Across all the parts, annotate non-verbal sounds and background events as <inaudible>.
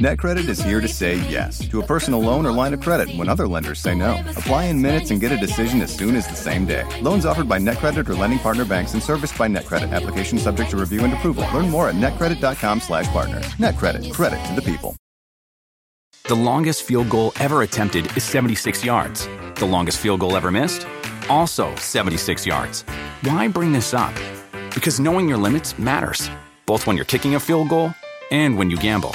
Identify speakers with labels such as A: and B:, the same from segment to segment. A: NetCredit is here to say yes to a personal loan or line of credit when other lenders say no. Apply in minutes and get a decision as soon as the same day. Loans offered by NetCredit or lending partner banks and serviced by NetCredit. Application subject to review and approval. Learn more at netcredit.com slash partner. NetCredit. Credit to the people.
B: The longest field goal ever attempted is 76 yards. The longest field goal ever missed? Also 76 yards. Why bring this up? Because knowing your limits matters, both when you're kicking a field goal and when you gamble.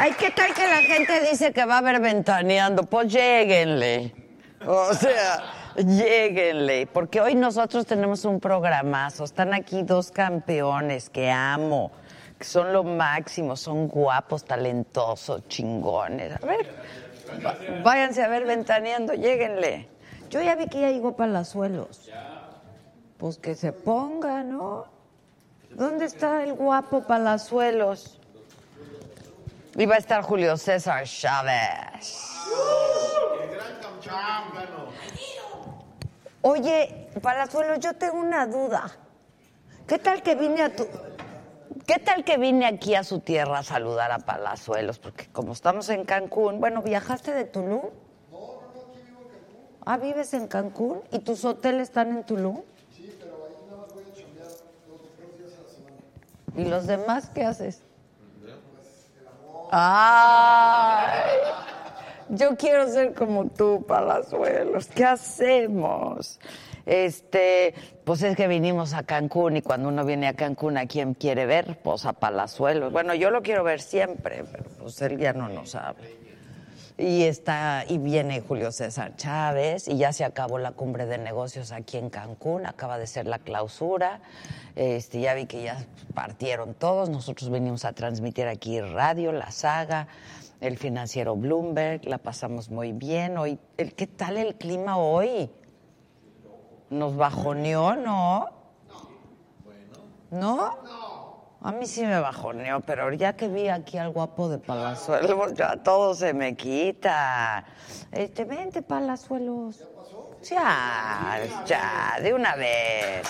C: Ay, ¿qué tal que la gente dice que va a haber ventaneando? Pues lléguenle. O sea, lléguenle. Porque hoy nosotros tenemos un programazo. Están aquí dos campeones que amo, que son lo máximo, son guapos, talentosos, chingones. A ver, va- váyanse a ver ventaneando, lléguenle. Yo ya vi que ya llegó Palazuelos. Pues que se ponga, ¿no? ¿Dónde está el guapo Palazuelos? Y va a estar Julio César Chávez. Oye, Palazuelos, yo tengo una duda. ¿Qué tal que vine a tu... ¿Qué tal que vine aquí a su tierra a saludar a Palazuelos? Porque como estamos en Cancún, bueno, ¿viajaste de Tulum? Ah, ¿vives en Cancún? ¿Y tus hoteles están en Tulum? Sí, pero ahí nada más voy a chambear los dos días a la semana. ¿Y los demás qué haces? Ay, yo quiero ser como tú, Palazuelos. ¿Qué hacemos? Este, pues es que vinimos a Cancún y cuando uno viene a Cancún, ¿a quién quiere ver? Pues a Palazuelos. Bueno, yo lo quiero ver siempre, pero pues él ya no nos habla. Y está, y viene Julio César Chávez, y ya se acabó la cumbre de negocios aquí en Cancún, acaba de ser la clausura. Este, ya vi que ya partieron todos. Nosotros venimos a transmitir aquí radio, la saga, el financiero Bloomberg, la pasamos muy bien. Hoy, el, ¿qué tal el clima hoy? Nos bajoneó, ¿no? ¿No? A mí sí me bajoneó, pero ya que vi aquí al guapo de Palazuelos, <laughs> ya todo se me quita. Este, vente, Palazuelos. Ya, ya, de una vez.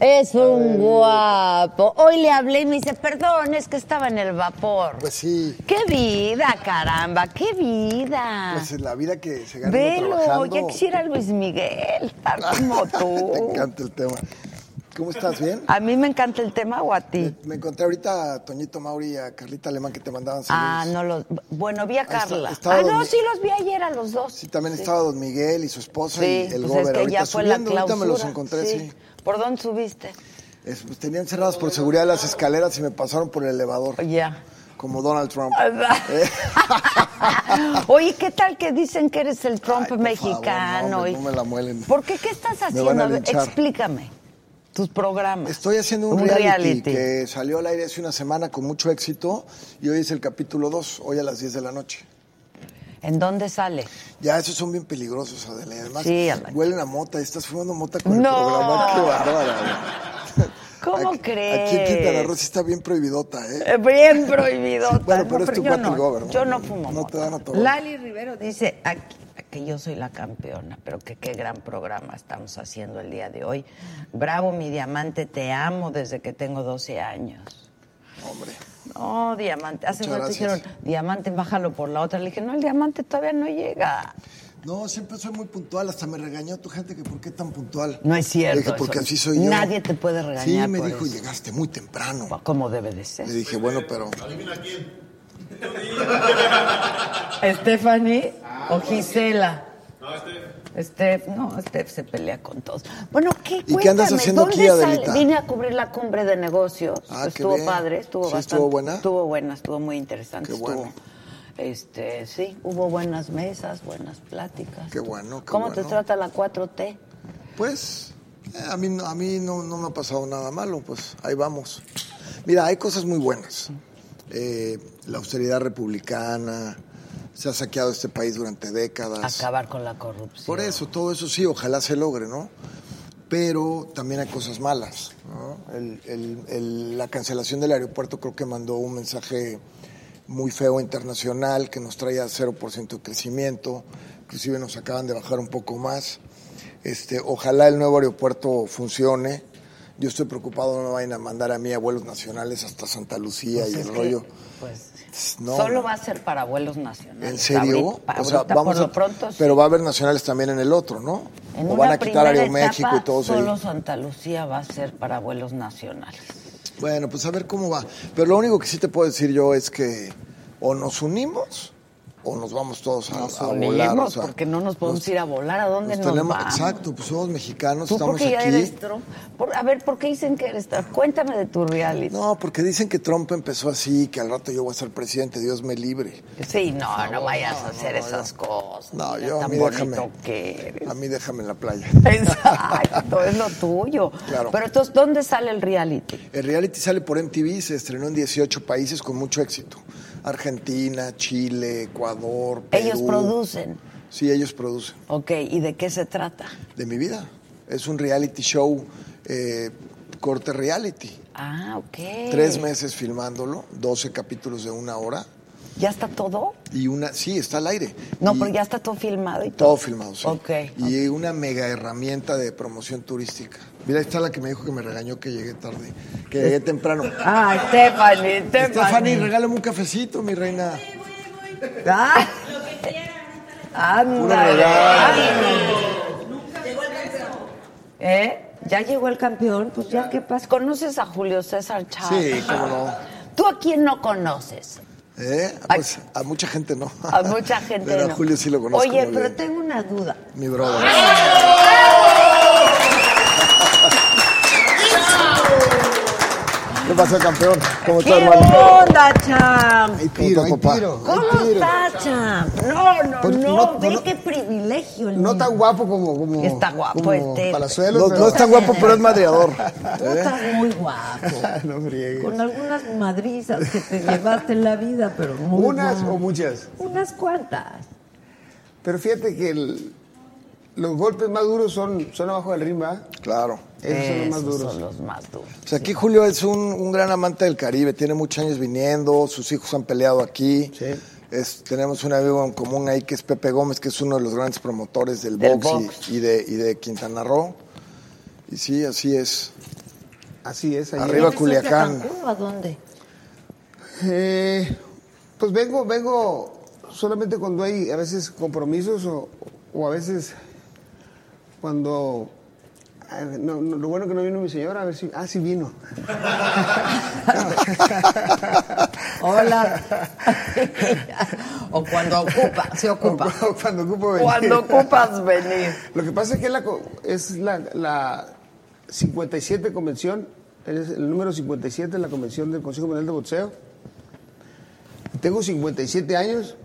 C: Es un guapo. Hoy le hablé y me dice, perdón, es que estaba en el vapor.
D: Pues sí,
C: ¡Qué vida, caramba! ¡Qué vida!
D: pues es la vida que se gana uno
C: Ah. Velo,
D: trabajando.
C: ya quisiera Luis Miguel,
D: <laughs>
C: tan como tú.
D: Te encanta el tema. ¿Cómo estás? ¿Bien?
C: A mí me encanta el tema o a ti.
D: Me encontré ahorita a Toñito Mauri y a Carlita Alemán que te mandaban
C: Ah,
D: saludos.
C: no los. Bueno, vi a
D: está-
C: Carla.
D: estaba
C: ah, no,
D: dormi-
C: sí los vi ayer a los dos.
D: Sí, también estaba Don Miguel y su esposo
C: Sí,
D: y el
C: pues
D: Gober.
C: es que
D: ahorita
C: ya fue la
D: subiendo, ahorita
C: clausura.
D: me los encontré, sí.
C: ¿Por dónde subiste?
D: Es- pues, tenían cerradas por seguridad las escaleras y me pasaron por el elevador,
C: Pues Ya.
D: como Donald Trump.
C: <laughs> Oye, ¿qué tal que dicen que eres el Trump
D: Ay, por
C: mexicano?
D: favor, no, hombre,
C: y-
D: no me la muelen.
C: ¿Por qué? ¿Qué estás
D: Me
C: haciendo?
D: van a
C: A ver,
D: linchar.
C: Explícame tus programas.
D: Estoy haciendo un, reality, que salió al aire hace una semana con mucho éxito y hoy es el capítulo 2, hoy a las 10 de la noche.
C: ¿En dónde sale?
D: Ya, esos son bien peligrosos, Adela. y Además,
C: Sí, Alan.
D: huelen a mota. Estás fumando mota con
C: No.
D: el
C: <laughs>
D: programa. ¡Qué bárbara!
C: ¿Cómo
D: Aquí-
C: crees?
D: Aquí en Quintana Roo sí está bien prohibidota, ¿eh?
C: Eh, Bien prohibido.
D: Bueno, pero es tu
C: yo
D: cuate
C: no,
D: el gobernador.
C: Yo no fumo.
D: No te
C: mota.
D: dan a todo.
C: Lali Rivero dice aquí, que yo soy la campeona, pero que qué gran programa estamos haciendo el día de hoy. Bravo, mi diamante, te amo desde que tengo 12 años.
D: Hombre.
C: No, diamante. Hace
D: Muchas
C: rato
D: gracias.
C: dijeron, diamante, bájalo por la otra. Le dije, no, el diamante todavía no llega.
D: No, siempre soy muy puntual. Hasta me regañó tu gente que por qué tan puntual.
C: No es cierto.
D: Le dije, porque
C: eso.
D: así soy yo.
C: Nadie te puede regañar
D: Sí, me
C: por
D: dijo,
C: eso.
D: llegaste muy temprano.
C: Como debe de ser.
D: Le dije, bueno, pero.
C: ¿Stephanie o Gisela? Ah, No, Steph. no, Steph se pelea con todos. Bueno, ¿qué
D: ¿Y qué andas
C: Cuéntame,
D: haciendo
C: ¿dónde
D: aquí,
C: sale?
D: Adelita?
C: Vine a cubrir la cumbre de negocios.
D: Ah, qué
C: estuvo
D: bien.
C: padre, estuvo
D: ¿Sí
C: bastante.
D: estuvo buena?
C: Estuvo buena, estuvo muy interesante.
D: Qué
C: estuvo-
D: bueno.
C: Este, sí, hubo buenas mesas, buenas pláticas.
D: Qué bueno, qué
C: ¿Cómo te
D: bueno.
C: trata la 4T?
D: Pues eh, a mí, no- a mí no, no me ha pasado nada malo, pues ahí vamos. Mira, hay cosas muy buenas. Eh, la austeridad republicana, se ha saqueado este país durante décadas.
C: Acabar con la corrupción.
D: Por eso, todo eso sí, ojalá se logre, ¿no? Pero también hay cosas malas. ¿no? El- el- el- la cancelación del aeropuerto creo que mandó un mensaje muy feo internacional que nos traía 0% de crecimiento, inclusive nos acaban de bajar un poco más. Este, ojalá el nuevo aeropuerto funcione. Yo estoy preocupado, no me vayan a mandar a mí a vuelos nacionales hasta Santa Lucía
C: Pues
D: y
C: es
D: el
C: que,
D: rollo.
C: pues,
D: No,
C: solo
D: no.
C: va a ser para vuelos nacionales.
D: ¿En serio?
C: Ahorita,
D: O sea,
C: ahorita,
D: vamos
C: por
D: a-
C: lo pronto, sí.
D: Pero va a haber nacionales también en el otro, ¿no?
C: En
D: o
C: una
D: van a quitar
C: primera
D: Aeroméxico
C: etapa,
D: y todo eso.
C: Solo Santa Lucía va a ser para vuelos nacionales.
D: Bueno, pues a ver cómo va. Pero lo único que sí te puedo decir yo es que o nos unimos o nos vamos todos a, Pues a volar.
C: unimos,
D: o sea,
C: porque no nos podemos ir a volar. ¿A dónde nos
D: tenemos-
C: vamos?
D: Exacto, pues somos mexicanos,
C: Tú
D: estamos
C: porque ya
D: aquí.
C: eres Trump. Por- a ver, ¿por qué dicen que eres Trump? Cuéntame de tu reality.
D: No, porque dicen que Trump empezó así, que al rato yo voy a ser presidente, Dios me libre.
C: Sí, no, no, vayas
D: no,
C: a hacer
D: no,
C: esas
D: no.
C: cosas.
D: No,
C: Mira,
D: yo a
C: tan
D: mí déjame.
C: bonito que eres.
D: A mí déjame en la playa.
C: Exacto, es lo tuyo.
D: Claro.
C: Pero entonces, ¿dónde sale el reality?
D: El reality sale por MTV, se estrenó en 18 países con mucho éxito. Argentina, Chile, Ecuador, Perú.
C: Ellos producen.
D: Sí, ellos producen.
C: Ok, ¿y de qué se trata?
D: De mi vida. Es un reality show, eh, corte reality.
C: Ah, ok.
D: Tres meses filmándolo, 12 capítulos de una hora.
C: ¿Ya está todo?
D: Y una, sí, está al aire.
C: No,
D: Y
C: pero ya está todo filmado y todo.
D: Todo filmado, sí.
C: Ok.
D: Y una mega herramienta de promoción turística. Mira, ahí está la que me dijo que me regañó que llegué tarde, que
C: <laughs>
D: llegué temprano.
C: Ah, Stephanie, Stephanie.
D: Stephanie, regálame un cafecito, mi reina.
C: Ah.
D: Puro
C: Ándale.
D: regalo.
C: ¿Eh? Ya llegó el campeón, pues ya qué pasa. ¿Conoces a Julio César Chávez?
D: Sí, cómo no.
C: ¿Tú a quién no conoces?
D: ¿Eh? Ah, Pues a mucha gente no.
C: A mucha
D: <laughs>
C: gente.
D: Pero
C: no.
D: a Julio sí lo conozco.
C: Oye,
D: muy
C: pero
D: bien.
C: tengo una duda.
D: Mi brother. ¿Qué pasa, campeón? ¿Cómo
C: ¿Qué
D: estás, hermano?
C: onda, Champ?
D: Hay tiro, hay tiro.
C: ¿Cómo estás, Champ? No, no,
E: Pues
C: no,
E: no-
C: ve
E: no-
C: qué privilegio el
E: No
C: mío.
E: tan guapo como. como
C: Está guapo
E: como
C: este.
E: Palazuelos,
D: No,
E: pero-
D: no es tan guapo, pero es <laughs> madreador.
C: Tú
E: ¿eh?
C: estás muy guapo.
E: no friegues.
C: Con algunas madrizas que
E: <laughs>
C: te llevaste en la vida, pero muy
E: ¿Unas
C: guapo.
E: o muchas?
C: Unas cuantas.
E: Pero fíjate que el- los golpes más duros son, son abajo del ring, ¿verdad?
D: Claro.
E: Esos son los más
C: Esos
E: duros.
C: son los más duros.
D: O sea, aquí Julio es un, un gran amante del Caribe. Tiene muchos años viniendo. Sus hijos han peleado aquí.
E: Sí.
D: Es- tenemos un amigo en común ahí que es Pepe Gómez, que es uno de los grandes promotores del,
C: Del
D: box, y-
C: box.
D: Y, de, y de Quintana Roo. Y sí, así es.
E: Así es. ahí
D: Arriba
E: es.
D: Culiacán.
C: ¿A dónde?
E: Eh, pues vengo, vengo solamente cuando hay a veces compromisos o, o a veces cuando. a ver, no, no, lo bueno que no vino mi señora, a ver si. Ah, sí vino. <laughs> <laughs>
C: Hola. <laughs> o cuando ocupa, se ocupa.
E: O cuando ocupo venir.
C: Cuando ocupas venir.
E: Lo que pasa es que es la, co- es la, la 57 convención, es el número 57 de la convención del Consejo Mundial de Boxeo. Tengo 57 años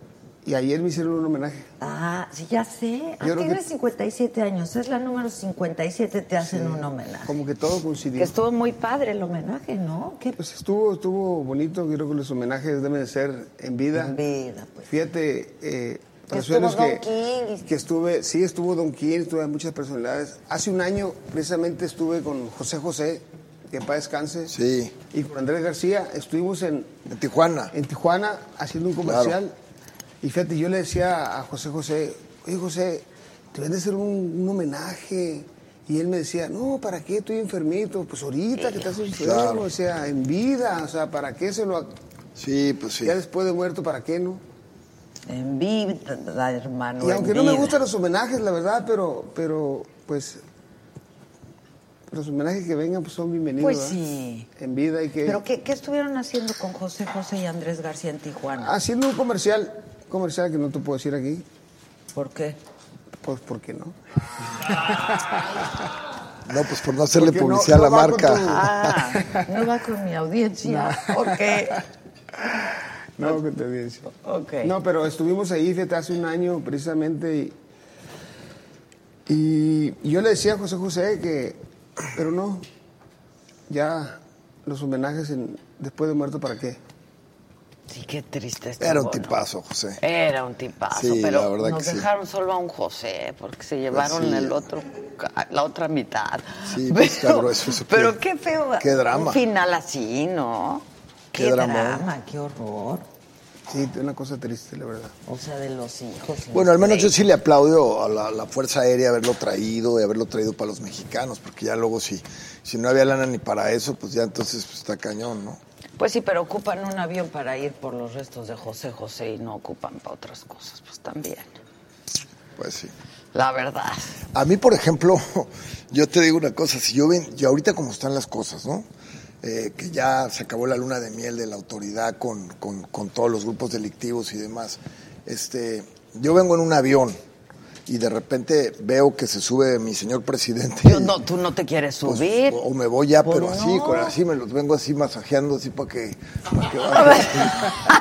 E: y ayer me hicieron un homenaje.
F: Ah, sí, ya sé. Ah,
E: Yo creo
F: tienes
E: que-
F: 57 años. Es la número 57, te hacen un homenaje.
E: Como que todo coincidió.
C: Que estuvo muy padre el homenaje.
F: Homenaje, ¿no? Qué
E: Pues estuvo, estuvo bonito, creo que los homenajes deben de ser en vida.
F: En vida, pues.
E: Fíjate, eh, para
F: estuvo
E: suelos
F: Don
E: que,
F: King.
E: que estuve, sí, estuvo Don King, estuve muchas personalidades. Hace un año precisamente estuve con José José, que para descanse.
D: Sí.
E: Y con Andrés García estuvimos en,
D: En Tijuana.
E: en Tijuana haciendo un comercial. Y fíjate, yo le decía a José José, oye José, te van a hacer un, un homenaje. Y él me decía, no, ¿para qué estoy enfermito? Pues ahorita que estás enfermo,
D: Claro.
E: o sea, en vida, o sea, ¿para qué se lo...
D: Sí, pues sí.
E: Ya después de muerto, ¿para qué no?
C: En vida, hermano.
E: Y
C: en
E: aunque no me
C: vida.
E: gustan los homenajes, la verdad, pero, pero pues los homenajes que vengan pues, son bienvenidos.
F: Pues
E: ¿verdad?
F: sí.
E: En vida y que...
F: ¿Pero qué, qué estuvieron haciendo con José José y Andrés García en Tijuana?
E: Haciendo un comercial, comercial que no te puedo decir aquí,
F: ¿Por qué?
E: pues ¿por qué no?
D: No, pues por no hacerle
E: Porque no-
D: publicidad
E: no
D: a la
E: va con
D: marca.
E: tu-
F: Ah, no va con mi
E: <laughs>
F: audiencia. ¿Por qué?
E: No, que te dice.
F: Ok.
E: No, pero estuvimos ahí, fíjate, hace un año precisamente y, y yo le decía a José José que, pero no, ya los homenajes en- después de muerto, ¿para qué?
C: Sí, qué triste estuvo,
D: Era un
C: ¿no?
D: tipazo, José.
C: Era un tipazo,
D: Sí,
C: pero
D: la verdad
C: nos
D: que sí.
C: dejaron solo a un José porque se llevaron
D: sí.
C: el otro ca- la otra mitad. <laughs>
D: Sí, pues, cabrón, eso es-
C: pero qué feo.
D: qué drama.
C: Un final así, ¿no?
F: Qué,
D: Qué drama,
F: drama, qué horror.
E: Sí, una cosa triste, la verdad.
F: O sea, de los hijos. y
D: Bueno,
F: los
D: al menos yo
F: reyes.
D: sí le aplaudo a la, la Fuerza Aérea haberlo traído y haberlo traído para los mexicanos, porque ya luego si, si no había lana ni para eso, pues ya entonces pues, está cañón, ¿no?
C: Pues sí, pero ocupan un avión para ir por los restos de José José y no ocupan para otras cosas, pues también.
D: Pues sí.
C: La verdad.
D: A mí, por ejemplo, <laughs> yo te digo una cosa, si yo ven, yo ahorita como están las cosas, ¿no? Eh, que ya se acabó la luna de miel de la autoridad con, con- con todos los grupos delictivos y demás. Este, yo vengo en un avión y de repente veo que se sube mi señor presidente.
C: Yo no, tú no te quieres
D: Pues,
C: subir.
D: o me voy ya,
C: Pues
D: pero así,
C: no.
D: con- así me los vengo así masajeando, así para que, pa' que vaya.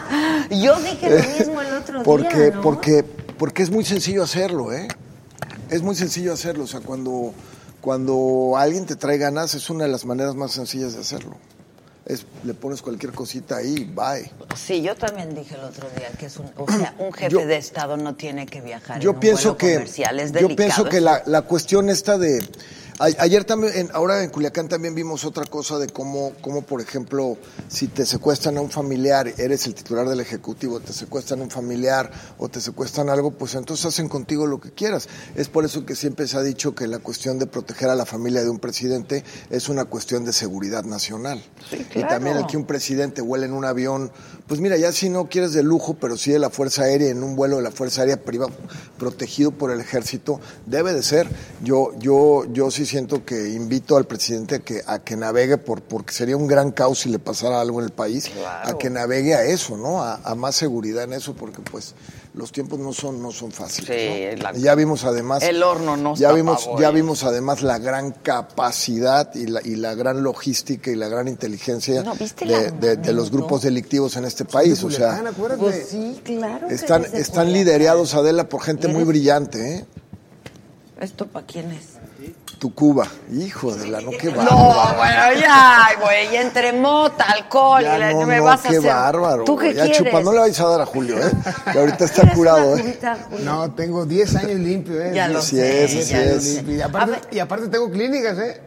C: Yo dije
F: Lo mismo el otro
D: porque,
F: día, ¿no?
D: porque, porque es muy sencillo hacerlo, ¿eh? Es muy sencillo hacerlo. O sea, cuando, cuando alguien te trae ganas, es una de las maneras más sencillas de hacerlo. Es, le pones cualquier cosita ahí, bye.
F: Sí, yo también dije el otro día que es un, o sea, un jefe
D: Yo-
F: de Estado no tiene que viajar
D: Yo
F: en un
D: pienso
F: vuelo
D: que,
F: comercial, es
D: yo
F: delicado.
D: pienso que
F: es-
D: la, la cuestión esta de... a- Ayer también, en- ahora en Culiacán también vimos otra cosa de cómo, cómo, por ejemplo, si te secuestran a un familiar, eres el titular del Ejecutivo, te secuestran a un familiar o te secuestran algo, pues entonces hacen contigo lo que quieras. Es por eso que siempre se ha dicho que la cuestión de proteger a la familia de un presidente es una cuestión de seguridad nacional.
C: Sí,
D: Y también el
C: claro.
D: que un presidente huele en un avión, pues mira, ya si no quieres de lujo, pero sí de la Fuerza Aérea, en un vuelo de la Fuerza Aérea privada, protegido por el ejército, debe de ser. Yo, yo, yo sí siento que invito al presidente a que, a que navegue, por, porque sería un gran caos si le pasara algo en el país, a que navegue a eso, ¿no? A, a más seguridad en eso, porque pues los tiempos no son, no son fáciles.
C: Sí,
D: ¿no?
C: la-
D: Y ya vimos además.
C: El horno no
D: ya
C: está
D: vimos,
C: pavo,
D: ya
C: ¿eh?
D: vimos vimos además la gran capacidad y la, y la gran logística y la gran inteligencia
C: No, ¿viste
D: de,
C: la-
D: de- de los grupos delictivos en este país. O sea,
E: Culiacán, acuérdate.
F: Pues sí, claro. que
D: están,
F: es de
D: están
F: Culiacán.
D: liderados, Adela, por gente muy brillante, ¿eh?
F: ¿Esto para quién es?
D: Tucuba. Hijo de la, no, qué
C: No,
D: bárbaro.
C: bueno, ya, güey, ya entre mota, alcohol, y
D: Ya,
C: la-
D: no,
C: me
D: no,
C: vas a
D: qué
C: hacer-
D: bárbaro.
C: ¿Tú qué
D: ya
C: quieres?
D: chupa, no le vais a dar a Julio,
C: <laughs>
D: ¿eh? Que ahorita está
F: ¿Quieres
D: curado,
F: una
D: ¿eh?
F: cubita, Julio?
E: Pues No, tengo 10 años limpio, ¿eh?
F: Ya lo
D: Así
F: sé.
D: es, así
F: ya lo
D: es.
F: sé.
E: Y
F: A ver,
E: aparte, y aparte tengo clínicas, ¿eh?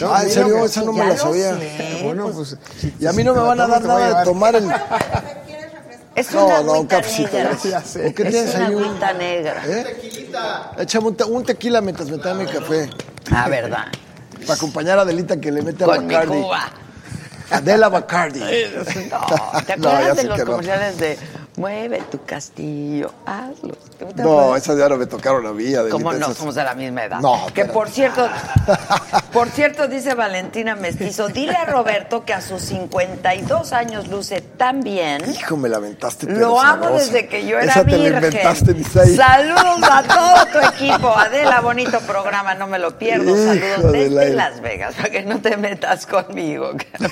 E: No,
D: Ah, ¿en
E: mira,
D: serio?
E: pues,
D: Esa no
F: ya
D: me la
F: lo
D: sabía.
F: sé.
E: Bueno, pues...
D: Y a mí no me van a dar nada de tomar el...
C: Es una
D: <laughs> No, no, un
C: agüita
D: capsito.
C: negra.
D: gracias.
E: Ya sé.
D: ¿O qué
C: Es
D: tienes
C: una
D: ahí? un-
C: agüita negra.
D: ¿Eh? Échame un, te- un tequila mientras me trae mi café.
C: Ah, verdad.
D: Para acompañar a Adelita que le mete a
C: Con mi
D: Bacardi.
C: Cuba.
D: Adela Bacardi. <laughs>
C: No, ¿te
D: No,
C: acuerdas
D: ya
C: de
D: sé
C: los
D: que no.
C: comerciales de Mueve tu castillo, hazlo? ¿Te
D: No,
C: acuerdas?
D: esas ya no me tocaron a mí, Adelita.
C: ¿Cómo no?
D: esas-
C: Somos de la misma edad.
D: Pues No,
C: Que
D: espérate.
C: por
D: <laughs>
C: cierto, por cierto, dice Valentina Mestizo, dile a Roberto que a sus 52 años luce tan bien.
D: Hijo, me la aventaste. pero
C: Lo amo
D: sabrosa.
C: desde que yo era
D: Esa te
C: virgen.
D: la inventaste, Misael.
C: Saludos
D: <laughs>
C: a todo tu equipo. Adela, bonito programa, no me lo pierdo.
D: Hijo
C: Saludos
D: de la-
C: desde Las Vegas, para que no te metas conmigo. <laughs>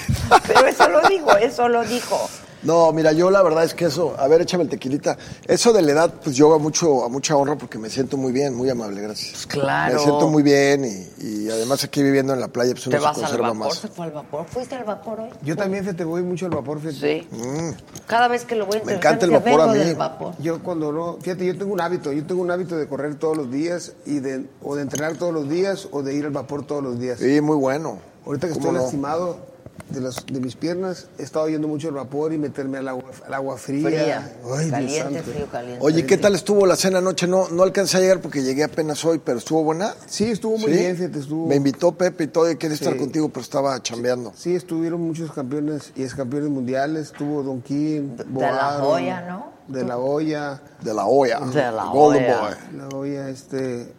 C: Pero eso lo dijo, eso lo dijo.
D: No, mira, yo la verdad es que eso, a ver, échame el tequilita. Eso de la edad, pues yo a mucho, a mucha honra porque me siento muy bien, muy amable, gracias.
C: Pues claro.
D: Me siento muy bien y, y además aquí viviendo en la playa, pues uno
C: Te
D: se
C: vas al
D: conserva
C: vapor,
D: más.
C: se fue al vapor. ¿Fuiste al vapor hoy?
E: Yo también, fíjate, voy mucho al vapor, fíjate.
C: Sí. Cada vez Pues que lo voy a
D: Me
C: intentar,
D: encanta el vapor a mí.
F: del vapor.
E: Yo cuando no, fíjate, yo tengo un hábito, yo tengo un hábito de correr todos los días y de, o de entrenar todos los días o de ir al vapor todos los días.
D: Sí, muy bueno.
E: Ahorita que
D: ¿Cómo
E: estoy
D: no?
E: lastimado de, las, de mis piernas, he estado yendo mucho al vapor y meterme al agua, al agua fría.
F: Fría.
E: Ay, Dios
F: caliente,
E: santo.
F: frío, caliente.
D: Oye, ¿qué tal estuvo la cena anoche? No, no alcancé a llegar porque llegué apenas hoy, pero estuvo buena.
E: Sí, estuvo muy
D: ¿Sí?
E: bien, fíjate, estuvo...
D: Me invitó Pepe y todo, y quería estar
E: Sí.
D: contigo, pero estaba chambeando.
E: Sí, estuvieron muchos campeones y ex campeones mundiales, estuvo Don King,
F: De la
E: Bogado,
F: joya, ¿no?
E: de la olla,
D: De la olla.
C: De la E
D: Golden
C: olla.
D: Boy.
E: la olla, este,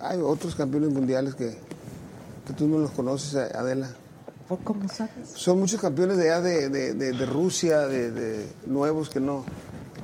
E: hay otros campeones mundiales que, que tú no los conoces, eh, Adela.
F: ¿Por cómo sabes?
E: Son muchos campeones de allá de, de- de- de Rusia, de, de nuevos que no.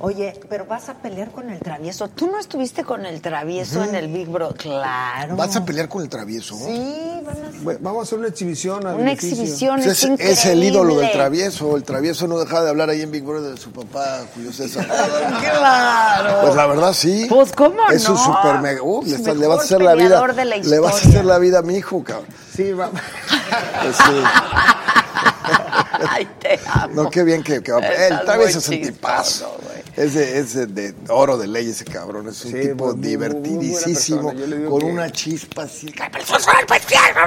F: Oye, pero vas a pelear con el travieso.
C: Eso, tú no estuviste con el travieso en el Big Brother. Claro.
D: ¿Vas a pelear con el travieso?
F: Sí, van a ser.
E: Bueno, vamos a hacer una exhibición. a
C: Una
E: beneficio.
C: exhibición
D: Pues es,
C: es,
D: es el ídolo del
C: increíble.
D: travieso. El travieso no dejaba de hablar ahí en Big Brother de su papá,
C: <laughs>
D: Julio César.
C: Claro.
D: Pues la verdad sí.
C: Pues, ¿cómo
D: Es un
C: no?
D: super mega. Uy, le,
C: Es
D: estás- le
C: mejor
D: vas a hacer la vida.
C: peleador de la
D: le vas a
C: historia.
D: hacer la vida a mi hijo, cabrón.
E: Sí, va- <laughs>
D: Pues,
C: <laughs>
D: sí.
C: Ay, te amo.
D: No, qué bien que, que va a
C: Estás
D: El travieso
C: muy
D: es un
C: chistoso,
D: tipazo.
C: güey.
D: Es de, es de- de oro de ley ese cabrón. Es un
E: Sí,
D: tipo
E: muy- muy- muy buena
D: divertidísimo.
E: persona. Yo le digo
D: Con
E: que-
D: una chispa así. No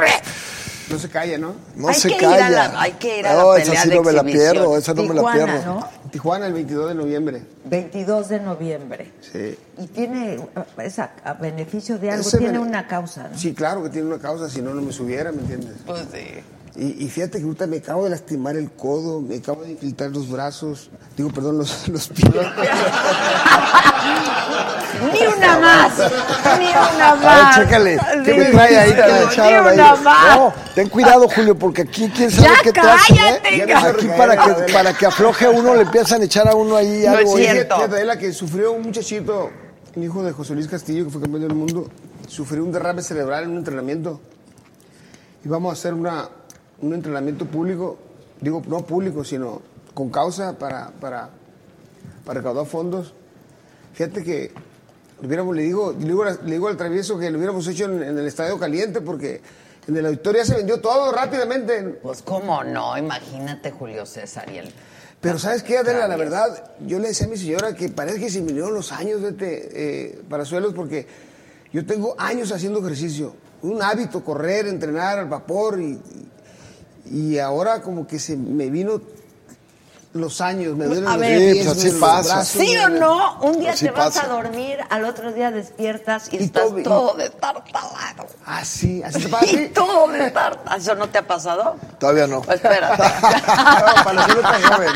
E: no se calla, ¿no?
C: Hay
D: se
C: que ir a
D: calla.
C: la- hay que ir a la
D: No,
C: pelea
D: esa sí
C: de
D: no me la
C: exhibición.
D: pierdo. Esa no me la
F: Tijuana,
D: pierdo.
F: ¿no?
E: Tijuana el 22 de noviembre.
F: 22 de noviembre.
E: Sí.
F: Y tiene, eh, es a, a beneficio de algo,
E: Ese
F: tiene
E: bene-
F: una causa, ¿no?
E: Sí, claro que tiene una causa, si no, no me subiera, ¿me entiendes?
C: Pues sí.
E: Y, y fíjate que ahorita me acabo de lastimar el codo, me acabo de infiltrar los brazos, digo, perdón, los, <laughs> los pies.
C: Ni una más. Ni una
D: A ver,
C: más.
D: chécale. ¿Qué
C: Ah, Sí,
D: me trae ahí?
C: sí,
D: tan
C: sí,
D: echado
C: Ni
D: ahí?
C: una más.
D: No, ten cuidado, Julio, porque aquí quién sabe
C: Ya
D: qué te hacen, ¿eh?
C: cállate,
E: Ya cabrón.
D: Aquí para que, para que afloje uno le empiezan a echar a uno ahí
C: No es
D: algo. ¿eh?
C: cierto.
E: Fíjate, la que sufrió un muchachito, un hijo de José Luis Castillo, que fue campeón del mundo, sufrió un derrame cerebral en un entrenamiento. Y vamos a hacer una, un entrenamiento público, digo, no público, sino con causa para, para, para recaudar fondos. Fíjate que lo hubiéramos, le, digo, le, digo, le digo al travieso que lo hubiéramos hecho en, en el estadio caliente porque en el auditorio ya se vendió todo rápidamente.
C: Pues cómo no, imagínate Julio César y el...
E: Pero ¿sabes qué, Adela? La verdad, yo le decía a mi señora que parece que se me dieron los años, vete, eh, para suelos, porque yo tengo años haciendo ejercicio. Un hábito, correr, entrenar al vapor y, y ahora como que se me vino los años, me duelen
C: A
E: los
C: ver.
E: pies,
D: Sí, pues, así
E: me duelen los
D: pasa.
E: brazos,
C: ¿Sí
E: me
C: o
E: duelen-
C: no? Un día
D: Así
C: te vas
D: pasa.
C: a dormir, al otro día despiertas y,
E: Y
C: estás
E: todo- y-
C: todo destartalado.
E: Así, Ah, así te pasa.
C: Y
D: <laughs>
C: todo destartalado. ¿Eso no te ha pasado? <laughs>
D: Todavía no.
C: Pues
D: <laughs>
C: espérate.
E: No, para ser otra joven.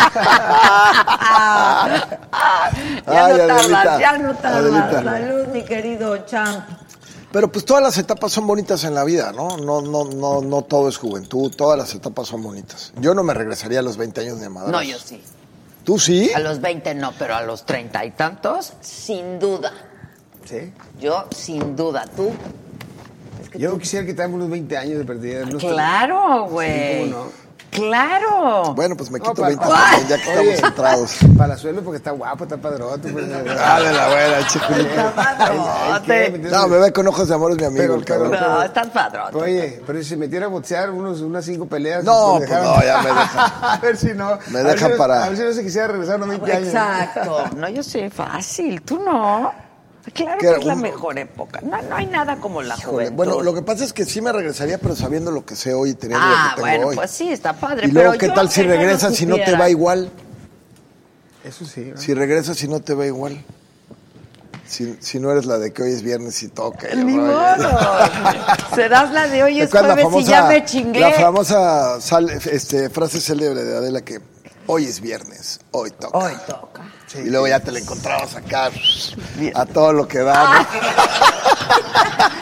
C: Ah, ya,
D: Ay,
C: no tardas,
D: Adelita,
C: ya no tardas,
D: Adelita.
F: Salud, mi querido champ.
D: Pero pues todas las etapas son bonitas en la vida, ¿no? No, no, no, no todo es juventud, todas las etapas son bonitas. Yo no me regresaría a los 20 años de madre.
C: No, yo sí.
D: ¿Tú sí?
C: A los 20 no, pero a los 30 y tantos, sin duda.
E: Sí.
C: Yo, sin duda. ¿Tú?
E: Yo quisiera quitarme unos 20 años de perdida. unos
C: Claro, güey.
E: Sí, ¿cómo no?
C: Claro.
D: Bueno, pues me
E: No,
D: quito
E: para-
D: 20 años, ya que
E: Oye.
D: estamos entrados.
E: Palazuelo porque está guapo, está padrote. Pues,
D: Dale la buena, chiquilín.
C: Estás padrote.
D: <laughs> No, me ve con ojos de amor, es mi amigo,
E: Pero-
D: el cabrón.
E: pero-
C: No, estás padrote.
E: Oye, pero si se metiera a boxear unos, unas cinco peleas.
D: No,
E: pues,
D: pues,
E: dejaron-
D: no, ya me deja.
E: <laughs> a ver si no.
D: Me
E: a ver
D: deja
E: si no-
D: para- Ah,
E: A ver si no se quisiera regresar a los 20 años.
C: Exacto. No, yo sé, fácil. Tú no. Claro que
D: ¿Qué era?
C: es la
D: Un-
C: mejor época. No, no hay nada como la
D: Híjole,
C: juventud.
D: Bueno, lo que pasa es que sí me regresaría, pero sabiendo lo que sé hoy y teniendo
C: Ah,
D: lo que tengo
C: bueno,
D: hoy.
C: pues sí, está padre.
D: y luego,
C: pero
D: ¿qué
C: yo,
D: tal si
C: aunque no lo
D: regresas si no te
C: supiera,
D: va igual?
E: Eso sí. ¿no?
D: Si regresas si no te va igual. Si, si no eres la de que hoy es viernes y toca. y
C: Ni
D: rollo.
C: modo. <laughs> Serás la de hoy es
D: ¿Recuerdas
C: jueves y ya me chingué.
D: La famosa sal- este, frase célebre de Adela que hoy es viernes, hoy toca.
C: Hoy toca.
D: Y luego ya te la encontrabas acá a todo lo que da.
C: Ah.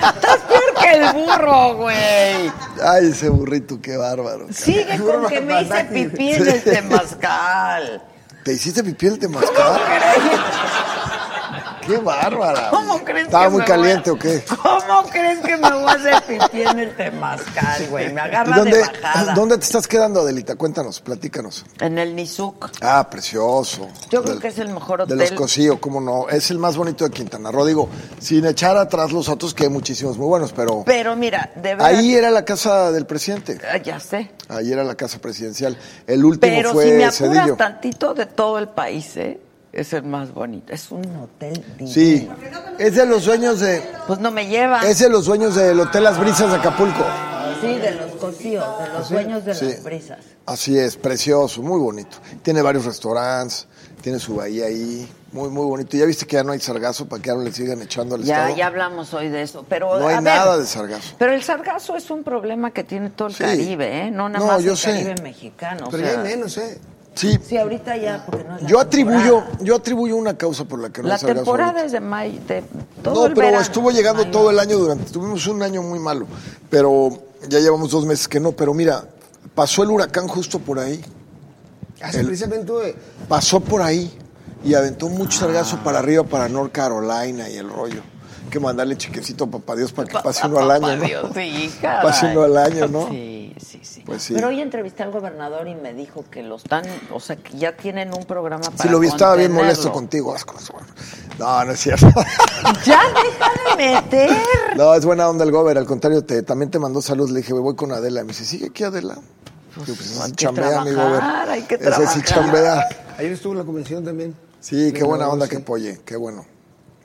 D: ¿no?
C: Estás peor que el burro,
D: <laughs>
C: güey.
D: Ay, ese burrito, qué bárbaro. cabrón.
C: Sigue con que me hice pipí en este el
D: Sí.
C: temazcal.
D: ¿Te hiciste pipí el temazcal? ¡Qué bárbara!
C: ¿Cómo crees
D: ¿Estaba
C: que
D: muy
C: me
D: caliente
C: voy
D: o
C: a-
D: qué?
C: ¿Cómo crees que me voy a hacer pipí en el temazcal, güey? Me
D: ¿Y
C: agarra de
D: dónde,
C: bajada.
D: dónde te estás quedando, Adelita? Cuéntanos, platícanos.
C: En el Nizuc.
D: Ah, precioso.
C: Yo creo
D: Del-
C: que es el mejor
D: De los
C: hotel.
D: Cosío, cómo no. Es el más bonito de Quintana Roo. Digo, sin echar atrás los otros, que hay muchísimos muy buenos, pero...
C: Pero mira, de verdad.
D: ahí era la casa del presidente.
C: Ah, Ya sé.
D: Ahí era la casa presidencial. El último
C: Pero
D: fue
C: si me apuras
D: Cedillo.
C: tantito de todo el país, ¿eh? Es el más bonito. Es un hotel. divino.
D: Sí. Es de los dueños de...
C: Pues no me lleva.
D: Es de los dueños del Hotel Las Brisas de Acapulco.
F: Sí, de los cocíos, de los dueños de
D: Sí.
F: las brisas.
D: Así es, precioso, muy bonito. Tiene varios restaurantes, tiene su bahía ahí, muy, muy bonito. Ya viste que ya no hay sargazo para que ahora le sigan echando al
C: Ya,
D: Estado.
C: ya hablamos hoy de eso, pero
D: No hay
C: a ver,
D: nada de sargazo.
C: Pero el sargazo es un problema que tiene todo el
D: Sí.
C: Caribe, ¿eh? No nada
D: No,
C: más
D: yo
C: el
D: sé.
C: Caribe mexicano. o
E: Pero
C: sea,
E: ya hay menos, ¿eh?
D: Sí.
F: Sí, ahorita ya, porque no es la
D: Yo atribuyo,
F: temporada.
D: yo atribuyo una causa por la que no
C: La
D: salgas ahorita.
C: temporada es de mayo, de todo
D: no,
C: el
D: pero
C: verano.
D: estuvo llegando
C: Mayo.
D: todo el año durante. Tuvimos un año muy malo, pero ya llevamos dos meses que no. Pero mira, pasó el huracán justo por ahí,
E: Así
D: El-
E: precisamente eh,
D: pasó por ahí y aventó mucho sargazo
C: Ah.
D: para arriba, para North Carolina y el rollo. Hay que mandarle chiquecito a papá Dios para que pase uno al año, ¿no?
C: Dios, sí,
D: <laughs>
C: caray.
D: Pase uno al año, ¿no?
C: Sí, sí, sí.
D: Pues sí.
C: Pero hoy entrevisté al gobernador y me dijo que lo están, o sea, que ya tienen un programa para
D: Sí, lo vi, estaba bien
C: contenerlo.
D: molesto contigo, asco. No, no es cierto. <laughs>
C: ¡Ya deja de meter! <laughs>
D: No, es buena onda el gober, al contrario, te, también te mandó saludos. Le dije, voy con Adela. Me dice, sigue aquí Adela. Digo, pues,
C: hay
D: así
C: que
D: chambea, mi gober.
C: trabajar, hay que
D: Ese sí
C: trabajar.
D: chambea.
E: ayer estuvo en la convención también.
D: Sí, qué
E: Pero,
D: buena onda
E: sí.
D: que apoye, qué bueno.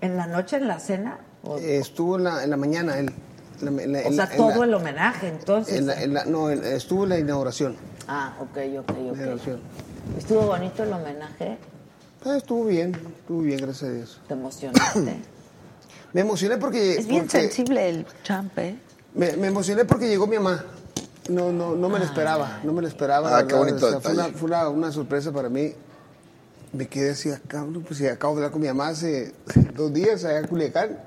F: ¿En la noche, en la cena? O,
E: Eh, estuvo en la, en la mañana. él. En la- en la-
F: o
E: en
F: sea,
E: la- en
F: todo
E: la-
F: el homenaje, entonces.
E: en la- en la- no, en- estuvo en la inauguración.
F: Ah, ok, ok,
E: La
F: ok.
E: inauguración.
F: ¿Estuvo bonito el homenaje?
E: Ah, estuvo bien, estuvo bien, gracias a Dios.
F: ¿Te
E: <coughs>
F: emocionaste?
E: Me emocioné porque.
C: Es bien
E: porque-
C: sensible el champe.
F: ¿eh?
E: Me, me emocioné porque llegó mi mamá. No, no, no me lo esperaba, no me lo esperaba. la
D: Ah, qué
E: verdad.
D: bonito
E: fue una,
D: detalle.
E: fue una, una sorpresa para mí. Me quedé así, acá, no, pues si acabo de hablar con mi mamá hace <laughs> dos días allá en Culiacán.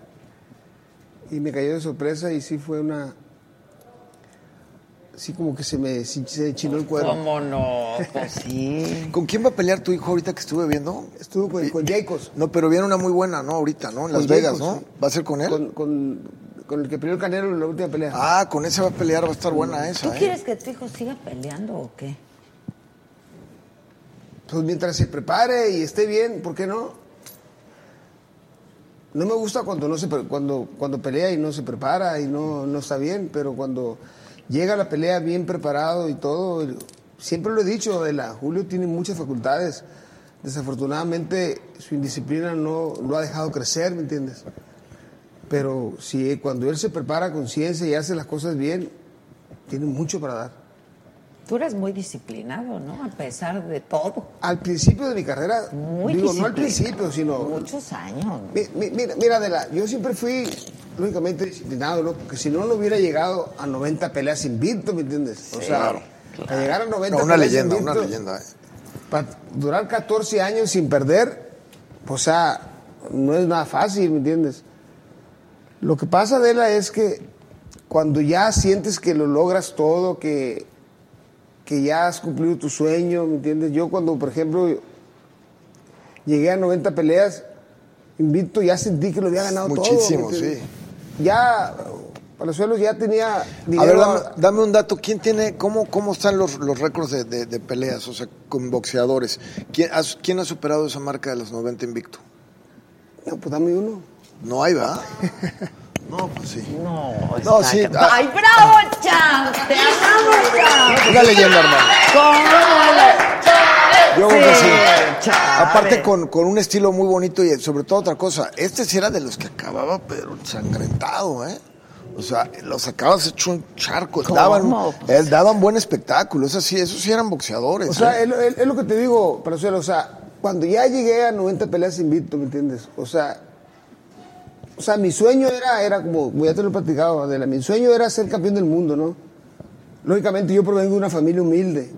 E: Y me cayó de sorpresa y sí fue una... Sí como que se me sí, se chinó el cuerpo.
C: ¿Cómo no? Pues sí.
D: ¿Con quién va a pelear tu hijo ahorita que estuve viendo?
E: Estuvo con, con Jacobs.
D: No, pero viene una muy buena, ¿no? Ahorita, ¿no? En Las
E: Con
D: Vegas, ¿no?
E: Jacobs, sí.
D: ¿Va a ser con él?
E: Con, con- con el que peleó el Canelo en la última pelea.
D: Ah, con ese va a pelear, va a estar buena esa.
F: ¿Tú
D: ¿eh?
F: quieres que tu hijo siga peleando o qué?
E: Pues mientras se prepare y esté bien, ¿por qué no? No me gusta cuando no se pre- cuando cuando pelea y no se prepara y no, no está bien, pero cuando llega a la pelea bien preparado y todo, el- siempre lo he dicho, Adela, Julio tiene muchas facultades. Desafortunadamente su indisciplina no lo ha dejado crecer, ¿me entiendes? Pero si cuando él se prepara con ciencia y hace las cosas bien, tiene mucho para dar.
F: Tú eres muy disciplinado, ¿no? A pesar de todo.
E: Al principio de mi carrera,
F: Muy
E: digo, no
F: disciplinado.
E: al principio, sino
F: Muchos años.
E: Mi- mi- Mira, mira, Adela, yo siempre fui lógicamente disciplinado, ¿no? Porque si no, no hubiera llegado a 90 peleas invicto, ¿me entiendes? O sea, a llegar a 90
D: No, una
E: peleas
D: leyenda,
E: invicto,
D: una leyenda. ¿eh?
E: Para durar 14 años sin perder, o sea, no es nada fácil, ¿me entiendes? Lo que pasa, Adela, es que cuando ya sientes que lo logras todo, que, que ya has cumplido tu sueño, ¿me entiendes? Yo cuando, por ejemplo, llegué a 90 peleas, invicto, ya sentí que lo había ganado
D: Muchísimo,
E: todo. ¿me entiendes?
D: sí.
E: Ya, Palazuelos ya tenía
D: A ver,
E: dinero...
D: dame, dame un dato. ¿Quién tiene, cómo, cómo están los, los récords de, de- de peleas, o sea, con boxeadores? ¿Quién, has- ¿Quién ha superado esa marca de los 90 invicto?
E: No, pues dame uno.
D: No
C: <laughs>
D: hay, ¿verdad? No, pues sí.
C: No,
D: No,
C: está
D: sí,
C: ca-
D: ah.
C: ¡Ay, bravo, champ! ¡Te amamos, champ!
D: Una leyenda, hermano. Yo creo que sí. Aparte con, con un estilo muy bonito y sobre todo otra cosa, este sí era de los que acababa pero ensangrentado, ¿eh? O sea, los acabas hecho un charco. Daban, eh, daban buen espectáculo, eso sí, esos sí eran boxeadores.
E: O sea,
D: ¿eh?
E: es, lo- es- es lo que te digo, Palazuelo. O sea, cuando ya llegué a 90 peleas invicto, ¿me entiendes? O sea, o sea, mi sueño era, era como, como ya te lo he platicado, Adela, mi sueño era ser campeón del mundo, ¿no? Lógicamente, yo provengo de una familia humilde.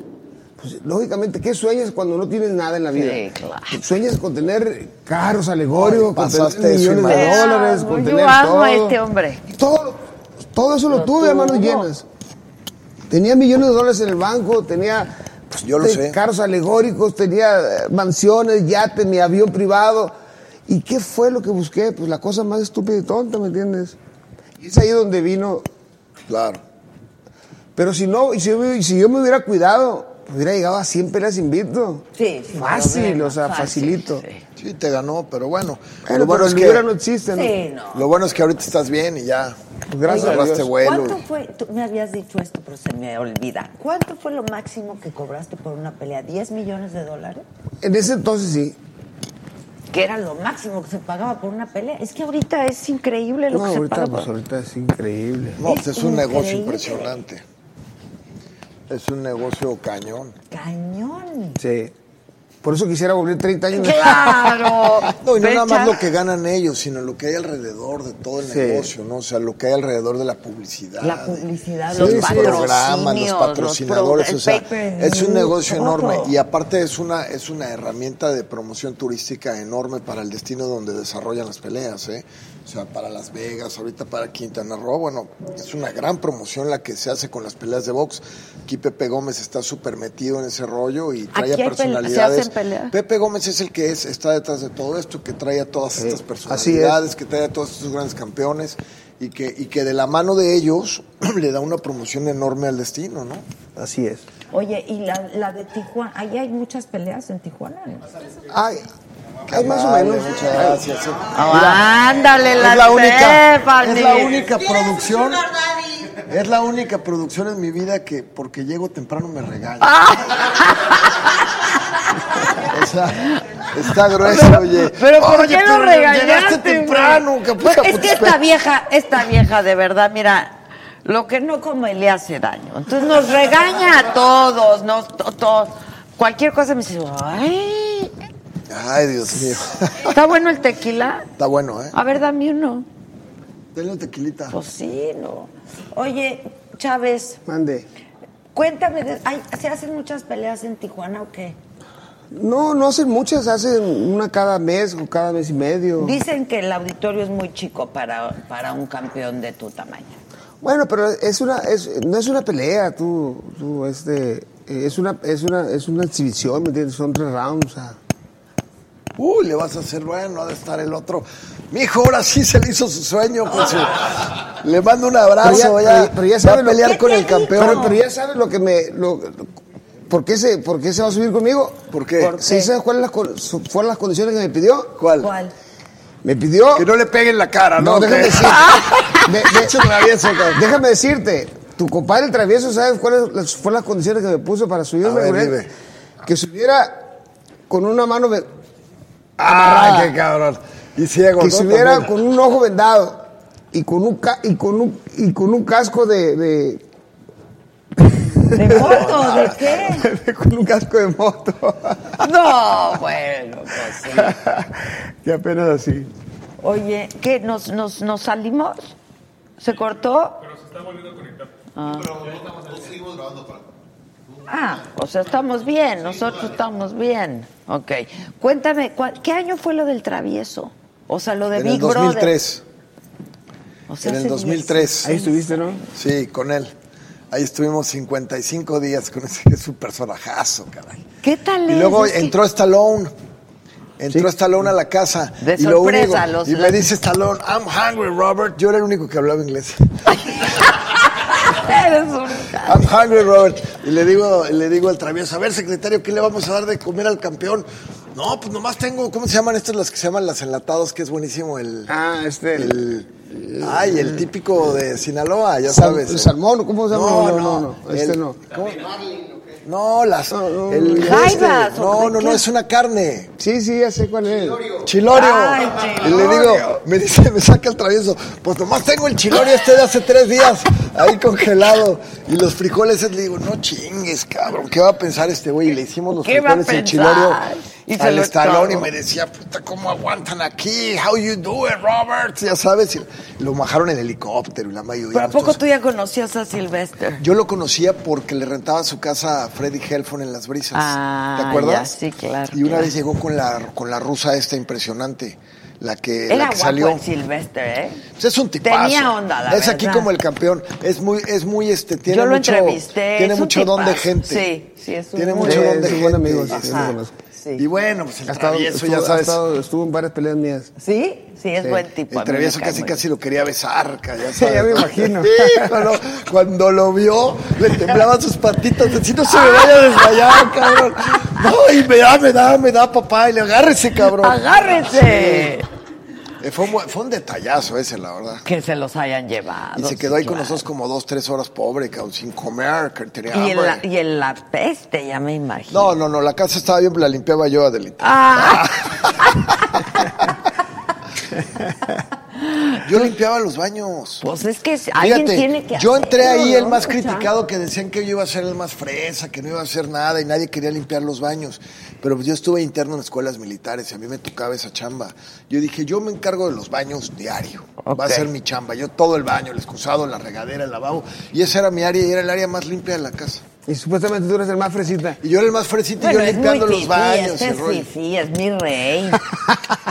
E: Pues, lógicamente, ¿qué sueñas cuando no tienes nada en la vida?
C: claro.
E: Sueñas con tener carros alegóricos,
D: Ay,
E: con
D: pasaste
E: tener
D: eso y
E: millones de
D: más.
E: dólares,
C: Te
E: con
C: amo,
E: tener
C: yo amo
E: todo.
C: a este hombre.
E: Todo, todo eso lo,
C: Lo
E: tuve, hermanos
C: tuvo.
E: llenas. Tenía millones de dólares en el banco, tenía
D: Pues Yo lo
E: te-
D: sé.
E: carros alegóricos, tenía eh, mansiones, yate, mi avión privado. ¿Y qué fue lo que busqué? Pues la cosa más estúpida y tonta, ¿me entiendes? Y es ahí donde vino.
D: claro.
E: Pero si no, y si yo, me- si yo me hubiera cuidado, pues hubiera llegado a 100 peleas invicto.
F: Sí, sin
E: Fácil,
F: problema,
E: o sea,
F: fácil,
E: facilito.
C: sí.
D: Sí, te ganó, pero bueno.
E: Bueno,
D: lo, bueno
E: pero
D: es
E: el hubiera no
D: que,
E: existe, ¿no?
F: Sí, no.
D: lo bueno es que ahorita estás bien y ya.
E: Pues gracias a
D: Agarraste
E: Dios.
D: vuelo.
F: ¿Cuánto fue? Tú me habías dicho esto, pero se me olvida. ¿Cuánto fue lo máximo que cobraste por una pelea? ¿10 millones de dólares?
E: En ese entonces sí.
F: Que era lo máximo que se pagaba por una pelea. Es
C: Es que ahorita es increíble lo
E: No,
C: que se
E: ahorita,
C: paga.
E: pues, ahorita es increíble.
D: No, pues es un
F: Increíble.
D: negocio impresionante. Es un negocio cañón.
F: cañón.
E: Sí. Por eso quisiera volver 30 años.
C: ¡Claro!
D: <laughs> No, y no nada
C: Fecha.
D: más lo que ganan ellos, sino lo que hay alrededor de todo el
E: Sí.
D: negocio, ¿no? O sea, lo que hay alrededor de la publicidad.
F: La publicidad,
D: de-
F: los
D: de programas,
F: patrocinios,
D: los
F: los
D: patrocinadores.
F: pro-
D: o sea,
F: el pay-per-view,
D: es
C: Mm,
D: un negocio
F: todo.
D: enorme. Y aparte es una, es una herramienta de promoción turística enorme para el destino donde desarrollan las peleas, ¿eh? O sea, para Las Vegas, ahorita para Quintana Roo, bueno, es una gran promoción la que se hace con las peleas de box. Aquí Pepe Gómez está súper metido en ese rollo y trae a
C: Aquí hay pele- se hacen
D: personalidades.
C: peleas.
D: Pepe Gómez es el que es, está detrás de todo esto, que trae a todas estas
E: así es.
D: personalidades, que trae a todos estos grandes campeones y que, y que de la mano de ellos <clears throat> le da una promoción enorme al destino, ¿no?
E: Así es.
F: Oye, y la, la de Tijuana, ahí hay muchas peleas en Tijuana. ¿no?
E: Ay, ay, más o
D: Vale,
E: menos.
D: Muchas gracias. sí.
F: Ah,
C: ándale, la,
D: es la única,
C: Stephanie.
D: es la única producción. Es la única producción en mi vida que porque llego temprano me regañan.
C: Ah.
D: <laughs> o sea, está grueso, oye.
C: Pero ¿por
D: Oye,
C: qué lo
D: pero
C: regañaste,
D: Llegaste temprano,
C: güey?
D: que
C: Pues,
D: puta
C: es que
D: puta-
C: esta vieja, esta vieja de verdad, mira, lo que no come le hace daño. Entonces nos regaña a todos, nos to- todos. Cualquier cosa me dice, ay,
D: Ay, Dios
C: <laughs>
D: mío.
C: está bueno el tequila.
D: Está bueno, ¿eh?
C: A ver, dame uno.
D: Denle un tequilita.
C: Pues sí, no.
F: Oye, Chávez,
E: Mande.
F: cuéntame, de- ay, ¿se hacen muchas peleas en Tijuana o qué?
E: No, no hacen muchas, hacen una cada mes o cada mes y medio.
F: Dicen que el auditorio es muy chico para, para un campeón de tu tamaño.
E: Bueno, pero es una, es- no es una pelea, tú, tú, este, eh, es una, es una, es una exhibición, ¿me entiendes? Son tres rounds. o sea.
D: Uy, Uh, le vas a hacer bueno, ha de estar el otro. Mi hijo ahora sí se le hizo su sueño. con
E: <laughs>
D: su- Le mando un abrazo.
E: Pero
D: ya,
E: Ah, ya- pero ya
D: va
E: sabe
D: a
E: lo-
D: pelear
E: ¿Qué
D: con
E: te
D: el
E: dijo?
D: campeón.
E: Pero, pero ya sabes lo que me, lo- lo- ¿por qué se, por qué se va a subir conmigo?
D: ¿Por qué? ¿Por
E: ¿Sí
D: qué?
E: sabes cuáles las con- su- fueron las condiciones que me pidió?
D: ¿Cuál?
F: ¿Cuál?
E: Me pidió.
D: Que no le peguen la cara, Ah, ¿no?
E: No, déjame
D: Que- <laughs>
E: decirte. De- de-
D: Pinche travieso, cabrón.
E: déjame decirte, tu compadre el travieso, ¿sabes cuáles las- fueron las condiciones que me puso para subirme?
D: A ver,
E: con él?
D: dime.
E: Que subiera con una mano, ve-
D: ¡Ah, qué cabrón! Y ciego,
E: que
D: ¿no?
E: subiera
D: También.
E: con un ojo vendado y con un, ca- y con un, y con un casco de... de- <laughs>
F: ¿De
D: pues,
F: moto? ¿De qué?
E: con un casco de moto.
C: No, bueno, pues sí.
E: y apenas así.
C: Oye, ¿qué? ¿Nos, nos, nos salimos? ¿Se cortó? Ah, o sea, estamos bien, nosotros estamos bien. Ok. Cuéntame, ¿cuál- ¿qué año fue lo del travieso? O sea, lo de
D: En
C: Big
D: el 2003.
C: Brother. O sea,
D: En el
C: hace
D: 2003.
E: Ahí estuviste, ¿no?
D: Sí, con él. Ahí estuvimos 55 días con ese <laughs> que es un personajazo, caray.
C: diez. ¿Qué tal
D: Y
C: es?
D: luego
C: Es que-
D: entró Stallone. Entró Stallone a la casa.
C: De
D: y lo
C: sorpresa,
D: único-
C: los-
D: y me
C: los-
D: dice Stallone, I'm hungry, Robert. Yo era el único que hablaba
C: <laughs>
D: inglés.
C: Eres un-
D: I'm hungry, Robert. Y le digo, y le digo al travieso, a ver, secretario, ¿qué le vamos a dar de comer al campeón? No, pues nomás tengo, ¿cómo se llaman estas las que se llaman las enlatados? Que es buenísimo el...
E: Ah, este...
D: el ay, el típico de Sinaloa, ya
E: Sal-
D: sabes.
E: el salmón, ¿cómo se llama?
D: No,
E: No,
D: no,
E: no,
D: no.
E: no, este
D: El-
E: no.
D: ¿cómo? No, las...
E: No, no,
D: el-
C: jaivas,
D: este,
C: ¿o
D: no,
C: de
D: no, no,
C: qué?
D: es una carne.
E: Sí, sí, ya sé cuál es.
D: Chilorio.
C: Ay,
D: Y le digo, me dice, me saca el travieso, pues nomás tengo el chilorio este de hace tres días, ahí congelado. Y los frijoles, le digo, no chingues, cabrón, ¿qué va a pensar este güey? Y le hicimos los
C: ¿Qué va a
D: frijoles el
C: pensar?
D: chilorio
C: Y se
D: al
C: lo
D: estalón y
C: echó.
D: me decía, puta, ¿cómo aguantan aquí? How you do it, Robert? Ya sabes, y lo bajaron en helicóptero y la mayoría.
C: ¿Pero a poco tú ya conocías a Sylvester?
D: Yo lo conocía porque le rentaba su casa a Freddy Helfon en Las Brisas.
C: Ah,
D: ¿Te acuerdas?
C: ya, sí, claro,
D: Y una
C: claro.
D: vez llegó con la, con la rusa esta impresionante, la que, la
C: Era guapo
D: que salió.
C: el Sylvester, ¿eh?
D: Pues Es un tipazo.
C: Tenía onda, la
D: Es aquí
C: verdad.
D: como el campeón. Es muy, es muy, este, tiene
C: Yo lo
D: mucho,
C: entrevisté,
D: tiene
C: es un
D: mucho don de
C: tipazo.
D: gente.
C: Sí, sí, es un
D: Tiene
C: muy
D: mucho
E: buen-
D: don de
E: es un
D: gente.
E: buen amigo, sí, sí, lo
D: Ajá.
E: conozco.
C: Sí.
D: Y bueno, pues el
E: Ha estado-
D: travieso,
E: estuvo-
D: ya
E: ha
D: sabes.
E: estado- estuvo en varias peleas mías.
C: ¿Sí? Sí, es buen tipo. a
D: El
C: mí me
D: travieso
C: cae
D: casi
C: muy
D: casi
C: bien.
D: lo quería besar, ca- ya sabes,
E: ya me
D: ¿no?
E: imagino.
D: <laughs> Híjole, cuando lo vio, le temblaban sus patitas, así no se me vaya a desmayar, cabrón. No, y me da, me da, me da, papá, y le agárrese, cabrón.
C: ¡Agárrese!
D: Eh, Fue, un bu- fue un detallazo ese, la verdad.
C: Que se los hayan llevado.
D: Y se quedó ahí con
C: claro.
D: nosotros como dos, tres horas pobre, cabrón, sin comer, que tenía
C: Y en, la,
D: hambre.
C: y en la peste, ya me imagino.
D: No, no, no, la casa estaba bien, la limpiaba yo, Adelita.
C: Ah.
D: Yo limpiaba los baños.
C: Pues es que alguien
D: Fíjate,
C: tiene que
D: yo entré
C: hacerlo,
D: ahí el
C: ¿no?
D: más
C: O sea,
D: criticado que decían que yo iba a ser el más fresa, que no iba a hacer nada y nadie quería limpiar los baños. Pero pues yo estuve interno en escuelas militares y a mí me tocaba esa chamba. Yo dije, yo me encargo de los baños diario. Va a ser mi chamba. Yo todo el baño, el excusado, la regadera, el lavabo. Y esa era mi área y era el área más limpia de la casa.
E: Y supuestamente tú eres el más fresita.
D: Y yo era el más fresito y
C: Bueno,
D: yo
C: es
D: limpiando
C: muy
D: los
C: fifí,
D: baños. y
C: Este
D: el
C: es
D: rollo.
C: fifí, es mi
D: <laughs>
C: rey.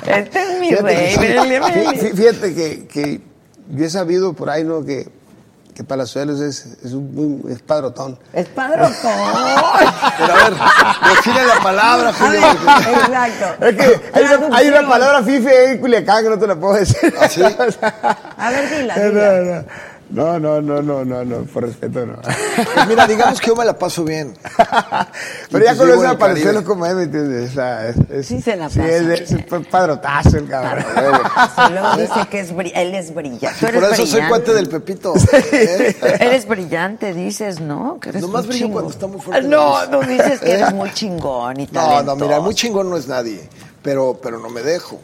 C: Este es mi
E: Fíjate
C: rey.
E: que-
C: pero le-
E: fí- Fíjate que, que yo he sabido por ahí, ¿no? Que, que Palazuelos es, es, un, muy- es padrotón.
C: Es
D: <laughs>
C: padrotón.
D: Pero a
C: <laughs>
D: ver, define la palabra,
C: A
D: Julio.
C: ver, Exacto.
E: Es que hay una, hay
C: Traducción.
E: una palabra fifi ahí en Culiacán que no te la puedo decir. <laughs>
D: ¿Ah, sí?
C: A ver, dila, dila.
E: No, no, no, no, no, no, no, por
C: <laughs>
E: respeto no.
D: Pues mira, digamos que yo me la paso bien.
E: Pero ya
D: Pues digo,
E: conoces
D: en
E: a
D: el
E: Palazuelos
D: Caribe.
E: como es, ¿me entiendes? O sea, es- es-
C: Sí se la
E: Sí,
C: pasa
E: es, es
C: bien.
E: un padrotazo el cabrón.
C: Y Luego dice que es bri- él es brillante. <laughs> Tú
D: Por
C: eres
D: eso
C: brillante.
D: soy cuate
C: <laughs>
D: del Pepito. ¿eh?
C: Eres brillante, dices, ¿no? Que eres
D: Nomás
C: un
D: brillo
C: chingón.
D: cuando está muy fuerte
C: No,
D: la luz.
C: no dices que eres
D: ¿Eh? <laughs>
C: muy chingón y
D: No,
C: talentoso.
D: no, mira, muy chingón no es nadie, pero, pero no me dejo.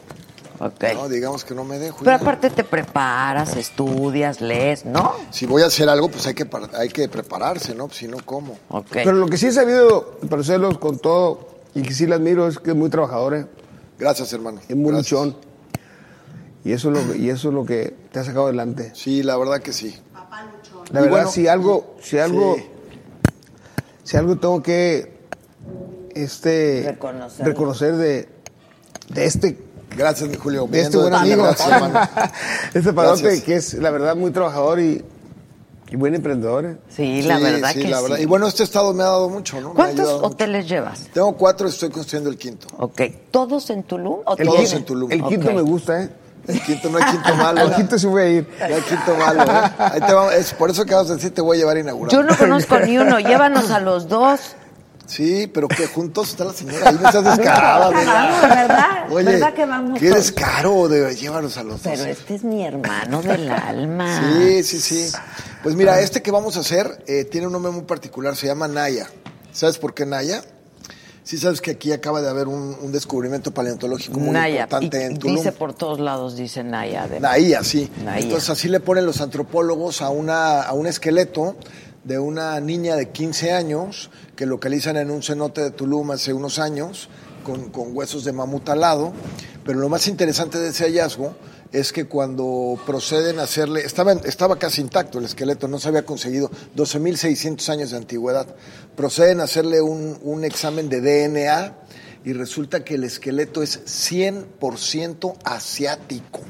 C: Ok.
D: No, digamos que no me dejo.
C: Pero
D: ya.
C: aparte te preparas, estudias, lees, ¿no?
D: Si voy a hacer algo, pues hay que, par- hay que prepararse, ¿no? Pues Si no, ¿cómo?
C: Ok.
E: Pero lo que sí he sabido, de Palazuelos, con todo, y que sí la admiro, es que es muy trabajador, ¿eh?
D: Gracias, hermano.
E: es muy
D: Gracias.
E: luchón. Y eso, es lo, que- y eso es lo que te ha sacado adelante.
D: Sí, la verdad que sí.
E: La
D: Y
E: verdad,
D: bueno,
E: si algo, si algo,
D: sí.
E: si algo tengo que este
C: Reconocer.
E: reconocer de, de este,
D: Gracias, mi Julio.
E: de este
D: Viniendo
E: buen
D: de ti,
E: amigo,
D: gracias, hermano.
C: <laughs>
E: <laughs> este padrote
D: Gracias.
E: que es la verdad muy trabajador y, y buen emprendedor. ¿eh?
C: sí, la
D: Sí,
C: verdad
D: sí,
C: que
D: la verdad.
C: sí.
D: Y bueno, este estado me ha dado mucho, ¿no? Me ha
C: ¿Cuántos
D: ayudado mucho.
C: hoteles llevas?
D: Tengo cuatro, estoy construyendo el quinto.
C: Ok. ¿Todos en Tulum? ¿O
E: El
D: Todos
E: quinto,
D: en Tulum.
E: el quinto
C: Ok.
E: me gusta, ¿eh?
D: El quinto Ah, no hay
E: <laughs>
D: quinto malo.
E: Al quinto sí voy a ir.
D: No hay quinto malo, ¿eh? Ahí te vamos- es por eso que vas a decir, te voy a llevar inaugurado.
C: Yo no conozco ni uno.
D: <laughs>
C: Llévanos a los dos.
D: Sí, pero que juntos está la señora. Ahí no estás
C: <laughs>
D: descarada,
C: Vamos, ¿verdad?
D: Oye,
C: ¿Verdad que vamos
D: Qué
C: todos?
D: descaro de llévanos a los
C: Pero
D: dos.
C: este es mi hermano del alma.
D: Sí, sí, sí. Pues
C: Ah.
D: mira, este que vamos a hacer eh, tiene un nombre muy particular, se llama Naya. ¿Sabes por qué Naya? Sí, sabes que aquí acaba de haber un, un descubrimiento paleontológico muy
C: Naya.
D: importante
C: Y-
D: en
C: y
D: Tulum.
C: dice por todos lados, dice Naya. además.
D: Naya, sí.
C: Nahía.
D: Entonces así le ponen los antropólogos a, una, a un esqueleto de una niña de 15 años que localizan en un cenote de Tulum hace unos años con, con huesos de mamut al lado. Pero lo más interesante de ese hallazgo es que cuando proceden a hacerle, estaba, en- estaba casi intacto el esqueleto, no se había conseguido 12.600 años de antigüedad, proceden a hacerle un, un examen de DNA y resulta que el esqueleto es 100% asiático.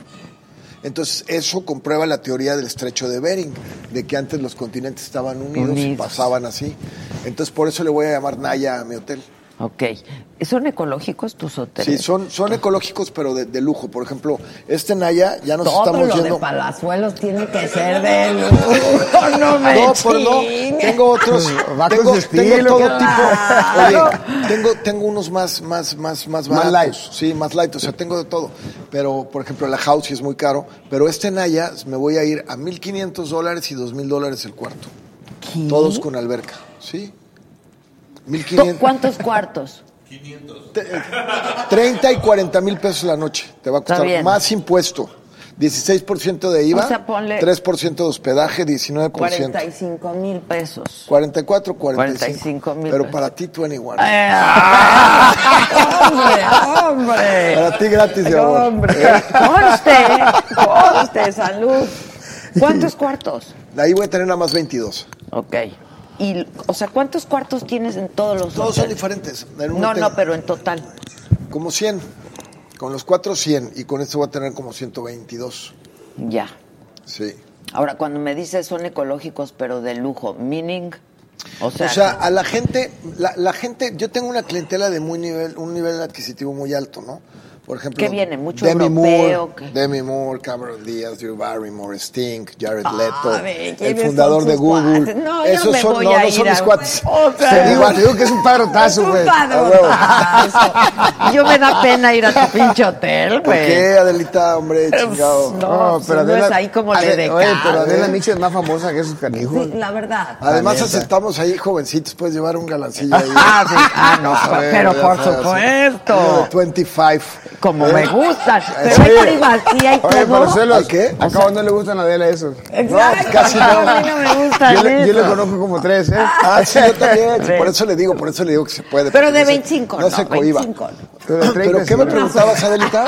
D: Entonces, eso comprueba la teoría del estrecho de Bering, de que antes los continentes estaban unidos, y
C: Unidos.
D: pasaban así. Entonces, por eso le voy a llamar Naya a mi hotel.
C: Ok. ¿Son ecológicos tus hoteles?
D: Sí, son, son ecológicos, pero de, de lujo. Por ejemplo, este Naya ya nos
C: Todo
D: estamos
C: lo
D: yendo.
C: de Palazuelos tiene que ser de lujo, <laughs> no me
D: no, pues, por no.
C: chingues.
D: Tengo otros.
E: Va con
D: tengo,
E: su estilo,
D: tengo todo tipo.
C: claro.
D: Oye, tengo, tengo unos más, más, más, más
E: Más
D: baratos.
E: light.
D: Sí, más light. O sea, tengo de todo. Pero, por ejemplo, la house sí es muy caro. Pero este Naya me voy a ir a 1.500 dólares y 2.000 dólares el cuarto.
C: ¿Qué?
D: Todos con alberca. Sí.
C: ¿Tú
D: 1.500.
C: ¿Cuántos cuartos?
D: 30 y 40 mil pesos la noche. Te va a
C: Está
D: costar
C: bien.
D: más impuesto. 16% de IVA,
C: O sea, ponle-
D: 3% de hospedaje, 19%.
C: 45 mil pesos.
D: <laughs> 44, 45.
C: 45 mil
D: Pero
C: pesos.
D: para ti, 21.
C: ¡Ah! ¡Hombre, hombre!
D: Para ti gratis, mi amor.
C: ¡Hombre!
D: Eh.
C: ¡Conste! ¡Conste! ¡Salud! ¿Cuántos cuartos?
D: De ahí voy a tener nada más 22.
C: Ok. Y, o sea, ¿cuántos cuartos tienes en todos los
D: Todos son
C: hoteles?
D: diferentes. En uno
C: No,
D: tengo
C: no, pero en total.
D: Como 100. Con los cuatro, 100. Y con este voy a tener como 122.
C: Ya.
D: Sí.
C: Ahora, cuando me dices son ecológicos, pero de lujo, meaning, o sea,
D: O sea, a la gente, la, la gente, yo tengo una clientela de muy nivel, un nivel adquisitivo muy alto, ¿no? Por ejemplo,
C: ¿Qué viene? ¿Mucho
D: Demi
C: europeo?
D: Moore,
C: ¿Qué?
D: Demi Moore, Cameron Díaz, Drew Barrymore, Sting, Jared
C: A
D: Leto,
C: ver,
D: el
C: ¿quiénes
D: fundador
C: son
D: de
C: sus
D: Google.
C: cuates? No, yo
D: Esos
C: me
D: son,
C: voy
D: no,
C: a
D: no
C: ir
D: son
C: a-
D: mis cuates.
C: Otra
D: Te
C: vez.
D: digo, te digo que es un padrotazo, güey. A huevo.
C: padrotazo. Yo me da pena ir a tu pinche hotel,
D: ¿Por
C: güey.
D: qué, Adelita, hombre, chingado?
C: No, pues no es ahí como le
E: Ade-
C: de
E: Oye,
C: cada,
E: pero Adela
D: ¿eh?
E: Micho es más famosa que esos canijos.
C: Sí, la verdad.
D: Además,
E: La neta.
D: aceptamos ahí jovencitos,
C: <laughs>
D: puedes llevar un galancillo ahí. <laughs>
C: Ah, sí. Ah, no,
D: Ya sabes,
C: pero
D: ya
C: por
D: sabes.
C: supuesto.
D: Uno de 25.
C: como me
D: Eh,
C: gustan. Pero
E: Oye,
C: hay privacidad y
E: Oye,
C: todo.
E: Marcelo,
D: ¿Ay, qué?
E: a Cabo no le gustan a Adela esos.
C: Exacto,
D: casi
C: no,
D: no.
C: a mí no me gustan
E: Yo le, yo le
C: esos.
E: conozco como tres, ¿eh?
D: Ah, sí, yo también. Por eso le digo, por eso le digo que se puede.
F: Pero
D: porque
F: de
D: no se-
F: 25,
D: No se cohiba.
F: 25.
E: Pero de 30
D: ¿Pero qué
E: sí,
D: me
E: ¿no?
D: preguntabas, Adelita?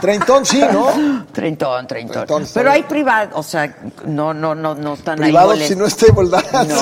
D: Treintón sí, ¿no?
C: Treintón, treintón.
D: Treintón, está
C: Pero hay
D: bien.
C: privado, o sea, no, no, no, no están
D: Privado
C: ahí. moles-
D: si no está igualdad.
F: No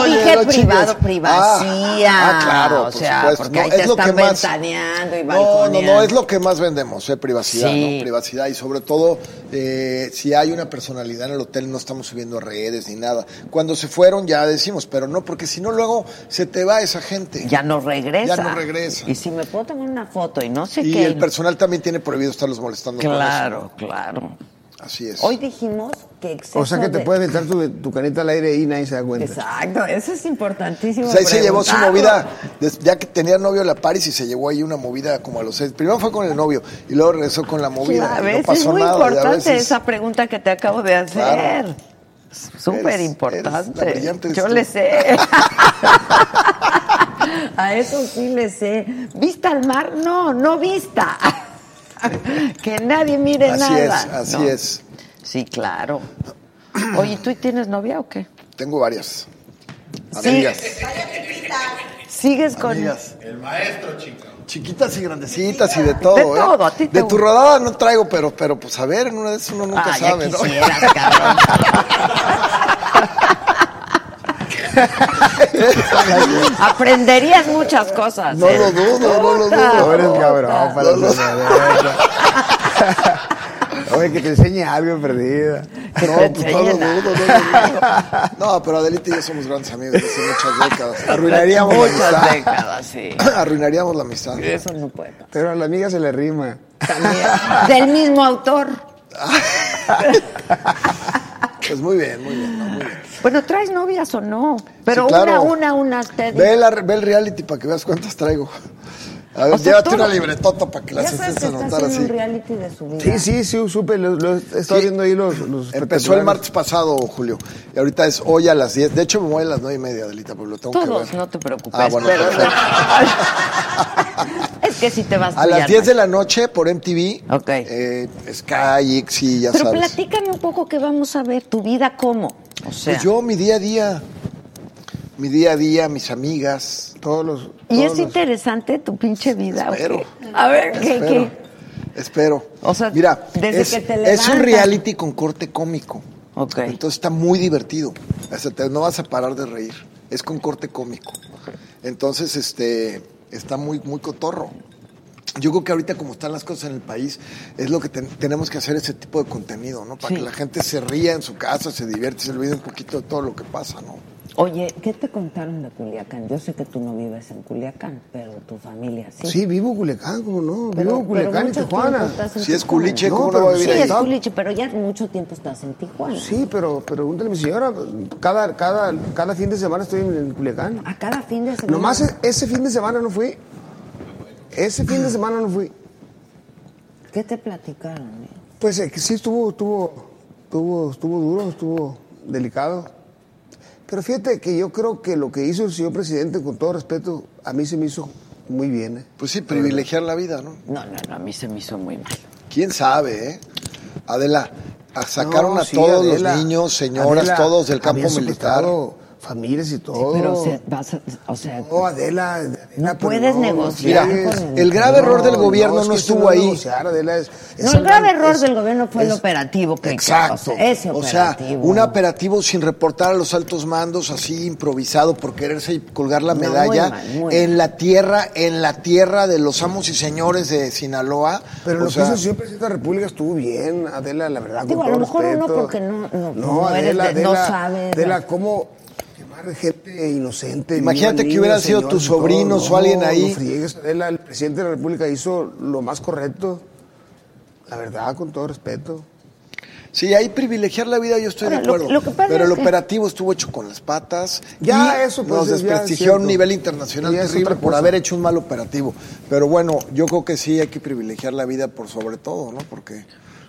D: Oye,
F: dije
D: no chingues.
F: privado, privacía.
D: Ah, ah, claro,
F: O
D: por
F: sea,
D: supuesto.
F: porque
D: No,
F: ahí
D: es
F: te
D: lo que
F: están
D: más-
F: ventaneando y
D: No, no, no,
F: balconeando.
D: es lo que más vendemos, eh, privacidad,
C: Sí.
D: ¿no? Privacidad y sobre todo eh, si hay una personalidad en el hotel no estamos subiendo a redes ni nada. Cuando se fueron ya decimos, pero no, porque si no luego se te va esa gente.
C: Ya no regresa.
D: Ya no regresa.
C: Y si me puedo tomar una foto y no sé
D: y
C: qué.
D: el personal también tiene prohibido estarlos molestando. con
C: Claro, claro.
D: eso. Así es.
F: Hoy dijimos que exceso
E: O sea que te
F: de-
E: puedes aventar tu, tu caneta al aire y nadie se da cuenta.
F: Exacto, eso es importantísimo.
D: O sea, ahí se llevó su
F: preguntarlo.
D: movida, des- ya que tenía novio la Paris y se llevó ahí una movida como a los seis. Primero fue con el novio y luego regresó con la movida.
C: Claro,
D: y no
C: ves,
D: pasó
C: es muy
D: nada, y a
C: importante
D: veces-
C: esa pregunta que te acabo de hacer.
D: Claro.
C: Súper
D: Eres- eres la brillante
C: importante.
D: de
C: Yo
D: este-
C: le sé. <laughs> A eso sí le sé. ¿Vista al mar? No, no vista. <laughs> que nadie mire
D: Así
C: nada.
D: es, así
C: No.
D: es.
C: Sí, claro. Oye, ¿tú tienes novia o qué?
D: Tengo varias.
C: Sí.
D: Amigas.
C: ¿Sigues con
D: Amigas. El maestro, chica. Chiquitas y grandecitas y de todo,
C: De
D: ¿eh?
C: todo, a ti te
D: De tu
C: gusta.
D: rodada no traigo, pero, pero pues a ver, en una de esas uno nunca
C: Ah, ya
D: sabe, ¿no?
C: quisieras, cabrón. Aprenderías muchas cosas.
D: No
C: ¿eh?
D: lo dudo, no lo
C: Puta,
D: dudo.
E: No eres
D: No,
E: cabrón, para
D: no, no.
E: eso, de verdad. Oye, que te enseñe algo perdida.
C: Que
D: No,
C: te
D: pues no lo
C: enseñen a-
D: dudo, no lo dudo. No, pero Adelita y yo somos grandes amigos desde hace muchas décadas. Arruinaríamos la
C: Muchas
D: amistad.
C: décadas, sí.
D: Arruinaríamos la amistad.
C: Eso no puede pasar.
E: Pero a la amiga se le rima.
C: <laughs> Del mismo autor.
D: Pues muy bien, muy bien, no, muy bien.
C: Bueno, ¿traes novias o no? Pero
D: Sí, claro.
C: una, una, una, te digo.
D: Ve, la- ve el reality para que veas cuántas traigo. A ver,
C: O sea,
D: llévate
C: tú-
D: una libretota para que
F: Ya
D: las
F: sabes
D: estés
F: que
D: a
F: está
D: anotar
F: haciendo
D: así.
F: un reality de su vida.
E: Sí, sí, sí, supe, lo, lo- estaba
D: Sí.
E: viendo ahí los, los
D: Empezó el
E: espectaculares.
D: martes pasado, Julio. Y ahorita es hoy a las 10. De hecho, me voy a las 9 y media, Adelita, pero lo tengo que
C: Todos,
D: ver.
C: no te preocupes.
D: Ah, bueno,
C: pero-
D: perfecto.
C: es que si te vas
D: A
C: tú
D: las
C: ya
D: 10
C: no.
D: de la noche por MTV.
C: Ok.
D: eh, Sky, Ixi, ya
C: Pero
D: sabes.
C: platícame un poco qué vamos a ver, tu vida cómo. O sea,
D: Pues yo, mi día a día. Mi día a día, mis amigas.
E: Todos los.
C: y
E: todos
C: es
E: los-
C: interesante tu pinche vida. ¿o
D: Espero.
C: qué? A ver, ¿qué,
D: Espero.
C: qué?
D: Espero.
C: O sea,
D: Mira,
C: desde
D: es,
C: que te
D: es un
C: levantas.
D: reality con corte cómico.
C: Ok.
D: Entonces está muy divertido. O sea, te- no vas a parar de reír. Es con corte cómico. Entonces, este, está muy, muy cotorro. Yo creo que ahorita como están las cosas en el país, es lo que ten- tenemos que hacer ese tipo de contenido, ¿no? Para
C: Sí.
D: que la gente se ría en su casa, se divierte, se olvide un poquito de todo lo que pasa, ¿no?
F: Oye, ¿qué te contaron de Culiacán? Yo sé que tú no vives en Culiacán, pero tu familia sí.
E: Sí, vivo Culiacán, ¿cómo no?
F: Pero-
E: vivo Culiacán y
F: mucho
E: Tijuana.
F: tiempo estás en
D: Si es
F: Tijuana.
D: culiche,
E: No,
D: ¿cómo no,
E: pero
D: va a
E: sí
D: vivir
F: Sí,
D: ahí?
F: es culiche, pero ya mucho tiempo estás en Tijuana.
E: Sí, pero pregúntale a mi señora, cada, cada, cada fin de semana estoy en, en Culiacán.
F: A cada fin de semana.
E: Nomás e- ese fin de semana no fui. Ese
F: Ah.
E: fin de semana no fui.
F: ¿Qué te platicaron? eh?
E: Pues eh, que sí estuvo, estuvo, estuvo, estuvo duro, estuvo delicado. Pero fíjate que yo creo que lo que hizo el señor presidente, con todo respeto, a mí se me hizo muy bien. ¿eh?
D: Pues sí, privilegiar la vida, ¿no?
C: No, no, no, a mí se me hizo muy mal.
D: ¿Quién sabe, eh? Adela, a- sacaron
E: No,
D: a
E: sí,
D: todos
E: Adela,
D: los niños, señoras,
E: Adela,
D: todos del campo
E: habían
D: militar.
E: secuestrado Familias y
D: Oh.
E: todo.
C: Pero, o sea, vas a- o sea,
E: No, Adela, Adela, pero
C: puedes negociar
E: no
F: con
E: friegues.
D: el- el grave error del gobierno
E: es
D: no
E: que eso
D: estuvo
E: es
D: ahí.
E: negociar, Adela, es- es
F: No, el grave
E: hablar-
F: error
E: es-
F: del gobierno fue el
E: es-
F: operativo que
D: Exacto.
F: O sea, ese
D: o sea,
F: operativo.
D: un operativo sin reportar a los altos mandos, así improvisado por quererse y colgar la
F: No, muy
D: medalla
F: mal, muy
D: en
F: mal.
D: la tierra, en la tierra de los amos y señores de Sinaloa.
E: Pero
D: O
E: lo
D: sea,
E: que hizo siempre presidente de la República estuvo bien, Adela, la verdad.
F: Digo,
E: con
F: a lo
E: todo
F: mejor uno
E: respeto.
F: porque no- no- no eres de- no sabes.
E: Adela, ¿cómo quemar gente inocente?
D: Imagínate
E: viva,
D: que hubiera
E: niños,
D: sido tus
E: señores y todo?
D: sobrinos o
E: No,
D: alguien ahí.
E: No friegues, Adela, el presidente de la República hizo lo más correcto, la verdad, con todo respeto.
D: sí, ahí privilegiar la vida yo estoy
F: Ahora,
D: de
F: lo-
D: acuerdo.
F: lo que pasa
D: pero
F: es
D: el
F: que-
D: operativo estuvo hecho con las patas.
E: Ya,
D: y
E: eso, pues,
D: nos
E: es ya
D: desprestigió a un
E: cierto.
D: nivel internacional
E: Ya es
D: terrible
E: otra
D: por
E: cosa.
D: haber hecho un mal operativo. Pero bueno, yo creo que sí hay que privilegiar la vida por sobre todo, ¿no? Porque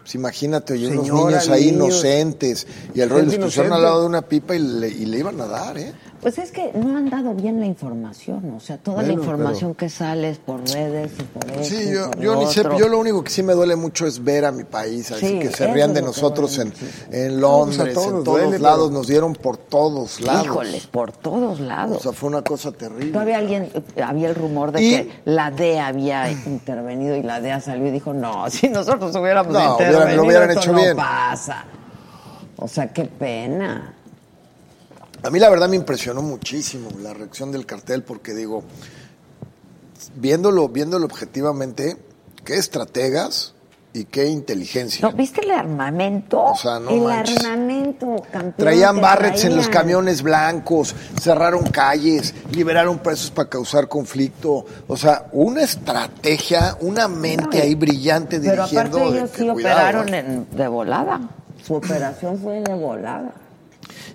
D: pues, imagínate, oye, unos
E: Señora,
D: niños ahí
E: niños.
D: inocentes y el
E: Gente
D: rollo les pusieron
E: inocente.
D: al lado de una pipa y le, y le iban a dar, ¿eh?
C: Pues es que no han dado bien la información, o sea, toda la
E: Bueno,
C: información que sale es por redes y por eso.
D: Sí,
C: y
D: yo,
C: por
D: yo
C: lo
D: ni sé,
C: otro.
D: yo lo único que sí me duele mucho es ver a mi país, así
C: Sí,
D: que se
C: eso
D: rían
C: es
D: de
C: lo que
D: nosotros
C: duele
D: en,
C: muchísimo.
D: en
E: pues a
D: Londres,
E: todos
D: en
E: nos
D: todos
E: duele,
D: lados,
E: pero-
D: nos dieron por todos lados.
C: Híjoles, por todos lados.
D: O sea, fue una cosa terrible.
C: Todavía alguien, eh, había el rumor de
D: Y-
C: que la DEA había intervenido y la DEA salió y dijo, no, <laughs> si nosotros hubiéramos
D: No, hubieran- lo
C: intervenido,
D: hubieran
C: esto
D: hecho
C: no
D: bien".
C: pasa. O sea, qué pena.
D: A mí la verdad me impresionó muchísimo la reacción del cartel porque digo, viéndolo, viéndolo objetivamente, qué estrategas y qué inteligencia.
C: ¿No viste el armamento?
D: O sea, no
C: El
D: manches.
C: armamento, campeón.
D: Traían
C: que
D: barrets en los
C: traían.
D: camiones blancos, cerraron calles, liberaron presos para causar conflicto. O sea, una estrategia, una mente ahí brillante
C: Pero
D: dirigiendo.
C: aparte
D: de
C: ellos
D: que
C: sí
D: cuidado,
C: operaron
D: ¿eh?
C: en- de volada. Su operación fue de volada.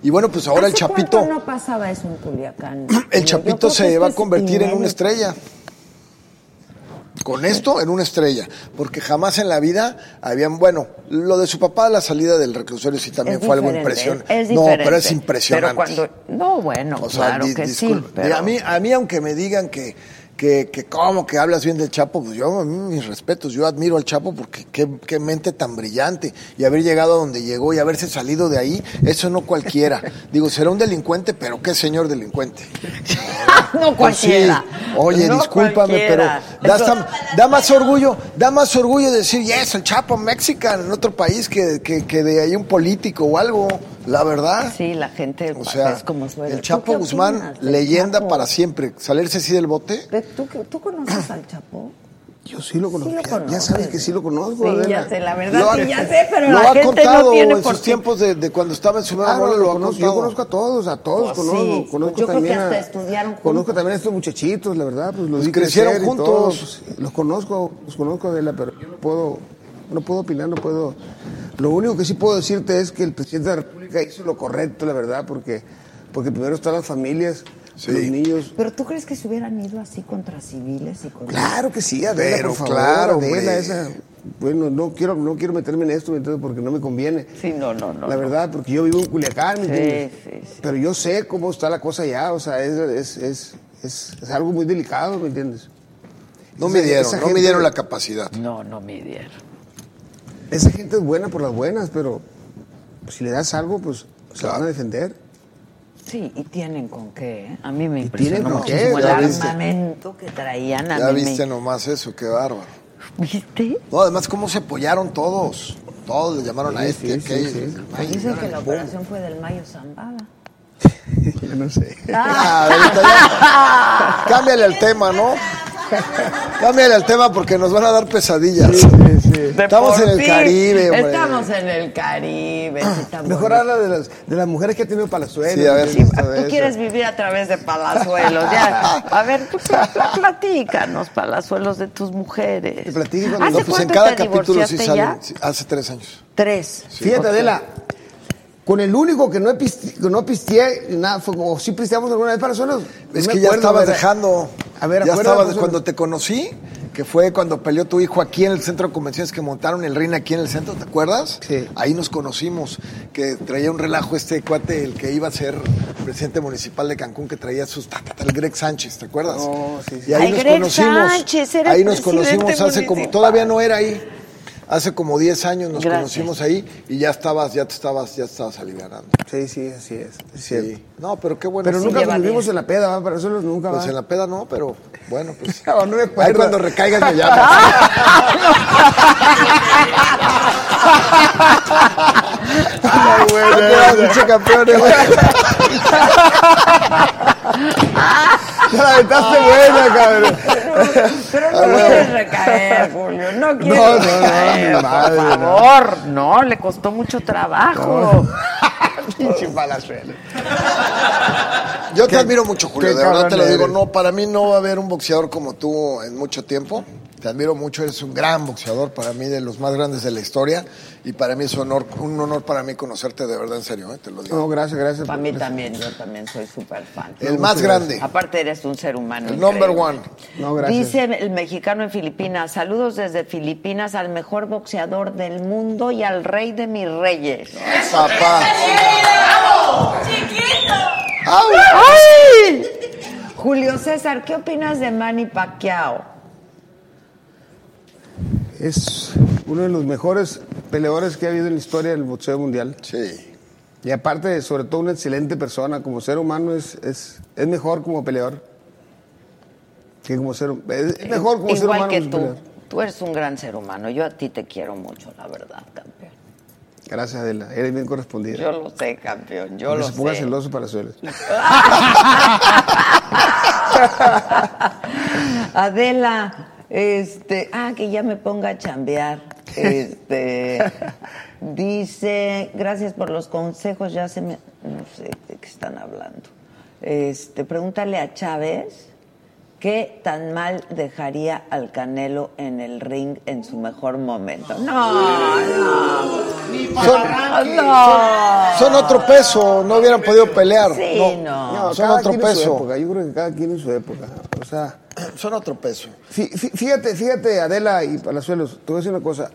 D: Y bueno, pues ahora el
C: ¿Hace
D: Chapito,
C: cuánto no pasaba eso en Culiacán?
D: <clears throat> el
C: Yo creo
D: Chapito
C: que
D: se
C: esto
D: va a
C: es
D: convertir en una
C: inédito.
D: estrella. Con esto, en una estrella. Porque jamás en la vida habían, bueno, lo de su papá, la salida del reclusorio sí también
C: Es
D: fue algo
C: diferente,
D: impresionante.
C: es- es
D: no, pero es
C: diferente.
D: impresionante.
C: Pero cuando- no, bueno,
D: O sea,
C: claro
D: di-
C: que
D: disculpe,
C: sí.
D: di-
C: pero-
D: a, mí, a mí, aunque me digan que, que, que cómo que hablas bien del Chapo, pues yo, a mí, mis respetos, yo admiro al Chapo porque qué, qué mente tan brillante. Y haber llegado a donde llegó y haberse salido de ahí, eso
C: <laughs>
D: no cualquiera. Digo, será un delincuente, pero qué señor delincuente.
C: <laughs> no
D: Pues sí.
C: cualquiera.
D: Oye,
C: No
D: discúlpame,
C: cualquiera.
D: pero da,
C: Eso-
D: hasta- da más orgullo, da más orgullo decir, yes, el Chapo mexicano en otro país que, que, que de ahí un político o algo, la verdad.
C: Sí, la gente
D: O sea,
C: es como suele.
D: el
C: ¿Tú
D: Chapo
C: qué
D: Guzmán,
C: opinas del
D: leyenda
C: Chapo?
D: para siempre. Salirse así del bote,
C: Ve, ¿Tú, qué- tú conoces al Chapo?
E: Yo sí lo conozco.
C: lo
E: ya- ya,
C: conoces,
E: sabes que sí lo conozco.
C: Sí, ya
E: Adela.
C: sé, la verdad
D: Lo
C: sí,
D: ha-
C: ya sé, pero
D: lo
C: la
D: ha
C: gente
D: contado
C: no tiene
D: en
C: por
D: sus
C: qué.
D: tiempos de, de cuando estaba en su
E: Ah,
D: nueva
E: no,
D: bola,
E: lo
D: lo ha
E: conozco, yo
D: contado.
E: conozco a todos, a todos,
C: Pues
E: conozco,
C: sí,
E: conozco
C: yo creo que
E: también
C: hasta
E: a-
C: estudiaron
E: Conozco
C: juntos.
E: también a estos muchachitos, la verdad, pues los vi
D: crecieron
E: crecer y
D: juntos.
E: todo, pues, los conozco, los conozco Adela, pero yo no puedo, no puedo opinar, no puedo. Lo único que sí puedo decirte es que el presidente de la República hizo lo correcto, la verdad, porque, porque primero están las familias,
D: Sí.
E: los niños.
C: ¿Pero tú crees que se hubieran ido así contra civiles y contra...
E: Claro que sí, Adela,
D: Pero
E: por favor,
D: claro,
E: Adela,
D: hombre.
E: esa- bueno, no quiero, no quiero meterme en esto entonces, porque no me conviene.
C: Sí, no, no, no.
E: La verdad, porque yo vivo en Culiacán, ¿me
C: Sí,
E: entiendes?
C: sí, sí.
E: Pero yo sé cómo está la cosa allá, o sea, es, es, es, es, es algo muy delicado, ¿me entiendes?
D: No
E: Esa-
D: me dieron,
E: esa
D: no me
E: gente-
D: dieron la capacidad.
G: No, no midieron.
E: Esa gente es buena por las buenas, pero si le das algo, pues se
D: Claro.
E: van
D: <laughs>
E: a defender.
C: Sí, y tienen con qué. ¿eh? A mí me
E: tienen
C: impresionó
E: con qué,
C: muchísimo el
D: ya viste.
C: armamento que traían. A
D: Ya
C: mí me-
D: viste nomás eso, qué bárbaro.
C: ¿Viste?
D: No, además, cómo se apoyaron todos. Todos le llamaron a
E: Sí,
D: este, a
E: sí, sí,
D: aquel.
E: sí.
D: Ay,
C: Pues dicen que la
D: pum.
C: operación fue del Mayo Zambada.
E: Yo no <laughs> sé.
D: Ah, ahorita ya. Cámbiale el tema, ¿no? Cámbiale el tema porque nos van a dar pesadillas. Estamos
C: Por
D: en el
C: fin,
D: Caribe, hombre.
C: Estamos en el Caribe. sí, tan
E: Mejor
C: bonito.
E: habla de las, de las mujeres que ha tenido Palazuelos.
D: Sí, a ver.
E: ¿me
D: Sí,
E: entiendes? Todo
C: Tú
E: eso.
C: quieres vivir a través de palazuelos.
D: <laughs>
C: Ya. A ver, pues, pl- platícanos, palazuelos de tus mujeres.
E: Te platico cuando-
C: ¿Hace
D: No, pues en
C: cuánto
D: cada
C: te
D: capítulo sí
C: divorciaste
D: salen.
C: ya?
D: sí, hace tres años.
C: Tres.
E: Fíjate, Adela, con el único que no, he pisti- que no pisteé, nada, fue como si pisteamos alguna vez para solos.
D: Es que ya estaba dejando.
E: A ver,
D: ya
E: acuérdate,
D: estaba de
E: José.
D: cuando te conocí, que fue cuando peleó tu hijo aquí en el centro de convenciones que montaron el RIN aquí en el centro, ¿te acuerdas?
E: Sí.
D: Ahí nos conocimos, que traía un relajo este cuate, el que iba a ser presidente municipal de Cancún, que traía sus ta, ta, ta, el Greg Sánchez, ¿te acuerdas?
E: Oh, sí, sí.
D: Y ahí
C: Ay,
D: nos
C: Greg
D: conocimos.
C: Sánchez, era
D: ahí
C: el
D: nos
C: presidente
D: conocimos hace como
C: municipal.
D: todavía no era ahí. Hace como 10 años nos
C: Gracias.
D: conocimos ahí y ya estabas, ya te estabas, ya te estabas alivianando.
E: Sí, sí, así es. es cierto.
D: Sí. No, pero qué bueno.
E: Pero
D: Sí,
E: nunca
C: lleva
E: convivimos en la peda, ¿va? para solos nunca.
D: Pues
E: va.
D: en la peda no, pero bueno, pues.
E: <laughs> No, no me acuerdo.
D: Ahí cuando recaigas me llamas. Ay, güey, no, no, pinche campeón, eh, güey.
E: Te la aventaste buena, cabrón.
C: Pero no quieres recaer, Julio. No quieres
E: No, no, no,
C: recaer,
E: mi madre,
C: por
E: no.
C: favor. No, le costó mucho trabajo.
E: Pinche palazuelo.
D: Yo te admiro mucho, Julio.
E: qué
D: De verdad te lo
E: cabrón
D: digo.
E: eres.
D: No, para mí no va a haber un boxeador como tú en mucho tiempo. Te admiro mucho. Eres un gran boxeador. Para mí, de los más grandes de la historia. Y para mí es honor, un honor para mí conocerte de verdad, en serio. eh, te lo digo.
E: No, gracias, gracias.
C: Para mí también, yo también soy súper fan.
D: El más grande.
C: Aparte eres un ser humano.
D: El number
C: increíble.
D: one.
E: No, gracias.
C: Dice el mexicano en Filipinas, saludos desde Filipinas al mejor boxeador del mundo y al rey de mis reyes.
D: Papá.
H: ¡Chiquito!
C: ¡Ay! Julio César, ¿qué opinas de Manny Pacquiao?
E: Es uno de los mejores peleadores que ha habido en la historia del boxeo mundial.
D: Sí.
E: Y aparte, sobre todo, una excelente persona. Como ser humano es, es, es mejor como peleador. Que como ser, es es mejor como ser humano
C: Igual que
E: como
C: tú.
E: peleador.
C: Tú eres un gran ser humano. Yo a ti te quiero mucho, la verdad, campeón.
E: Gracias, Adela. Eres bien
D: <laughs>
E: correspondida.
C: Yo lo sé, campeón. Yo
E: No
C: lo
E: se ponga
C: sé.
E: celoso para suelos.
C: Adela, este, ah, que ya me ponga a
D: <laughs>
C: chambear. Este, dice, gracias por los consejos, ya se me, no sé de qué están hablando. Este, pregúntale a Chávez qué tan mal dejaría al Canelo en el ring en su mejor momento. No, no,
D: Son,
C: no.
D: son otro peso, no hubieran podido pelear.
C: Sí, no.
E: No,
D: son
E: cada
D: otro
E: quien en su
D: peso.
E: época. Yo creo que cada quien en su época. O sea,
D: Son otro peso.
E: fí- fí- fíjate, fíjate, Adela y Palazuelos, te voy a decir una cosa.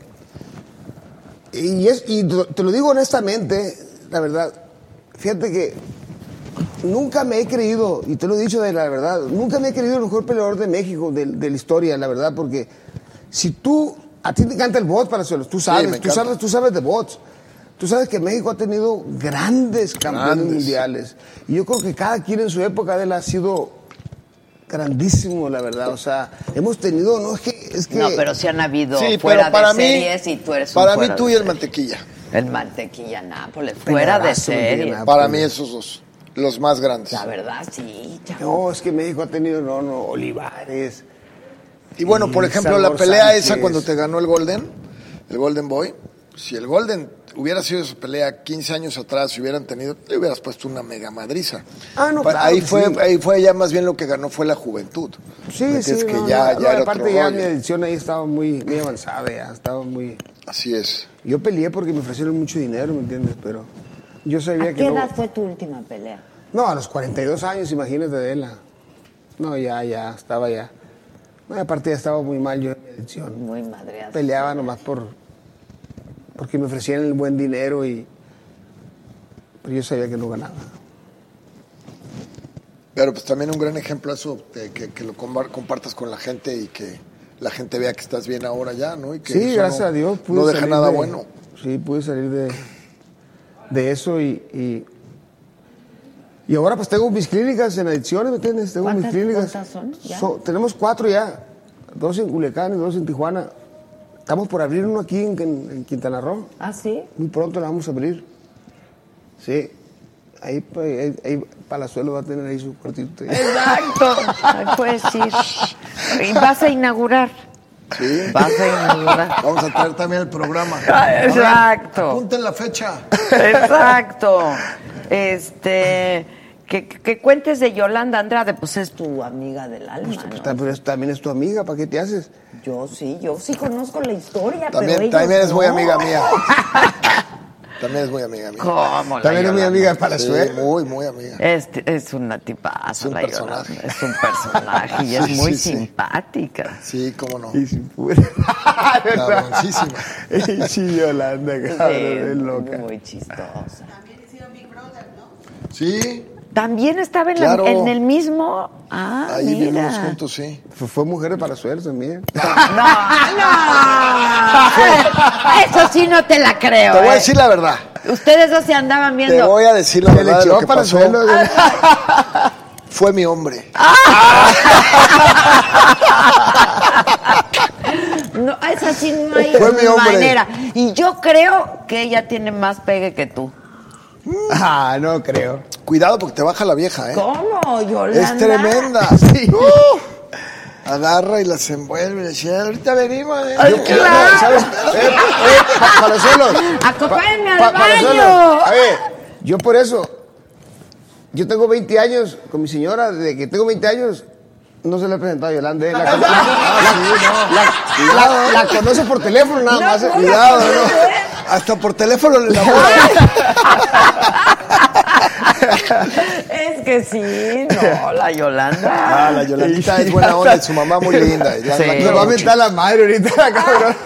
E: Y, es, y te lo- te lo digo honestamente, la verdad. Fíjate que nunca me he creído, y te lo he dicho de la verdad, nunca me he creído el mejor peleador de México, de, de la historia, la verdad, porque si tú, a ti te encanta el bot, Palazuelos, tú sabes,
D: me
E: tú
D: encanta.
E: sabes, tú sabes de bots. Tú sabes que México ha tenido grandes campeones
D: Grandes.
E: mundiales. Y yo creo que cada quien en su época, Adela, ha sido grandísimo, la verdad. O sea, hemos tenido, no es que. Es que
C: No, pero sí han habido
D: Sí,
C: fuera
D: pero para
C: de
D: mí.
C: series y tú eres un
D: Para mí,
C: fuera
D: tú
C: de
D: y el
C: serie.
D: mantequilla.
C: El mantequilla Nápoles, fuera de
E: Peladazo,
C: serie.
E: Mantequilla Nápoles.
D: Para mí, esos dos. Los más grandes.
C: La verdad, sí, chavo.
E: No, es que México ha tenido, no, no, Olivares.
D: Y bueno, por
E: Y
D: ejemplo,
E: Salvador
D: la pelea esa
E: Sánchez.
D: cuando te ganó el Golden, el Golden Boy, si el Golden hubiera sido esa pelea 15 años atrás, si hubieran tenido, le hubieras puesto una mega madriza.
E: Ah, no,
D: Pa-
E: claro
D: ahí
E: que
D: fue,
E: sí.
D: ahí fue ya más bien lo que ganó fue la juventud.
E: Sí,
D: ¿Me
E: sí,
D: entiendes? que
E: no,
D: ya,
E: no,
D: ya
E: no,
D: era
E: aparte
D: otro
E: ya
D: rollo.
E: mi adicción ahí estaba muy, muy avanzada, ya estaba muy...
D: Así es.
E: Yo peleé porque me ofrecieron mucho dinero, ¿me entiendes? Pero yo sabía
F: ¿A
E: que
F: qué
E: no...
F: edad fue tu última pelea?
E: No, a los 42 años, imagínate, Adela. No, ya, ya, estaba ya. No, y aparte ya estaba muy mal yo en mi adicción.
C: Muy madreada.
E: peleaba nomás por porque me ofrecían el buen dinero y pero yo sabía que no ganaba
D: Pero pues también un gran ejemplo eso, de que, que lo compa- compartas con la gente y que la gente vea que estás bien ahora ya, ¿no? Y que
E: sí
D: eso
E: gracias
D: no-
E: a Dios pude
D: No deja
E: salir
D: nada
E: de-
D: bueno.
E: sí pude salir de de eso y, y y ahora pues tengo mis clínicas en adicciones ¿me entiendes? tengo mis
F: ¿Cuántas-
E: clínicas
F: cuántas son ya?
E: So- tenemos cuatro ya dos en Culiacán y dos en Tijuana estamos por abrir uno aquí en- en- en Quintana Roo
F: ¿Ah, sí?
E: Muy pronto la vamos a abrir. Sí. Ahí, pa- ahí, ahí Palazuelo va a tener ahí su
F: <laughs>
E: cuartito.
C: Exacto.
F: Puedes ir. pues Y vas a inaugurar.
D: Sí.
C: Vas a inaugurar.
D: Vamos a traer también el programa.
C: Ah, exacto.
D: Apunten la fecha.
C: Exacto. Este, que, que cuentes de Yolanda Andrade, pues es tu amiga del alma,
E: Pues,
C: ¿no?
E: ta- pero es- también es tu amiga, ¿para qué te haces?
F: Yo sí, yo sí conozco la historia, pero
D: También,
F: ellos
D: también es
F: no.
D: muy
C: <laughs>
D: amiga mía. También es muy amiga mía.
C: ¿Cómo la
E: También es mi
C: Yolanda?
E: amiga de
D: Sí,
E: Palazuelo.
D: muy, muy amiga.
C: Este, es una tipaza,
D: un
C: la Yolanda.
D: personaje.
C: Es un personaje
D: <laughs>
C: y es
D: Sí,
C: muy
D: sí, Ah, sí.
C: simpática.
D: Sí, cómo no.
E: Y si <laughs> pude.
D: Cabroncísima.
E: Y si Yolanda, cabrón, es loca.
C: muy chistosa.
D: Sí,
C: También estaba en, la-
D: Claro.
C: en el mismo. Ah,
D: ahí
C: mira.
D: vivimos juntos, sí.
E: Fue, fue mujer de Palazuelo también.
C: ¡No! <laughs> Eso sí no te la creo.
D: Te voy a
C: ¿eh?
D: decir la verdad.
C: Ustedes dos se andaban
D: Te
C: viendo.
D: voy a decir la
E: Se le
D: verdad de
E: echó
D: lo que pasó.
E: Palazuelo.
D: <laughs> Fue mi hombre.
C: No, es así, no hay
D: Fue mi hombre.
C: manera. Y yo creo que ella tiene más pegue que tú.
E: Ah, no creo.
D: Cuidado porque te baja la vieja, ¿eh?
C: ¿Cómo, Yolanda?
D: Es tremenda.
E: Sí.
D: Uh, agarra y las envuelve. y le dice, ahorita venimos. ¿eh?"
C: Ay,
D: Yo-
C: claro.
D: no, ¿sabes?
E: Eh, eh, pa- Palazuelos.
C: Acompáñenme al
E: Palazuelos,
C: baño.
E: A ver, yo por eso, yo tengo 20 años con mi señora, desde que tengo 20 años, no se la he presentado a Yolanda. eh, <laughs> La, la- la- la- la conoce por teléfono nada más. eh.
D: Cuidado, ¿no? Hasta por
C: <laughs>
D: teléfono le enamora.
C: Es que sí, no, la Yolanda.
D: <laughs> Ah, la Yolandita es buena onda y su mamá muy linda. y la-
C: Sí.
D: la
E: Nos va a
D: quiero mucho.
E: mentar la madre ahorita, la cabrona.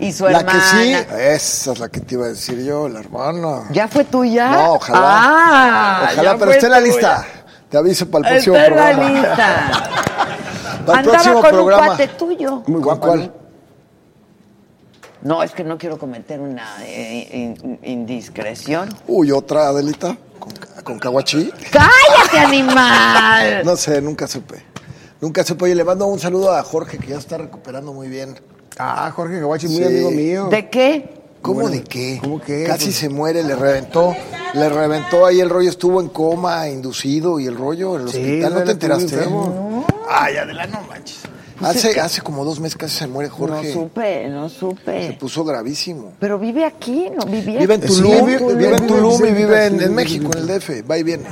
C: y su
D: La que
C: hermana.
D: sí, esa es la que te iba a decir yo, la hermana.
C: ¿Ya fue tuya?
D: No, ojalá.
C: Ah,
D: ojalá,
C: ya
D: pero
C: fue
D: está en la
C: tuya.
D: lista. Te aviso para el próximo
C: Está en la
D: programa. <laughs>
C: lista.
D: Para el
C: Andaba
D: próximo
C: con un
D: programa.
C: cuate tuyo.
D: Muy guapo. ¿Cuál?
C: No, es que no quiero cometer una eh, in- indiscreción.
D: Uy, otra Adelita con, con Kawachi.
C: ¡Cállate,
D: <laughs>
C: animal!
D: No sé, nunca supe. Nunca supe. Oye, le mando un saludo a Jorge que ya está recuperando muy bien.
E: Ah, Jorge Gawachi, muy
D: Sí.
E: amigo mío.
C: ¿De qué?
D: ¿Cómo de qué?
E: ¿cómo qué?
D: Casi
E: Pues-
D: se muere, le reventó, le reventó ahí el rollo, estuvo en coma, inducido y el rollo en el
E: Sí,
D: hospital. ¿No
E: él
D: te
E: estuvo
D: enteraste?
E: enfermo.
D: Ay, adelante, no manches. Hace, hace como dos meses casi se muere Jorge.
C: No supe, no
D: se
C: supe.
D: puso gravísimo.
C: Pero vive aquí, ¿no? Vivía
D: Vive en
C: aquí.
E: Sí,
D: Tulum,
E: vive-
D: vive,
E: vive
D: en
E: en
D: Tulum y
E: Tulum,
D: vive en,
E: Tulum,
D: en
E: Tulum.
D: México, en el DF, va y viene.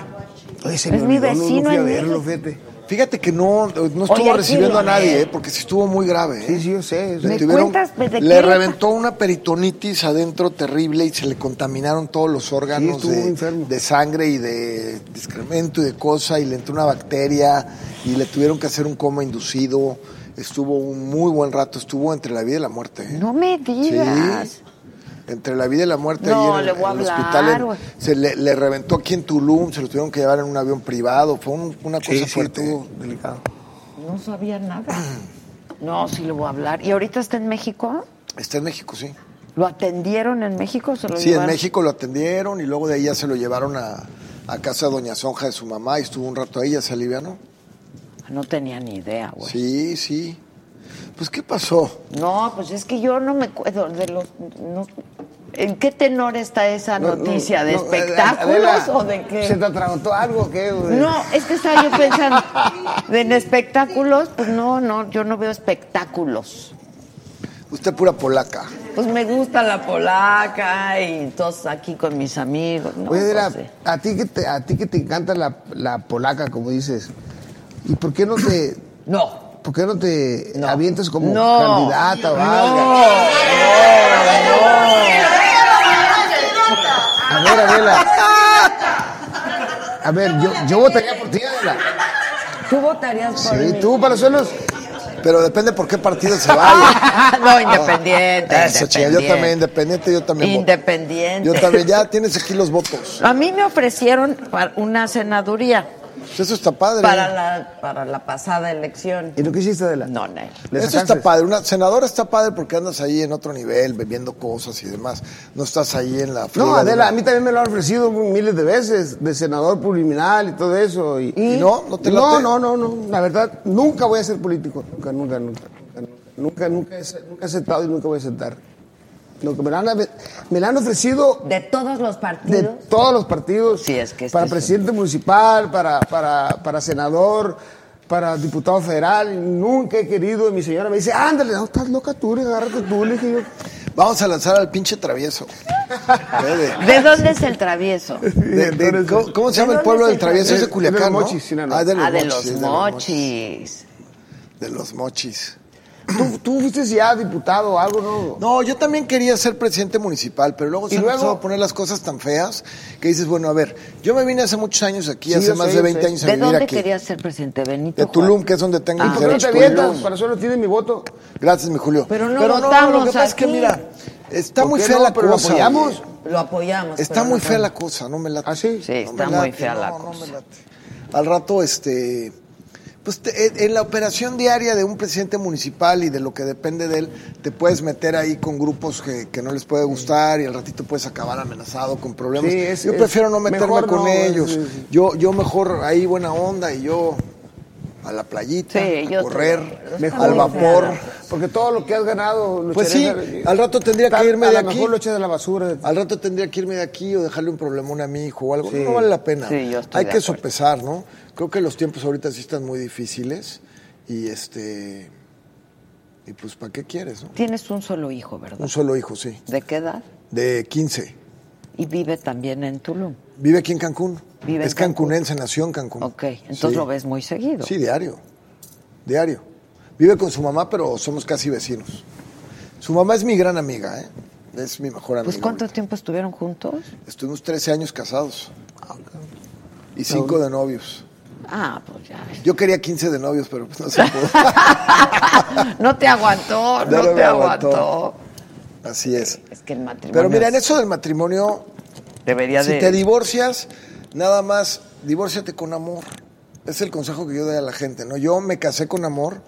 E: Ay, se
C: Es
E: me
C: mi
E: olvidó, no-
C: vecino
E: No, fui a
C: en
E: verlo,
C: México.
E: fíjate.
D: Fíjate que no, no
C: Oye, hay
D: estuvo
C: que
D: recibiendo
C: irlo
D: a
C: a
D: nadie,
C: ver.
D: ¿eh? porque sí estuvo muy grave. ¿eh?
E: Sí, sí, yo sé.
D: Le,
C: Me
D: tuvieron-
C: cuentas, pues, de
D: le
C: qué
D: reventó una peritonitis adentro terrible y se le contaminaron todos los órganos
E: estuvo
D: de,
E: enfermo.
D: de sangre y de, de excremento y de cosa y le entró una bacteria y le tuvieron que hacer un coma inducido. Estuvo un muy buen rato, estuvo entre la vida y la muerte. ¿eh?
C: No me
D: Sí.
C: digas.
D: Entre la vida y la muerte
C: No,
D: ahí en,
C: le
D: el-
C: voy a
D: en el
C: hablar,
D: hospital en-
C: güey.
D: se le, le reventó aquí en Tulum, se lo tuvieron que llevar en un avión privado, fue un- una cosa
E: Sí, sí,
D: fuerte.
E: estuvo delicado.
C: No sabía
D: <clears throat>
C: nada. No, sí le voy a hablar. ¿Y ahorita está en México?
D: Está en México, sí.
C: ¿Lo atendieron en México? o ¿Se lo
D: Sí, en
C: llevaron?
D: México lo atendieron y luego de ahí ya se lo llevaron a, a casa de Doña Sonja de su mamá y estuvo un rato ahí, ya se alivianó.
C: No tenía ni idea, güey.
D: Sí, sí. Pues, ¿qué pasó?
C: No, pues es que yo no me acuerdo de los. no- ¿En qué tenor está esa noticia? ¿De
E: No, no,
C: espectáculos
E: Adela,
C: o de qué?
E: ¿Se te atragantó algo o qué? güey?
C: No, es que estaba yo pensando de en espectáculos, pues no, no, yo no veo espectáculos.
D: Usted pura polaca.
C: Pues me gusta la polaca y todos aquí con mis amigos. No, Pues
E: Oye, Adela,
C: no sé.
E: a ti que te, a ti que te encanta la, la polaca, como dices, ¿y por qué no te,
C: no.
E: por qué no te avientas como
C: No.
E: candidata o
C: No.
E: algo? A ver, Adela. A ver, yo, yo votaría por ti, Adela.
C: ¿Tú
E: <laughs>
C: votarías por
E: Sí,
C: mí?
E: tú, Palazuelos.
D: Pero depende por qué partido se vaya.
E: <laughs>
D: Ah,
C: no, independiente.
D: Eso, chica, yo también, independiente, yo también voto.
C: Independiente.
D: Yo también, ya tienes aquí los votos.
C: A mí me ofrecieron pa- una senaduría
D: Pues eso está padre.
C: para la, para la pasada elección.
E: ¿Y lo que hiciste, Adela?
C: No, no.
E: ¿Le
D: Eso
E: sacaste?
D: está padre. Una senadora está padre porque andas ahí en otro nivel, bebiendo cosas y demás. No estás ahí en la friega
E: No,
D: de
E: Adela,
D: una-
E: a mí también me lo han ofrecido miles de veces, de senador plurinominal y todo eso. ¿Y,
D: ¿Y no? ¿No te
E: no,
D: late?
E: no, no, no. La verdad, nunca voy a ser político. Nunca, nunca, nunca. Nunca, nunca, nunca, he, nunca he aceptado y nunca voy a aceptar. Lo que me, lo han, me lo han ofrecido
C: De todos los
E: de
C: partidos.
E: todos los partidos.
C: Sí, es que este
E: Para
C: es
E: presidente municipal, para, para, para senador, para diputado federal. y Nunca he querido. Y mi señora me dice, ándale, no, estás loca tú, le agárrate tú. Le dije yo,
D: Vamos a lanzar al pinche
E: <laughs>
D: travieso. Eh, de-
C: ¿De dónde es el <laughs> travieso?
D: de- de- ¿cómo, cómo se llama el pueblo del travieso? Es de
E: Eh,
D: Culiacán,
E: de
D: ¿no?
E: los Mochis, Sinaloa.
D: Ah, de los
C: ah, de
D: mochis.
C: los
D: sí,
C: mochis.
D: De los mochis.
E: ¿Tú, tú fuiste ya diputado o algo, ¿no?
D: No, yo también quería ser presidente municipal, pero luego se
E: Y
D: han
E: luego-
D: empezado a poner las cosas tan feas que dices, bueno, a ver, yo me vine hace muchos años aquí,
E: Sí,
D: hace
E: yo
D: más
E: sé,
D: de
E: yo
D: 20
E: sé.
D: años a
C: ¿De
D: vivir
C: dónde
D: aquí.
C: querías ser presidente, Benito?
D: De
C: Juárez?
D: Tulum, que es donde tengo
C: Ah,
E: ¿Y por qué no te
D: 18
E: avientas?
D: años.
E: Para solo tienes mi voto.
D: Gracias, mi Julio.
C: Pero no
D: lo
C: votamos
D: que pasa es que,
C: aquí.
D: mira, está
E: ¿Por
D: muy
E: qué
D: fea
E: no?
D: la
E: Pero lo
D: cosa.
E: apoyamos.
D: oye.
C: Lo apoyamos.
D: Está
C: pero
D: muy
C: no-
D: fea la cosa, no me late.
E: ¿Ah, sí?
C: Sí,
D: No
C: está
D: me
C: muy
D: late,
C: fea la
D: no, no
C: cosa.
D: me late. Al rato, este. Pues te- en- en la operación diaria de un presidente municipal y de lo que depende de él, te puedes meter ahí con grupos que, que no les puede gustar y al ratito puedes acabar amenazado con problemas.
E: Sí, es-
D: yo
E: es-
D: prefiero no meterme
E: mejor
D: con
E: no,
D: ellos.
E: sí, sí.
D: Yo, yo mejor ahí buena onda y yo a la
C: Sí,
D: playita, a
C: yo Pues
D: correr,
C: estoy-
D: al vapor.
E: Porque todo lo que has ganado... lo
D: Pues
E: echarías
D: sí,
E: a-
D: al rato tendría que
E: Tal-
D: irme
E: a
D: de
E: lo
D: aquí.
E: mejor lo echas a la basura.
D: Al rato tendría que irme de aquí o dejarle un problemón a mi hijo o algo. No vale la pena.
C: Sí, yo estoy
D: Hay
C: de
D: que
C: acuerdo.
D: sopesar, ¿no? Creo que los tiempos ahorita sí están muy difíciles y este y pues ¿para qué quieres, no?
C: Tienes un solo hijo, ¿verdad?
D: Un solo hijo, sí,
C: ¿De qué edad?
D: de 15.
C: Y vive también en Tulum.
D: Vive aquí en Cancún.
C: Vive en
D: es
C: Cancún.
D: cancunense, nació en Cancún.
C: Ok, entonces
D: Sí.
C: lo ves muy seguido.
D: Sí, diario. Diario. Vive con su mamá, pero somos casi vecinos. Su mamá es mi gran amiga, ¿eh? Es mi mejor amiga.
C: Pues ¿cuánto
D: ahorita.
C: tiempo estuvieron juntos?
D: Estuvimos 13 años casados. Y 5 de novios.
C: Ah, pues ya ves.
D: Yo quería
C: <laughs>
D: 15 de novios, pero pues no se pudo.
C: No te aguantó, no,
D: No, no
C: te
D: me
C: aguantó.
D: aguantó. Así es.
C: Es que el matrimonio.
D: Pero mira, en
C: es-
D: eso del matrimonio,
C: Debería
D: si
C: de.
D: te divorcias, nada más, divórciate con amor. Es el consejo que yo doy a la gente, ¿no? Yo me casé con amor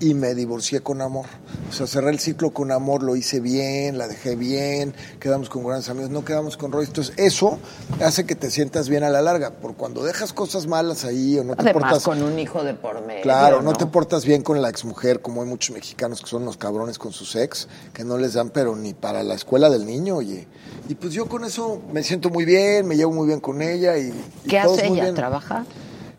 D: y me divorcié con amor. O sea, cerré el ciclo con amor, lo hice bien, la dejé bien, quedamos con grandes amigos, no quedamos con rollos. Entonces, eso hace que te sientas bien a la larga. Por cuando dejas cosas malas ahí o no te
C: Además,
D: portas...
C: con un hijo de por medio.
D: Claro, no,
C: ¿no?
D: te portas bien con la exmujer, como hay muchos mexicanos que son unos cabrones con sus ex, que no les dan pero ni para la escuela del niño, oye. Y pues yo con eso me siento muy bien, me llevo muy bien con ella y, y
C: ¿Qué
D: todos
C: hace
D: muy
C: ella?
D: bien.
C: ¿Trabaja?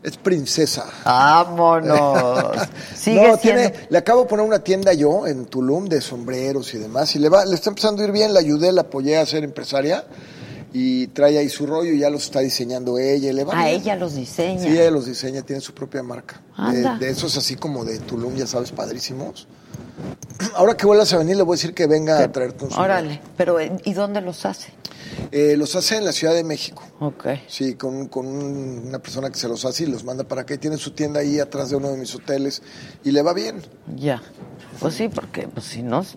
D: Es princesa.
C: <laughs> Vámonos. Sigue siendo.
D: no, tiene, le acabo de poner una tienda yo en Tulum de sombreros y demás, y le va, le está empezando a ir bien, la ayudé, la apoyé a ser empresaria y trae ahí su rollo, y ya los está diseñando ella, y le va
C: A
D: bien.
C: ella los diseña.
D: Sí, ella los diseña, tiene su propia marca.
C: Anda.
D: De, de esos así como de Tulum, ya sabes, padrísimos. <clears throat> Ahora que vuelvas a venir, le voy a decir que venga a traerte un sombrero.
C: Órale. Pero, ¿y dónde los hace?
D: Eh, los hace en la Ciudad de México.
C: Ok.
D: Sí, con, con un- una persona que se los hace y los manda para acá. Y Tiene su tienda ahí atrás de uno de mis hoteles y le va bien.
C: Ya. Pues sí, porque pues, si no, es-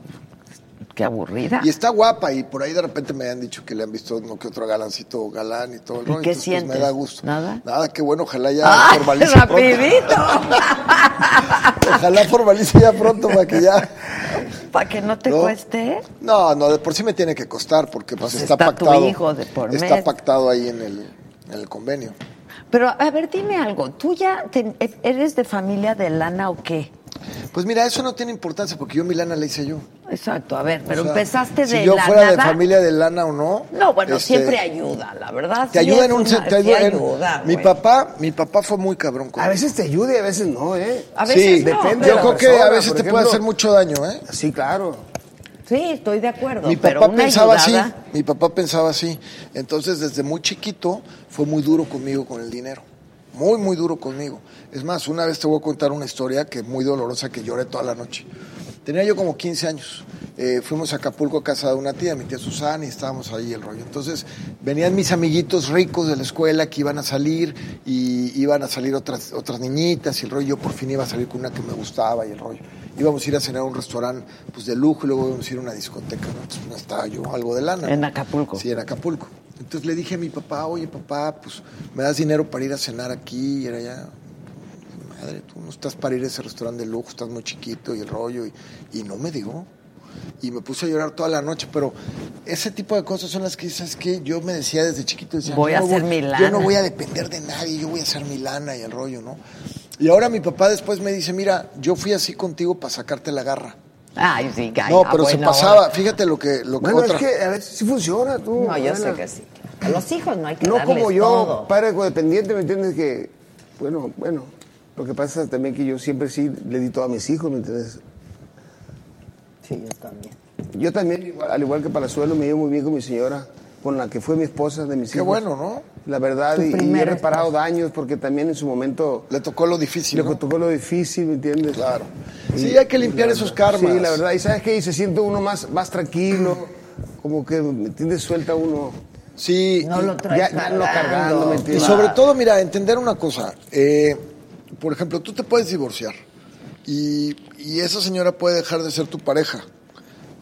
C: qué aburrida.
D: Y está guapa y por ahí de repente me han dicho que le han visto uno que otro galancito o galán y todo el
C: ¿Y
D: rollo.
C: qué
D: Entonces, pues,
C: sientes?
D: me da gusto.
C: ¿Nada?
D: Nada, qué bueno, ojalá ya
C: ¡Ah,
D: formalice pronto. <laughs>
C: rapidito!
D: Ojalá formalice ya pronto para que
C: <laughs>
D: ya...
C: Para que no te
D: ¿No?
C: cueste.
D: No, no, de por sí me tiene que costar porque pues,
C: Pues
D: está,
C: está tu
D: pactado.
C: hijo de por
D: está
C: mes.
D: pactado ahí en el, en el convenio.
C: Pero, a ver, dime algo. ¿Tú ya te- eres de familia de lana o qué?
D: Pues mira, eso no tiene importancia porque yo mi lana la hice yo.
C: Exacto, a ver, pero
D: O sea,
C: empezaste de
D: Si yo
C: la
D: fuera de
C: nada.
D: familia de lana o no.
C: No, bueno,
D: este,
C: siempre ayuda, la verdad.
D: Te
C: sí
D: ayuda
C: es
D: en un
C: una-
D: sen- te
C: sí
D: ayuda en-
C: ayuda,
D: mi
C: güey.
D: papá, mi papá fue muy cabrón con
E: A veces te ayuda y a veces no, ¿eh?
C: A veces
D: sí,
C: no,
E: depende
D: Yo
E: de la
D: creo que a
E: persona,
D: veces
E: por
D: te puede
E: ejemplo.
D: hacer mucho daño, ¿eh?
E: Sí, claro.
C: Sí, estoy de acuerdo.
D: Mi
C: pero
D: papá
C: una
D: pensaba así,
C: ayudada-
D: mi papá pensaba así. Entonces, desde muy chiquito fue muy duro conmigo con el dinero. Muy, muy duro conmigo. Es más, una vez te voy a contar una historia que es muy dolorosa, que lloré toda la noche. Tenía yo como 15 años. Eh, fuimos a Acapulco a casa de una tía, mi tía Susana, y estábamos ahí el rollo. Entonces, venían mis amiguitos ricos de la escuela que iban a salir y iban a salir otras, otras niñitas y el rollo. Yo por fin iba a salir con una que me gustaba y el rollo. Íbamos a ir a cenar a un restaurante pues, de lujo y luego íbamos a ir a una discoteca. ¿no? Entonces, no estaba yo algo de lana.
C: En Acapulco.
D: Sí, en Acapulco. Entonces le dije a mi papá, oye papá, pues me das dinero para ir a cenar aquí y era ya. Madre, tú no estás para ir a ese restaurante de lujo, estás muy chiquito y el rollo. Y, y no me dio. Y me puse a llorar toda la noche, pero ese tipo de cosas son las que dices que yo me decía desde chiquito. decía,
C: Voy
D: yo
C: a
D: no
C: ser mi
D: Yo
C: lana.
D: no voy a depender de nadie, yo voy a ser mi lana y el rollo, ¿no? Y ahora mi papá después me dice, mira, yo fui así contigo para sacarte la garra.
C: Ay, sí, ay,
D: no,
C: ah,
D: pero se
C: bueno,
D: pasaba,
C: ahora-
D: fíjate lo que, lo que
E: Bueno,
D: otra-
E: es que a veces sí funciona tú.
F: No, yo sé
E: Adela.
F: que sí. A los hijos no hay que
E: No
F: darles
E: como yo,
F: todo.
E: padre codependiente, ¿me entiendes? Que, bueno, bueno, lo que pasa también que yo siempre sí le di todo a mis hijos, ¿me entiendes?
F: Sí, yo también.
E: Yo también, igual- al igual que Palazuelo, me llevo muy bien con mi señora, con la que fue mi esposa de mis
D: Qué
E: hijos.
D: bueno, ¿no?
E: La verdad,
F: Tu
E: y, y he
F: primera
E: reparado daños porque también en su momento
D: Le tocó lo difícil.
E: le
D: ¿no?
E: tocó lo difícil, ¿me entiendes?
D: Claro. Sí, hay que limpiar
E: la
D: esos
E: verdad,
D: karmas.
E: Sí, la verdad. Y sabes qué, y se siente uno más, más tranquilo, como que, ¿me entiendes? Suelta uno.
D: Sí,
F: No lo
E: Ya,
F: traes
E: ya lo cargando, ¿me
D: y, y
E: entiendes?
D: sobre todo, mira, entender una cosa. Eh, por ejemplo, tú te puedes divorciar y, y esa señora puede dejar de ser tu pareja,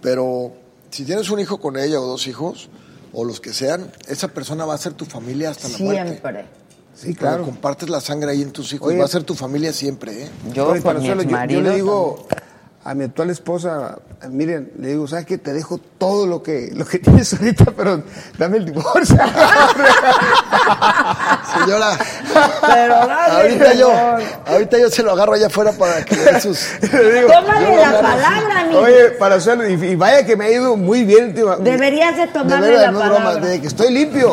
D: pero si tienes un hijo con ella o dos hijos, o los que sean, esa persona va a ser tu familia hasta la muerte.
F: Siempre.
E: Sí,
D: Claro.
E: claro.
D: compartes la sangre ahí en tus hijos,
E: Oye.
D: va a ser tu familia siempre, ¿eh?
C: Yo
E: Oye,
C: con mi
E: Consuelo, yo- yo,
C: exmarido
E: le digo a mi actual esposa, a Miriam, le digo, ¿sabes qué? Te dejo todo lo que, lo que <laughs> tienes ahorita, pero dame el divorcio. <laughs>
F: <laughs>
D: Señora, <laughs>
C: Pero
D: ahorita yo, ahorita yo se lo agarro allá afuera para que
F: <laughs>
D: dé sus...
E: Le digo,
F: Tómale la
E: "Yo,
F: palabra, mi.
E: Oye, para hacerlo, y, y vaya que me ha ido muy bien. última-
F: Deberías de
E: de
F: tomarle
E: verdad,
F: la
E: no es broma,
F: palabra.
E: desde que estoy limpio.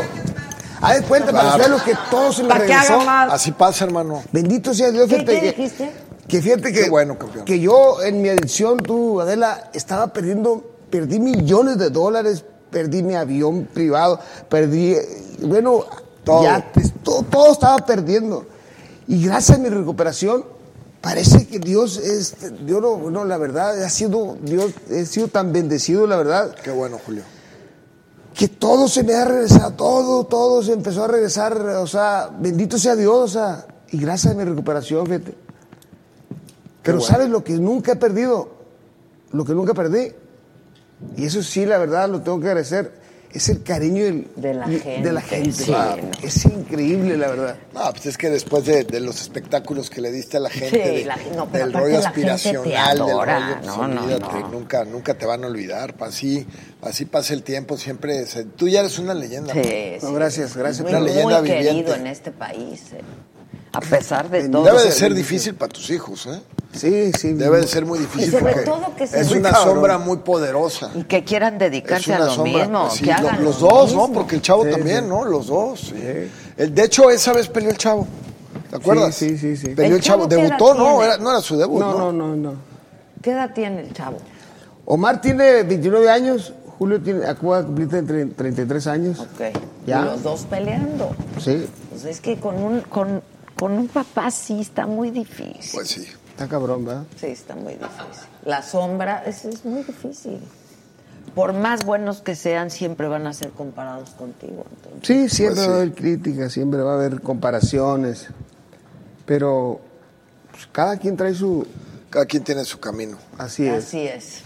E: A ver, cuenta, para Consuelo, que todo se me
F: Para que haga
E: regresó.
F: más.
D: Así pasa, hermano.
E: Bendito sea Dios.
F: ¿Qué-
E: fíjate
F: qué
E: que-
F: dijiste?
E: Que fíjate que,
D: Qué bueno, campeón.
E: que yo en mi adicción, tú, Adela, estaba perdiendo, perdí millones de dólares, perdí mi avión privado, perdí, eh, bueno,
D: Todo.
E: ya, pues, todo, todo estaba perdiendo. Y gracias a mi recuperación, parece que Dios es, yo no, no, la verdad, ha sido, Dios, he sido tan bendecido, la verdad,
D: Qué bueno, Julio.
E: que todo se me ha regresado, todo, todo se empezó a regresar, o sea, bendito sea Dios, o sea, y gracias a mi recuperación, fíjate. Pero
D: bueno.
E: ¿sabes lo que nunca he perdido? Lo que nunca perdí, Y eso sí, la verdad, lo tengo que agradecer. Es el cariño del-
F: De la
E: de la
F: gente,
E: gente.
F: sí,
E: Claro.
F: ¿no?
E: Es increíble, la verdad.
D: No, pues es que después de, de los espectáculos que le diste a la gente,
F: Sí,
D: de-
F: la gen- no, pero
D: del
F: aparte
D: rollo
F: la gente te
D: aspiracional, del
F: adora,
D: rollo, pues,
F: no, no,
D: olvídate,
F: no.
D: nunca, nunca te van a olvidar. pa- Así, así pasa el tiempo, siempre. se- tú ya eres una leyenda.
F: Sí,
E: No,
F: sí.
E: gracias, gracias.
D: Una
F: Muy,
D: leyenda
F: muy querido
D: viviente. Eh,
F: en este país. eh. A pesar de todo.
D: Debe de ser difícil para tus hijos, ¿eh?
E: Sí, sí.
D: Debe de ser muy difícil.
F: Y sobre
D: porque
F: todo que se-
D: es
F: Muy
D: una
E: cabrón.
D: sombra muy poderosa.
C: Y que quieran
D: Es
C: dedicarse a
D: una
C: lo
D: sombra.
C: mismo.
D: sí,
C: que
D: lo-
C: hagan
D: los
C: lo
D: dos,
C: mismo.
D: ¿no? Porque el chavo
E: Sí,
D: también,
E: sí.
D: ¿no? Los dos. sí. El, de hecho, esa vez peleó el chavo. ¿Te acuerdas?
E: sí, sí, sí.
D: Peleó el,
F: ¿El
D: chavo.
F: chavo qué edad
D: Debutó, ¿no?
F: tiene?
D: Era- no era su debut, ¿no?
E: No, no, no, no.
F: ¿Qué edad tiene el chavo?
E: Omar tiene 29 años, Julio tiene, acaba de cumplir tre- 33 años.
F: Ok.
E: Ya.
F: Y los dos peleando.
E: Sí,
F: Pues es que con un, con, con un papá sí está muy difícil.
D: Pues sí.
E: está cabrón, ¿verdad?
F: Sí, está muy difícil. La sombra es, es muy difícil. Por más buenos que sean, siempre van a ser comparados contigo. entonces.
E: Sí, siempre
D: Pues
E: va a
D: sí.
E: haber críticas, siempre va a haber comparaciones, pero pues, cada quien trae su...
D: Cada quien tiene su camino.
E: Así es.
F: Así es.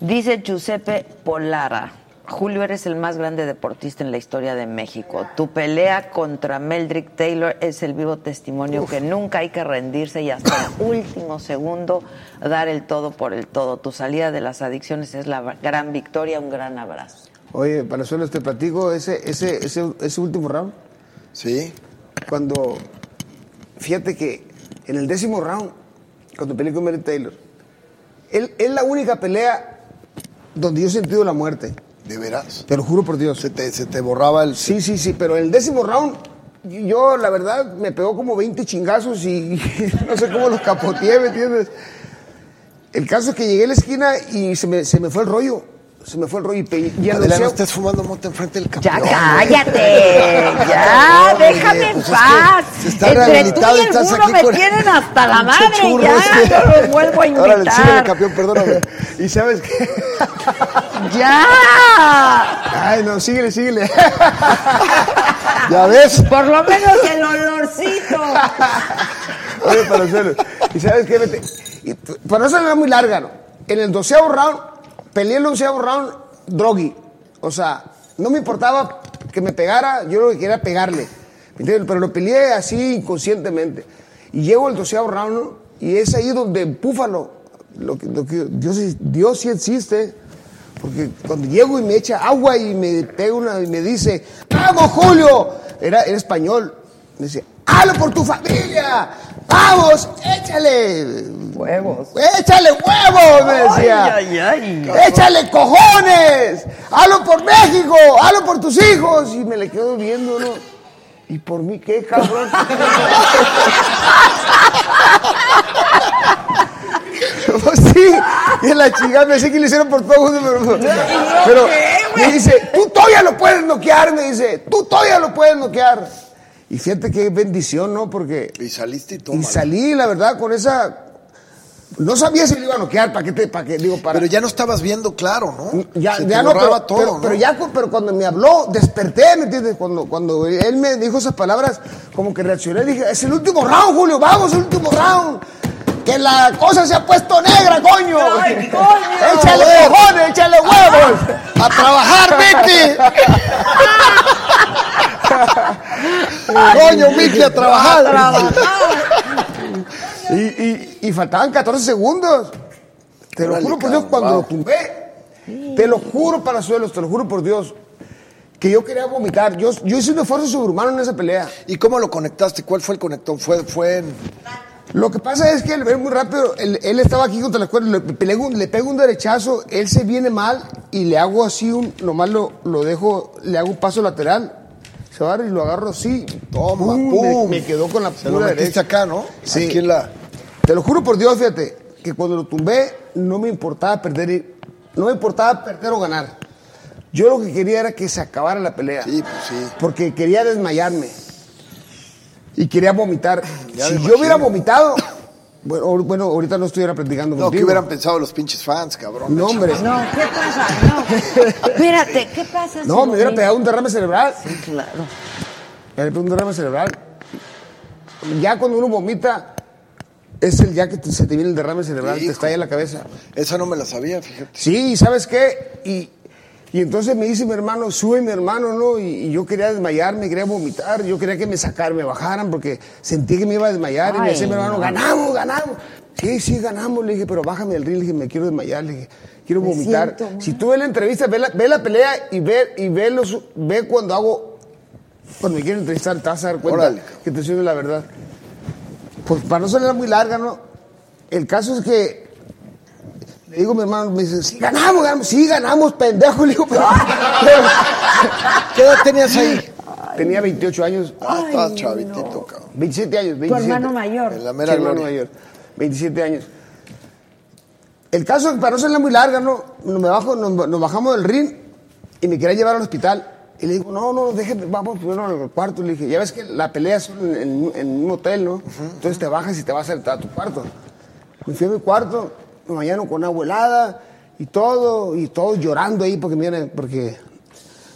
F: Dice Giuseppe Polara. Julio, eres el más grande deportista en la historia de México. Tu pelea contra Meldrick Taylor es el vivo testimonio que nunca hay que rendirse y hasta el último segundo dar el todo por el todo. Tu salida de las adicciones es la gran victoria. Un gran abrazo.
E: Oye, Palazuelos, te platico ese, ese, ese, ese último round,
D: Sí.
E: cuando, fíjate que en el décimo round, cuando peleé con Mary Taylor, él- es la única pelea donde yo he sentido la muerte,
D: De veras.
E: te lo juro por Dios.
D: Se te, se te borraba el.
E: Sí, sí, sí, pero en el décimo round, yo la verdad me pegó como 20 chingazos y <laughs> no sé cómo los capoteé, ¿me entiendes? El caso es que llegué a la esquina y se me, se me fue el rollo. Se me fue el rollo y, pe- y
D: Adela, no
E: anunciaba-
D: estés fumando mota enfrente del
C: Ya
D: campeón.
C: cállate, ya,
D: No,
C: déjame
D: oye,
C: en
D: pues es que
C: paz.
D: se está
C: Entre tú
D: rehabilitado
C: y
D: y
C: el
D: estás
C: burro
D: aquí
C: me
D: con-
C: tienen hasta
D: <laughs>
C: la
D: Pinche
C: madre,
D: churro
C: ya,
D: este.
C: yo los vuelvo a
D: <laughs> Órale, sígueme,
C: invitar.
D: campeón, perdóname.
E: <laughs> Y sabes qué? <laughs>
C: ¡Ya!
E: Ay, no, síguele, síguele.
D: <laughs> ¿Ya ves?
C: Por lo menos el <laughs> olorcito.
E: <laughs> Oye, Palazuelos, ¿y sabes qué? Vete. Y t- pero esa no era muy larga, ¿no? En el doceavo round, peleé el onceavo round, drogui. O sea, no me importaba que me pegara, yo lo que quería era pegarle. ¿me entiendes? Pero lo peleé así inconscientemente. Y llego al doceavo round, ¿no? Y es ahí donde, púfalo, lo que, lo que- Dios, sí- Dios sí existe. Porque cuando llego y me echa agua y me pega una y me dice, ¡Vamos, Julio! Era, era español. Me dice, ¡Halo por tu familia! ¡Vamos, échale!
F: Huevos.
E: ¡Échale huevos! Me decía.
F: Ay, ay, ay.
E: ¡Échale cojones! ¡Halo por México! ¡Halo por tus hijos! Y me le quedo viendo, ¿no? ¿Y por mí qué, cabrón? <laughs> Pues sí, y en la chingada, me sé que le hicieron por todo mundo, pero... pero me dice, tú todavía lo puedes noquear, me dice, tú todavía lo puedes noquear. Y fíjate qué bendición, ¿no? Porque...
D: Y saliste y toma.
E: Y salí, la verdad, con esa... No sabía si le iba a noquear, ¿para qué te...? ¿Para qué? Digo, para...
D: Pero ya no estabas viendo claro, ¿no?
E: Mm, Ya,
D: Se te
E: ya no,
D: borraba
E: pero,
D: todo,
E: pero,
D: ¿no?
E: pero ya cu- pero cuando me habló, desperté, ¿me entiendes? Cuando, cuando él me dijo esas palabras, como que reaccioné, dije, es el último round, Julio, vamos, el último round. Que la cosa se ha puesto negra, coño.
F: Ay, coño.
E: <laughs> échale cojones, échale huevos.
D: ¡A trabajar, Mickey! ¡Coño, Mickey, a trabajar!
E: Y, y- y faltaban 14 segundos. Te lo
D: Órale,
E: juro por Dios,
D: cabrón,
E: cuando
D: wow.
E: lo tumbé, te lo juro para suelos, te lo juro por Dios, que yo quería vomitar. Yo, yo hice un esfuerzo sobrehumano en esa pelea.
D: ¿Y cómo lo conectaste? ¿Cuál fue el conectón? Fue, fue en...
E: Lo que pasa es que él es muy rápido. Él, él estaba aquí contra la cuerda, le, pego, un- le pego un derechazo, él se viene mal y le hago así, un, nomás lo, lo dejo, le hago un paso lateral. Se va y lo agarro así.
D: Toma,
E: ¡pum!
D: pum.
E: Me, me quedó con la
D: Se lo
E: pura
D: metiste
E: derecha.
D: acá, ¿no?
E: Sí.
D: Aquí en la...
E: Te lo juro por Dios, fíjate, que cuando lo tumbé no me importaba perder, y- no me importaba perder o ganar. Yo lo que quería era que se acabara la pelea.
D: Sí, pues sí.
E: Porque quería desmayarme. Y quería vomitar.
D: Ya
E: si
D: me
E: yo hubiera
D: imagino.
E: vomitado, bueno, ahor- bueno, ahorita no estuviera platicando
D: No,
E: contigo.
D: ¿qué hubieran pensado los pinches fans, cabrón?
E: No, hombre.
F: No, ¿qué pasa? No. Espérate, ¿qué pasa? si
E: No, me hubiera
F: vomito?
E: pegado un derrame cerebral.
F: Sí, claro.
E: Me hubiera pegado un derrame cerebral. Ya cuando uno vomita, es el ya que te- se te viene el derrame cerebral, te estalla la cabeza.
D: Esa no me la sabía, fíjate.
E: Sí, ¿y ¿sabes qué? Y, y entonces me dice mi hermano, sube mi hermano, ¿no? Y, y yo quería desmayarme, quería vomitar, yo quería que me sacaran, me bajaran, porque sentí que me iba a desmayar. y me
C: Ay,
E: decía mi hermano,
C: no.
E: ganamos, ganamos. Sí, sí, ganamos. Le dije, pero bájame del ring, le dije, me quiero desmayar, le dije, quiero vomitar. Si tú ves la entrevista, ve la, ve la pelea y ve, y ve, los, ve cuando hago, cuando Pues me quieren entrevistar, te vas a dar cuenta
D: Órale.
E: que te soy la verdad. Pues para no sonar muy larga, ¿no? El caso es que le digo a mi hermano, me dice, sí, ganamos, ganamos, sí, ganamos, pendejo. Le digo, pero...
D: ¿Qué edad tenías ahí? <laughs>
E: Tenía 28 años,
D: Ah, estaba chavitito, cabrón.
E: 27 años, 27.
C: hermano mayor.
D: En la mera
E: Sí, hermano
D: gloria.
E: mayor, 27 años. El caso, es que para no serla muy larga, ¿no? Nos, me bajo, nos, nos bajamos del ring y me quería llevar al hospital. Y le digo, no, no, déjeme, vamos primero al cuarto. Le dije, ya ves que la pelea es en, en- en un hotel, ¿no? Entonces te bajas y te vas a, a tu cuarto. Me fui a mi cuarto, me bañaron con agua helada y todo, y todos llorando ahí porque, miren, porque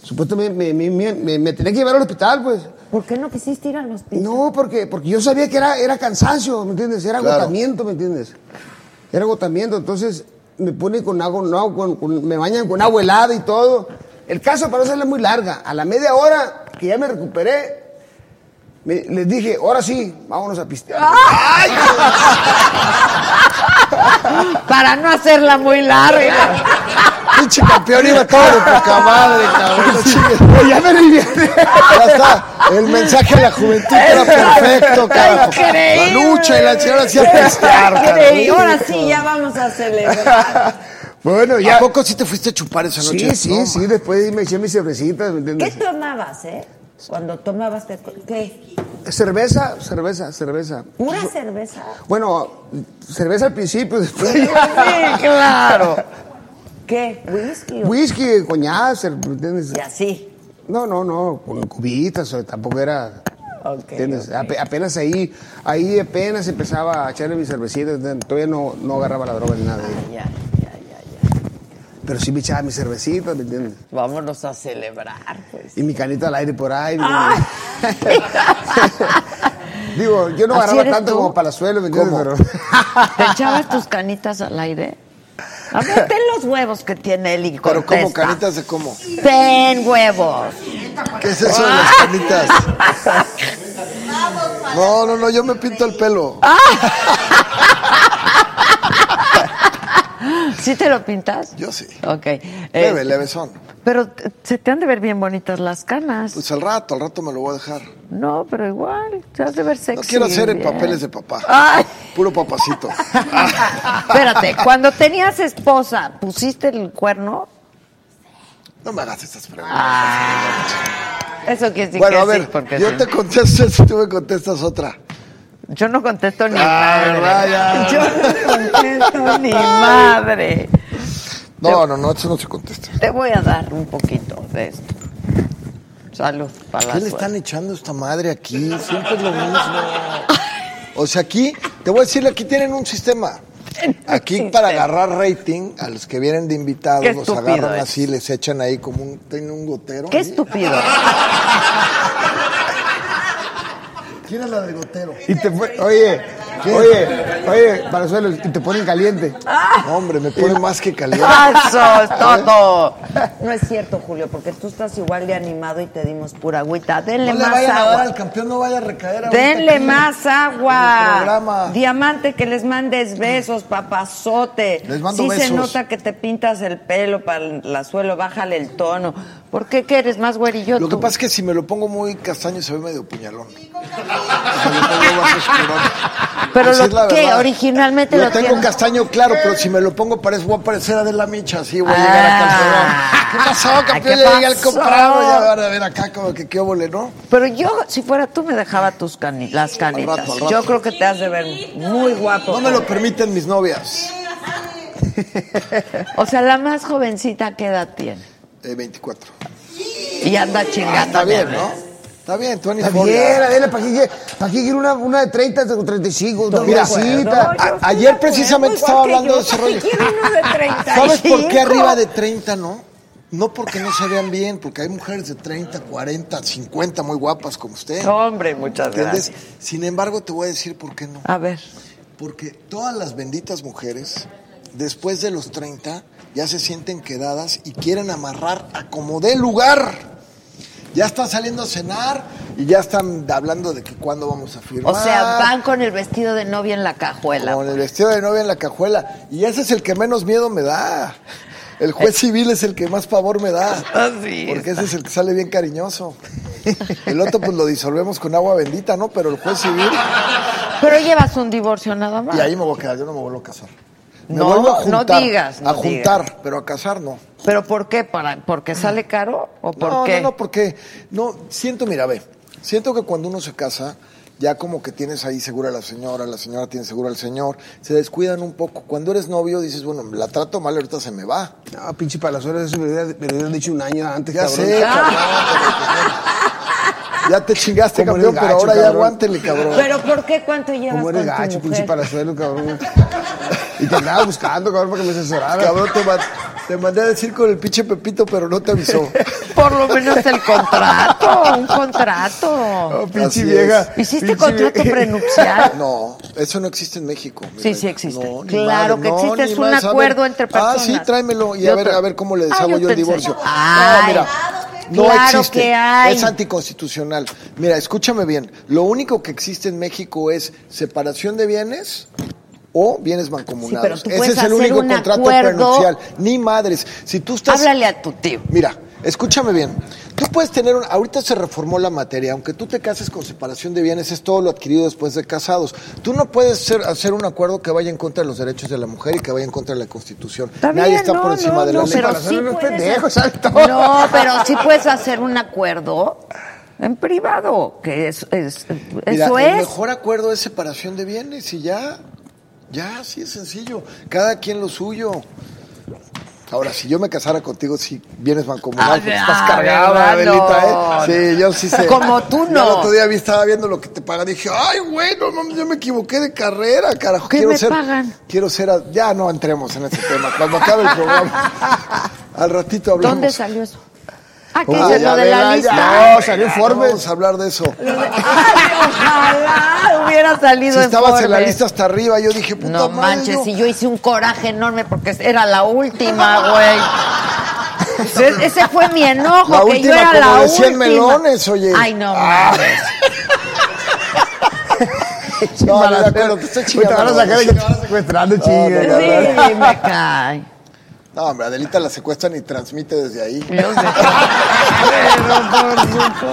E: supuestamente me, me, me- me- me tenía que llevar al hospital, pues.
H: ¿Por qué no quisiste ir al hospital?
E: No, porque, porque yo sabía que era, era cansancio, ¿me entiendes? Era
D: Claro.
E: agotamiento, ¿me entiendes? Era agotamiento, entonces me ponen con agua, no, con- con- me bañan con agua helada y todo. El caso para no hacerla muy larga, a la media hora que ya me recuperé, me- les dije, ahora sí, vámonos a pistear.
D: Ah,
C: Para no hacerla muy larga.
D: Pinche campeón iba todo de
E: Ah,
D: poca madre, cabrón. no chingues.
E: ya me aliviané.
D: Ya está. El mensaje de la juventud era perfecto, carajo. La lucha y la señora hacía pescar,
C: Creí,
D: carajo.
C: ahora sí, ya vamos a celebrar.
E: Bueno,
D: ¿A
E: ya.
D: poco sí te fuiste a chupar esa noche?
E: Sí, sí,
D: No,
E: sí, después me eché mis cervecitas, ¿me
H: ¿Qué
E: entiendes?
H: tomabas, eh? Cuando tomabas, ¿qué? qué?
E: Cerveza, cerveza, cerveza.
H: ¿Pura cerveza?
E: Bueno, cerveza al principio, <laughs> después ya.
C: Sí, claro.
H: ¿Qué? ¿Whisky? o-
E: <laughs> Whisky, coñazo, ¿me entiendes?
H: Y así.
E: No, no, no, con cubitas, o- tampoco era.
H: Ok,
E: ¿entiendes?
H: ok.
E: Ape- apenas ahí, ahí apenas empezaba a echarle mis cervecitas, ¿entiendes? todavía no, no agarraba la droga ni nada.
C: Ya, ya, ya, ya.
E: Pero sí me echaba mis cervecitas, ¿me entiendes?
C: Vámonos a celebrar, pues.
E: Y mi canita al aire por ahí. ¿me
C: Ay.
E: entiendes? <laughs> Digo, yo no
C: ¿Así
E: agarraba
C: eres
E: tanto
C: tú?
E: como palazuelo, ¿me entiendes?
C: ¿Te echabas tus canitas al aire? A ver, ten los huevos que tiene él y
D: Pero como
C: contesta.
D: canitas de cómo.
C: Ten huevos.
D: ¿Qué es eso de las canitas? No, no, no, yo me pinto el pelo.
C: ¿Sí te lo pintas?
D: Yo sí.
C: Ok.
D: Leve,
C: Eh,
D: levesón.
C: Pero t- se te han de ver bien bonitas las canas.
D: Pues al rato, al rato me lo voy a dejar.
C: no, pero igual, te has de ver sexy.
D: No quiero hacer en
C: bien.
D: papeles de papá. <laughs>
C: Ay,
D: Puro papacito.
C: espérate, cuando tenías esposa, ¿pusiste el cuerno?
D: No me hagas estas preguntas.
C: Eso quiere decir
D: Bueno,
C: que
D: a
C: sí,
D: ver,
C: porque
D: yo
C: sí.
D: te contesto eso y tú me contestas otra.
C: Yo no contesto ni
D: Ah,
C: madre.
D: ¿verdad? Ya.
C: Yo no contesto ni madre.
D: No, no, no, eso no se contesta.
C: Te voy a dar un poquito de esto. Salud, para
D: ¿Qué le están echando esta madre aquí? Siempre es lo mismo. O sea, aquí, te voy a decir, aquí tienen un sistema. Aquí para agarrar rating, a los que vienen de invitados,
C: Qué
D: los
C: estúpido
D: agarran
C: es.
D: así, les echan ahí como un, tienen un gotero.
C: Qué estúpido.
D: ¿Quién es la del gotero?
E: <laughs> Y te pon- oye, oye, oye, palazuelo, y te ponen caliente.
D: No, hombre, me pone más que caliente.
C: Eso
D: <laughs>
C: es todo.
H: No es cierto, Julio, porque tú estás igual de animado y te dimos pura agüita. Denle
D: No le
H: más
D: vayan a dar
H: agua.
D: al campeón, no vaya a recaer ahorita
H: Denle
D: aquí.
H: más
D: en el
H: agua.
D: programa.
H: Diamante, que les mandes besos, papazote.
D: Les mando
H: sí se
D: besos.
H: nota que te pintas el pelo para el suelo, bájale el tono.
C: ¿Por qué que eres más güerillo
D: Lo que
C: tú?
D: pasa es que si me lo pongo muy castaño se ve medio puñalón. Si me lo pongo más oscurón.
C: Pero
D: Así
C: lo
D: es la
C: que
D: verdad.
C: originalmente
D: Lo
C: lo
D: tengo
C: tienes-
D: castaño claro, pero si me lo pongo parece, voy a parecer a de la micha, así voy a llegar a
C: Ah.
D: campeón. ¿Qué pasó,
C: ¿Qué
D: campeón? Ya llegué al
C: pasó?
D: comprado, ya van a ver acá como que qué óvole, ¿no?
C: Pero yo, si fuera tú, me dejaba tus cani- las canitas.
D: rato, al rato.
C: Yo creo que te has de ver muy guapo.
D: No me lo permiten mis novias.
C: O sea, la más jovencita, ¿qué edad tiene?
D: Eh, 24.
C: Y anda chingando.
D: Ah, Está bien,
C: mi
D: ¿no?
C: amor.
D: Está bien, tú
E: Está bien, Adela, ¿para qué, para qué quiere una, una de 30, con 35, una
D: Mira,
E: visita?
D: a- ayer precisamente estaba hablando de ese rollo.
E: <laughs>
D: <laughs> ¿Sabes por qué arriba de 30 no? No porque no se vean bien, porque hay mujeres de 30, 40, 50 muy guapas como usted.
C: Hombre, muchas
D: ¿Entiendes?
C: gracias.
D: Sin embargo, te voy a decir por qué no.
C: A ver.
D: Porque todas las benditas mujeres, después de los 30, ya se sienten quedadas y quieren amarrar a como dé lugar. Ya están saliendo a cenar y ya están hablando de que cuándo vamos a firmar.
H: O sea, van con el vestido de novia en la cajuela.
D: Con el vestido de novia en la cajuela. Y ese es el que menos miedo me da. El juez
H: Eh.
D: civil es el que más pavor me da.
H: Así
D: Porque ese es el que sale bien cariñoso. El otro pues lo disolvemos con agua bendita, ¿no? Pero el juez civil...
H: Pero llevas un divorcio nada más.
D: Y ahí me voy a quedar, yo no me vuelvo a casar. Me
H: No,
D: vuelvo a
H: no
D: juntar,
H: digas, no
D: a juntar, pero a casar no.
H: ¿Pero por qué? ¿Para, ¿Porque sale caro o por
D: Mm. no,
H: qué?
D: no, no, porque no siento, mira, ve, siento que cuando uno se casa ya como que tienes ahí segura a la señora, la señora tiene segura al señor, se descuidan un poco. Cuando eres novio dices, bueno, la trato mal, ahorita se me va.
E: No, pinche palazuelas, eso me hubiera- me hubieran dicho un año antes,
D: Ya
E: cabrón.
D: sé, cabrón. pero- ya te chingaste,
E: Como
D: campeón,
E: eres
D: pero
E: gacho,
D: ahora ya
E: cabrón.
D: aguántele, cabrón.
C: <laughs> ¿Pero por qué cuánto llevas
E: ¿Cómo
C: con
E: eres
C: tu
E: gacho, pinche
C: mujer?
E: palazuelo, cabrón? Y te andaba buscando, cabrón, para que me asesorara.
D: Cabrón, te, ma- te mandé a decir con el pinche Pepito, pero no te <laughs> avisó.
H: Por lo menos el contrato, un
D: <laughs>
H: contrato.
E: Oh, pinche
D: Así
E: vieja.
D: es.
H: ¿Hiciste
E: pinche
H: contrato
E: vieja.
H: prenupcial?
D: No, eso no existe en México. mi
H: Sí,
D: reina.
H: sí existe.
D: No, ni
H: Claro
D: madre,
H: que
D: no,
H: existe,
D: ni
H: es un
D: madre. A ver,
H: acuerdo entre personas.
D: Ah, sí, tráemelo y
H: Yo
D: a ver,
H: te-
D: a ver cómo le
H: Ah,
D: deshago
H: yo
D: yo,
H: te
D: el divorcio.
H: enseño. Ay.
D: no, mira, no
H: Claro
D: existe.
H: que hay.
D: Es anticonstitucional. Mira, escúchame bien. Lo único que existe en México es separación de bienes o bienes mancomunados.
H: pero tú
D: Ese
H: puedes
D: es el
H: hacer
D: único
H: un
D: contrato
H: acuerdo.
D: prenupcial. Ni madres. Si tú estás
H: Háblale a
C: <laughs>
H: tu tío.
D: Mira, escúchame bien. Tú puedes tener un- ahorita se reformó la materia, aunque tú te cases con separación de bienes es todo lo adquirido después de casados. Tú no puedes ser- hacer un acuerdo que vaya en contra de los derechos de la mujer y que vaya en contra de la Constitución. Nadie
H: bien,
D: está
H: no,
D: por encima
H: no,
D: de
H: no,
D: la ley.
H: pero
E: Palazuelos
H: sí
E: no es
H: puedes
E: pendejo, ¿sabes? Todo.
H: No, pero sí puedes hacer un acuerdo en privado, que es, es-
D: Mira,
H: eso
D: El
H: es.
D: mejor acuerdo es separación de bienes y ya, ya, sí es sencillo. Cada quien lo suyo. Ahora, si yo me casara contigo, si vienes mancomunal,
H: Ah,
D: porque
H: ya,
D: estás cargada,
H: ¿verdad?
D: Adelita, ¿eh? Sí, yo sí sé.
H: Como tú
D: Yo
H: no.
D: El otro día vi- estaba viendo lo que te pagan. Dije, ay, güey, no mames, yo me equivoqué de carrera, carajo.
H: ¿Qué
D: quiero
H: me
D: ser,
H: pagan?
D: Quiero ser. a- Ya no entremos en ese tema. Cuando acabe el programa, al ratito hablamos.
H: ¿Dónde salió eso? Ah, que
D: Ah,
H: es
D: ya
H: lo de la
D: verás,
H: lista.
D: ya.
E: No, salió Forbes.
D: Vamos a hablar de eso.
H: Ay, ojalá Ah, hubiera salido
D: Si
H: en
D: estabas en la
H: Forbes.
D: lista hasta arriba, yo dije, puta
H: No
D: madre,
H: manches,
D: yo-
H: y yo hice un coraje enorme porque era la última,
D: <laughs>
H: güey. Ese- Ese fue mi enojo,
D: La
H: que
D: última
H: yo era
D: como
H: la
D: de 100
H: última.
D: melones, oye.
H: Ay, no
D: Ah.
H: mames.
D: No, mira, con lo que estoy
E: Te
D: chingando.
E: van a sacar de que te
D: no,
E: van secuestrando, chingue.
D: no, no, no.
H: Sí, me cae.
D: No, hombre, Adelita la secuestran y transmite desde ahí.
H: Yo sé. Pero por supuesto.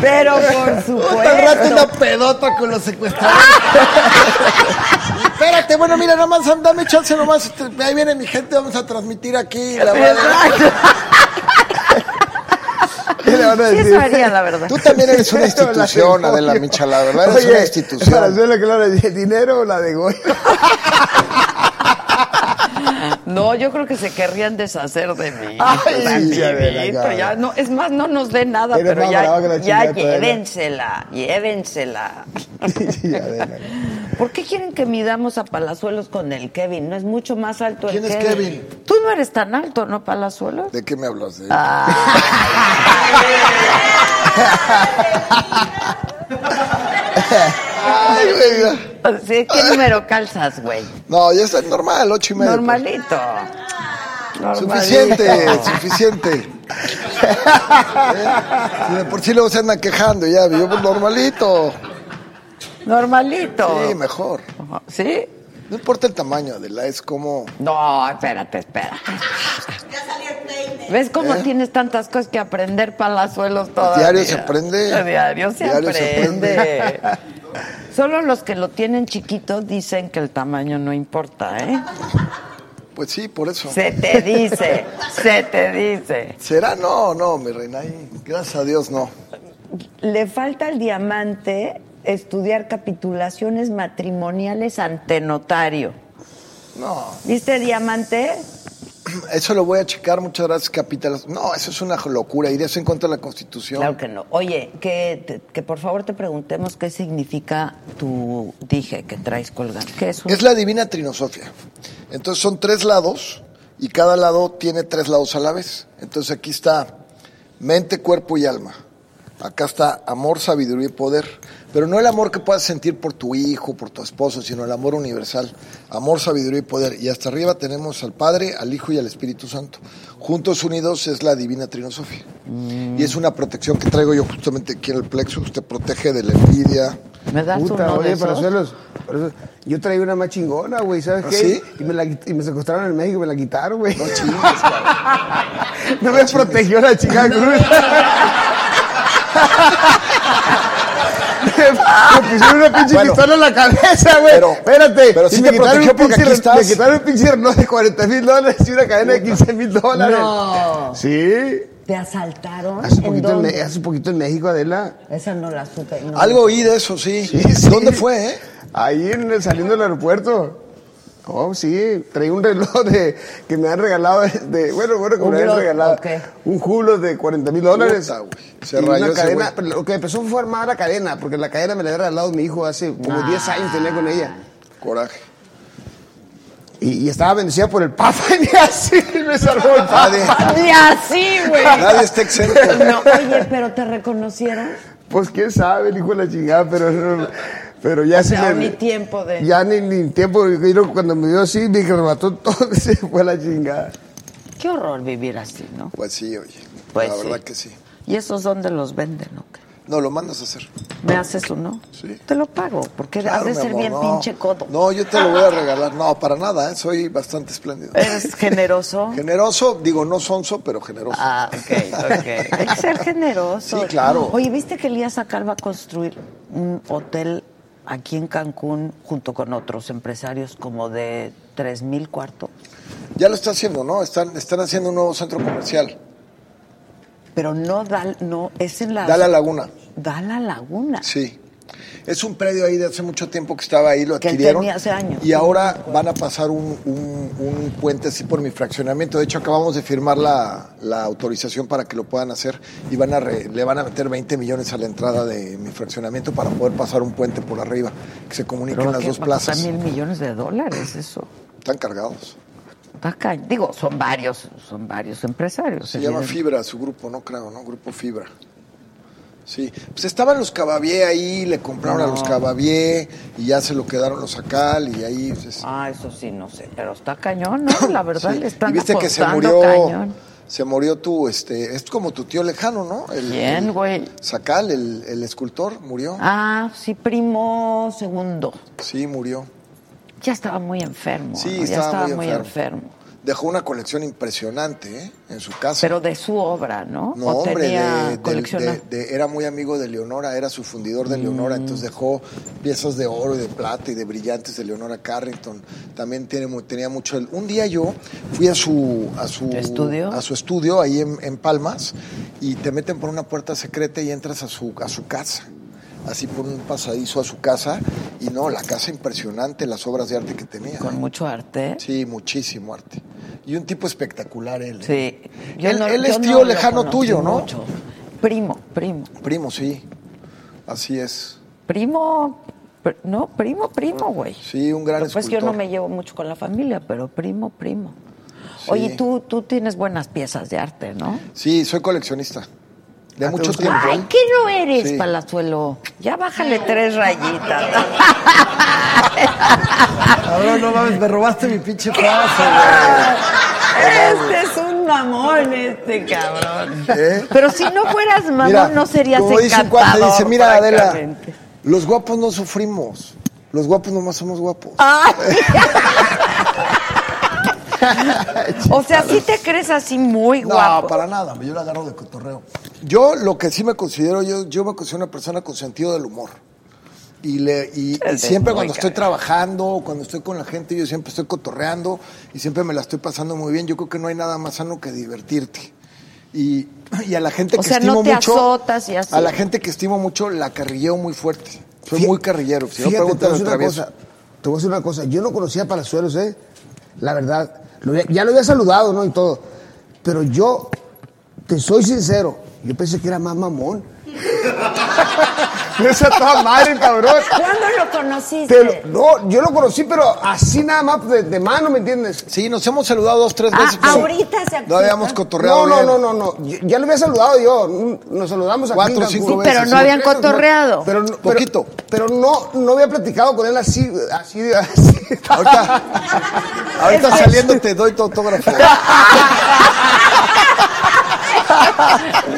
H: Pero por supuesto, Pero por
D: Al rato
H: supuesto.
D: una pedota con los secuestradores.
H: <laughs>
D: Espérate, bueno, mira, nomás dame chance nomás. este, Ahí viene mi gente, vamos a transmitir aquí. La verdad.
E: ¿Qué le van a
H: Sí,
E: decir?
H: eso haría, la verdad.
D: Tú también eres una institución,
E: La de
D: Adela
E: Goya.
D: Micha, la verdad, eres
E: Oye,
D: una
E: Para
D: institución.
E: hacerle claro, ¿el dinero o la de Goya?
I: No, yo creo que se querrían deshacer de mí.
E: Ay,
I: Tantito,
E: ya ven acá.
I: ya no, es más, no nos dé nada,
E: Eres
I: pero
E: más brava que
I: ya,
E: la
I: ya
E: chingada todavía.
I: llévensela, llévensela.
E: <laughs> Ya ven, acá.
C: ¿Por qué quieren que midamos a Palazuelos con el Kevin? No es mucho más alto el
D: ¿Quién es Kevin?
C: Tú no eres tan alto, ¿no,
D: <laughs>
C: Palazuelos? Ah,
D: ¿De qué me hablas? eh? De Ay, güey.
C: Sí, ¿Qué número calzas, güey?
D: No, ya está normal, ocho y medio.
C: Normalito.
D: Suficiente, suficiente.
H: <laughs>
D: ¿Eh? Si de por sí luego se andan quejando, ya, yo pues normalito.
C: Normalito.
D: Sí, mejor.
C: ¿Sí?
D: No importa el tamaño, Adela, es como.
C: No, espérate, espérate. ¿Ves cómo tienes tantas cosas que aprender, Palazuelos, todavía?
D: ¿Eh? Diario se
C: <laughs>
D: aprende.
C: Diario se
D: Diario se
C: aprende. <laughs> Solo los que lo tienen chiquito dicen que el tamaño no importa, ¿eh?
D: Pues sí, por eso.
C: Se te dice, se te dice.
D: ¿Será? No, no, mi reina. ahí, Gracias a Dios, no.
C: Le falta al diamante estudiar capitulaciones matrimoniales ante notario.
D: No.
C: ¿Viste diamante?
D: Eso lo voy a checar, muchas gracias, capital. No, eso es una locura. Iría eso en contra de la Constitución.
C: Claro que no. Oye, que, te- que por favor te preguntemos qué significa tu dije que traes colgando. ¿Qué es un
D: Es la divina trinosofia. Entonces son tres lados y cada lado tiene tres lados a la vez. Entonces aquí está mente, cuerpo y alma. Acá está amor, sabiduría y poder. Pero no el amor que puedas sentir por tu hijo, por tu esposo, sino el amor universal. Amor, sabiduría y poder. Y hasta arriba tenemos al Padre, al Hijo y al Espíritu Santo. Juntos unidos es la divina trinosofía. Y es una protección que traigo yo justamente aquí en el plexus. Te protege de la envidia.
C: ¿Me das
E: Puta,
C: uno de
E: oye, para
C: esos?
E: hacerlos. para hacer- Yo traía una más chingona, güey, ¿sabes
D: ¿Ah,
E: qué?
D: sí?
E: Y me la quit- y me secuestraron en México y me la quitaron, güey.
D: No chingues, cabrón.
E: No me protegió la chica cruz. me me pusieron una pinche
D: Bueno,
E: pistola en la cabeza, güey.
D: pero-
E: Espérate.
D: pero
E: y
D: sí
E: me
D: te
E: quitaron
D: protegió
E: un
D: porque
E: pinche-
D: aquí estás.
E: Me quitaron un pinche reloj de 40 mil dólares y una cadena de 15 mil dólares.
J: No.
E: Sí.
J: ¿Te asaltaron?
E: Hace
J: ¿En
E: poquito, en,
J: dónde?
E: Me- hace poquito en México, Adela.
J: Esa no la supe. no.
C: <laughs>
D: Algo oí de eso, sí.
E: Sí, sí.
D: ¿Dónde fue, eh?
E: Ahí en el- saliendo del aeropuerto. Oh, sí, traí un reloj de, que me han regalado, de, de- bueno, bueno, que
J: Un
E: me
J: reloj,
E: han regalado,
J: ok.
E: un julo de 40 mil dólares.
D: Puta, güey. Se
E: Y una
D: rayó ese
E: cadena,
D: güey.
E: pero lo que empezó fue a armar la cadena, porque la cadena me la había regalado mi hijo hace como
J: Ah.
E: 10 años, tenía con ella.
D: Coraje.
E: Y, y estaba bendecida por el Papa, <laughs> y así me salvó el Papa.
J: Ni así, güey.
D: Nadie está exento.
C: <laughs>
J: No, oye, pero te reconocieron.
E: Pues quién sabe, el hijo de la chingada, pero, no- pero ya se
J: sea, ni
E: me-
J: tiempo de-
E: Ya ni, ni tiempo, y luego cuando me dio así, me arrebató todo, <laughs> se fue a la chingada.
C: Qué horror vivir así, ¿no?
D: Pues sí, oye.
C: Pues
D: la
C: sí.
D: verdad que sí.
C: ¿Y esos dónde los venden o qué?
D: No, lo mandas a hacer.
C: ¿Me haces uno?
D: Sí.
C: Te lo pago, porque has
D: Claro,
C: de
D: mi
C: ser
D: amor,
C: bien
D: no.
C: pinche codo.
D: No, yo te lo voy a regalar. No, para nada, ¿eh? soy bastante espléndido.
C: Eres
D: <laughs>
C: generoso.
D: Generoso, digo, no sonso, pero generoso.
C: Ah, ok, ok. Hay que ser generoso.
D: Sí, claro.
C: Oye, ¿viste que Elías Acal va a construir un hotel aquí en Cancún junto con otros empresarios como de 3.000 cuartos?
D: Ya lo está haciendo, ¿no? Están, están haciendo un nuevo centro comercial.
C: Pero no, da, no es en la...
D: Da la laguna.
C: Da la laguna.
D: Sí. Es un predio ahí de hace mucho tiempo que estaba ahí, lo
C: Que él
D: adquirieron.
C: tenía hace años.
D: Y ahora van a pasar un, un- un puente así por mi fraccionamiento. De hecho, acabamos de firmar la, la autorización para que lo puedan hacer y van a re- le van a meter 20 millones a la entrada de mi fraccionamiento para poder pasar un puente por arriba, que se comuniquen
C: Pero
D: las
C: que
D: dos
C: va a costar
D: plazas.
C: mil millones de dólares eso.
D: Están cargados.
C: Está ca- Digo, son varios, son varios empresarios.
D: Se llama
C: evidente-
D: Fibra su grupo, no creo, ¿no? Grupo Fibra. Sí, pues estaban los Cabavier ahí, le compraron a los Cabavier y ya se lo quedaron los Acal y ahí... pues,
C: Ah, eso sí, no sé, pero está cañón, ¿no? La verdad,
D: Sí.
C: le están
D: y viste que se
C: apostando
D: murió
C: cañón.
D: se murió tu este es como tu tío lejano no el,
C: ¿Quién,
D: el-
C: güey?
D: Sacal el, el escultor murió
C: Ah, sí, primo segundo.
D: sí murió
C: Ya estaba muy enfermo.
D: Sí,
C: ¿no? ya
D: estaba
C: estaba
D: muy
C: muy enfermo.
D: enfermo. dejó una colección impresionante ¿eh? en su casa
C: Pero de su obra, ¿no?
D: no,
C: o
D: hombre,
C: tenía
D: de- del-
C: colecciona-
D: de- de- era muy amigo de Leonora, era su fundidor de
C: Mm.
D: Leonora, entonces dejó piezas de oro y de plata y de brillantes de Leonora Carrington. También tiene, mu- tenía mucho. el- un día yo fui a su, a su
C: ¿Estudio?
D: a su estudio ahí en, en Palmas y te meten por una puerta secreta y entras a su, a su casa. Así por un pasadizo a su casa y no, la casa impresionante, las obras de arte que tenía.
C: Con
D: ¿eh?
C: mucho arte.
D: Sí, muchísimo arte. Y un tipo espectacular él. ¿eh?
C: Sí.
D: Él- él es
C: yo
D: tío
C: lo
D: lejano
C: conocí
D: tuyo, ¿no?
C: mucho. Primo, primo.
D: Primo, sí. Así es.
C: Primo, pr- no, primo, primo, güey.
D: Sí, un gran
C: Lo que pasa es que yo
D: escultor.
C: no me llevo mucho con la familia, pero primo, primo.
D: Sí.
C: Oye, tú, tú tienes buenas piezas de arte, ¿no?
D: Sí, soy coleccionista. De mucho
E: gusta?
D: tiempo.
C: Ah, Ay, ¿qué no eres,
D: Sí.
C: Palazuelo? Ya bájale tres rayitas.
D: Cabrón, no mames, me robaste mi pinche frase,
J: Este
C: <laughs>
J: es un mamón, este cabrón.
D: güey. ¿Eh?
C: Pero si no fueras mamón,
D: Mira,
C: no serías
D: como dice un cuate,
C: encantador.
D: dice, mira, Adela,
C: francamente".
D: los guapos no sufrimos. Los guapos nomás somos guapos.
C: O sea, si te crees así muy
D: No,
C: guapo.
D: para nada, yo la agarro de cotorreo. Yo lo que sí me considero, yo, yo me considero una persona con sentido del humor. Y, le, y- y
C: Eres
D: siempre
C: muy
D: cuando estoy
C: cabrón.
D: trabajando, cuando estoy con la gente, yo siempre estoy cotorreando y siempre me la estoy pasando muy bien. Yo creo que no hay nada más sano que divertirte. Y, <clears throat> y a la gente
C: O
D: que
C: sea, no
D: estimo
C: te
D: mucho.
C: azotas y así.
D: A la gente que estimo mucho la carrilleo muy fuerte. Soy
E: Fí-
D: muy carrillero. Si no
E: Fíjate, te
D: preguntan
E: voy a
D: al
E: decir una
D: travieso.
E: cosa. Te voy a decir una cosa. Yo no conocía a Palazuelos, ¿eh? La verdad. Lo había- ya lo había saludado, ¿no? Y todo.
D: <laughs>
E: Pero yo, te soy sincero, yo pensé que era más mamón. Es a toda madre, cabrón.
C: ¿Cuándo lo conociste?
E: Te lo- no, yo lo conocí, pero así nada más de, de mano, ¿me entiendes?
D: Sí, nos hemos saludado dos, tres
C: Ah,
D: veces. pero
C: ahorita se
D: No habíamos
E: No,
D: cotorreado
E: no,
D: bien.
E: no, no, no. Yo- Ya lo había saludado yo. Mm, Nos saludamos aquí
D: Cuatro,
E: en Cancún.
D: cinco Sí, pero veces. no
C: habían
E: Tres, ¿no?
C: cotorreado.
E: Pero, no- pero-
D: Poquito.
E: Pero, no, no había platicado con él así, así, de- <laughs> así.
D: Ahorita, ahorita saliendo te doy tu autógrafo.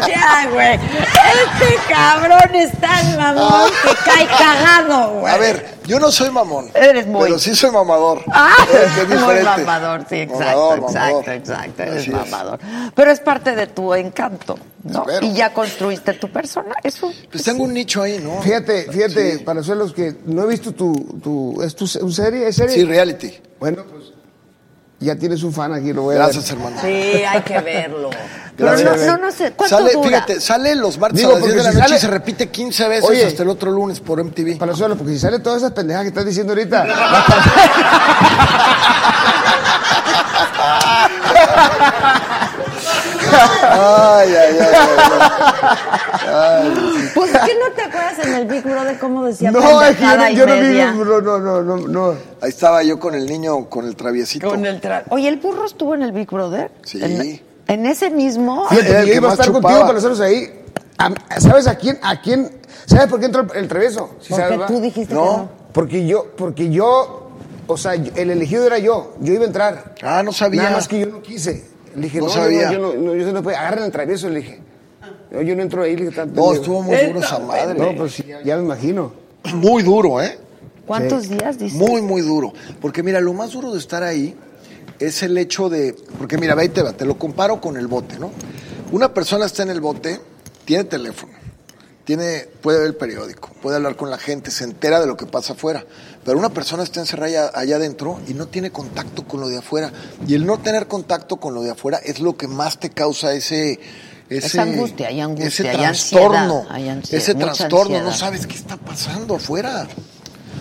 C: Ya, güey. Este cabrón es tan
D: Ah.
C: mamón que cae cagado, güey.
D: A ver, yo no soy mamón.
C: Eres muy-
D: Pero sí soy mamador.
C: Ah,
D: Es que
C: <laughs>
D: es
C: muy
D: diferente.
C: mamador, sí, exacto,
D: Mamador,
C: exacto,
D: mamador.
C: exacto, eres
D: Así es.
C: mamador. Pero es parte de tu encanto, ¿no?
D: Espero.
C: Y ya construiste tu persona, es un...
D: Pues tengo un nicho ahí, ¿no?
E: Fíjate, fíjate, para suelos que no he visto tu, tu ¿es tu se- un serie? ¿Es serie?
D: Sí, reality.
E: Bueno, pues ya tienes un fan aquí, lo voy a
D: Gracias,
E: ver.
D: hermano.
C: Sí, hay que
D: <laughs>
C: verlo. Pero
D: Gracias. eh.
C: no, no, no sé, ¿cuánto
D: sale,
C: dura?
D: Fíjate, sale los martes
E: Digo,
D: a las 10 de la
E: porque si
D: noche y
E: sale-
D: se repite 15 veces
E: Oye.
D: hasta el otro lunes por
E: <laughs>
D: MTV.
E: Para suelos, porque si sale todas esas pendejadas que estás
C: <laughs>
E: diciendo ahorita.
D: Ay, ay, ay, ay, ay.
C: Pues, ¿por qué no te acuerdas en el Big Brother cómo decía
E: no, es que yo,
C: pendejada
E: no-
C: y
E: yo no vi,
C: media?
E: no, no, no, no, no.
D: Ahí estaba yo con el niño, con el traviesito.
C: Con el tra- Oye, ¿el burro estuvo en el Big Brother?
D: Sí.
C: En, en ese mismo...
D: Sí.
E: Fíjate,
D: Era
E: que
D: el
E: yo
D: que
E: iba a
D: más
E: estar contigo
D: chupaba.
E: para nosotros ahí. A- ¿Sabes a quién? ¿A quién? ¿Sabes por qué entró el, el travieso? Si
C: Porque
E: sabes, ¿va?
C: tú dijiste que no.
E: no. Porque yo, porque yo, o sea, yo- el elegido era yo. Yo iba a entrar.
D: Ah, no sabía.
E: Nada más que yo no quise. Le dije,
D: No
E: no, yo no
D: sabía.
E: Yo no, no, yo se lo puedo. Agarren el travieso, le dije. No, yo no entro ahí, le dije, tanto.
D: No,
E: le digo.
D: estuvo eh. muy duro esa madre.
E: No, pues sí, ya, ya me imagino.
D: Muy duro, ¿eh?
C: ¿Cuántos días dices?
D: Muy, muy duro. Porque mira, lo más duro de estar ahí es el hecho de. Porque mira, ve, ahí te va, te lo comparo con el bote, ¿no? Una persona está en el bote, tiene teléfono, tiene, puede ver el periódico, puede hablar con la gente, se entera de lo que pasa afuera. Pero una persona está encerrada allá, allá adentro y no tiene contacto con lo de afuera. Y el no tener contacto con lo de afuera es lo que más te causa ese. Ese,
C: Esa angustia, hay angustia,
D: ese
C: hay
D: trastorno,
C: ansiedad, hay ansiedad,
D: ese
C: mucha
D: trastorno, no
C: ansiedad.
D: sabes qué está pasando afuera.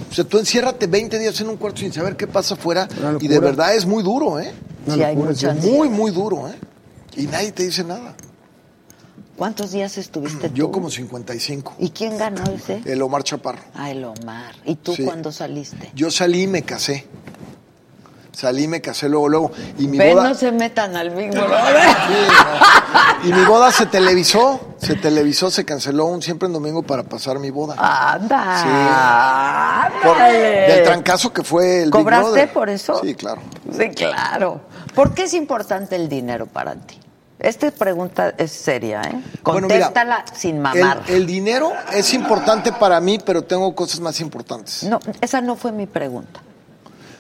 D: O sea, tú enciérrate 20 días en un cuarto sin saber qué pasa afuera
E: Una locura.
D: y de verdad es muy duro, ¿eh?
C: Sí, hay
E: locura,
C: mucha ansiedad.
D: Muy, muy duro, ¿eh? Y nadie te dice nada.
C: ¿Cuántos días estuviste
D: Yo
C: tú?
D: como 55,
C: ¿Y quién ganó ese?
D: el Omar Chaparro.
C: Ah, el Omar. ¿Y tú
D: Sí.
C: cuándo saliste?
D: Yo salí y me casé. Salí y me casé luego, luego. Y mi
C: Ven,
D: boda...
C: no se metan al Big Brother.
D: Sí, no. Y mi boda se televisó, se televisó, se canceló un siempre en domingo para pasar mi boda.
C: Anda.
D: Por-
C: ándale.
D: del trancazo que fue el Big
C: ¿Cobraste
D: Brother.
C: por eso?
D: Sí, claro.
C: Sí, claro. ¿Por qué es importante el dinero para ti? Esta pregunta es seria, ¿eh?
D: Bueno, mira,
C: Contéstala sin mamar.
D: El, el dinero es importante para mí, pero tengo cosas más importantes.
C: No, esa no fue mi pregunta.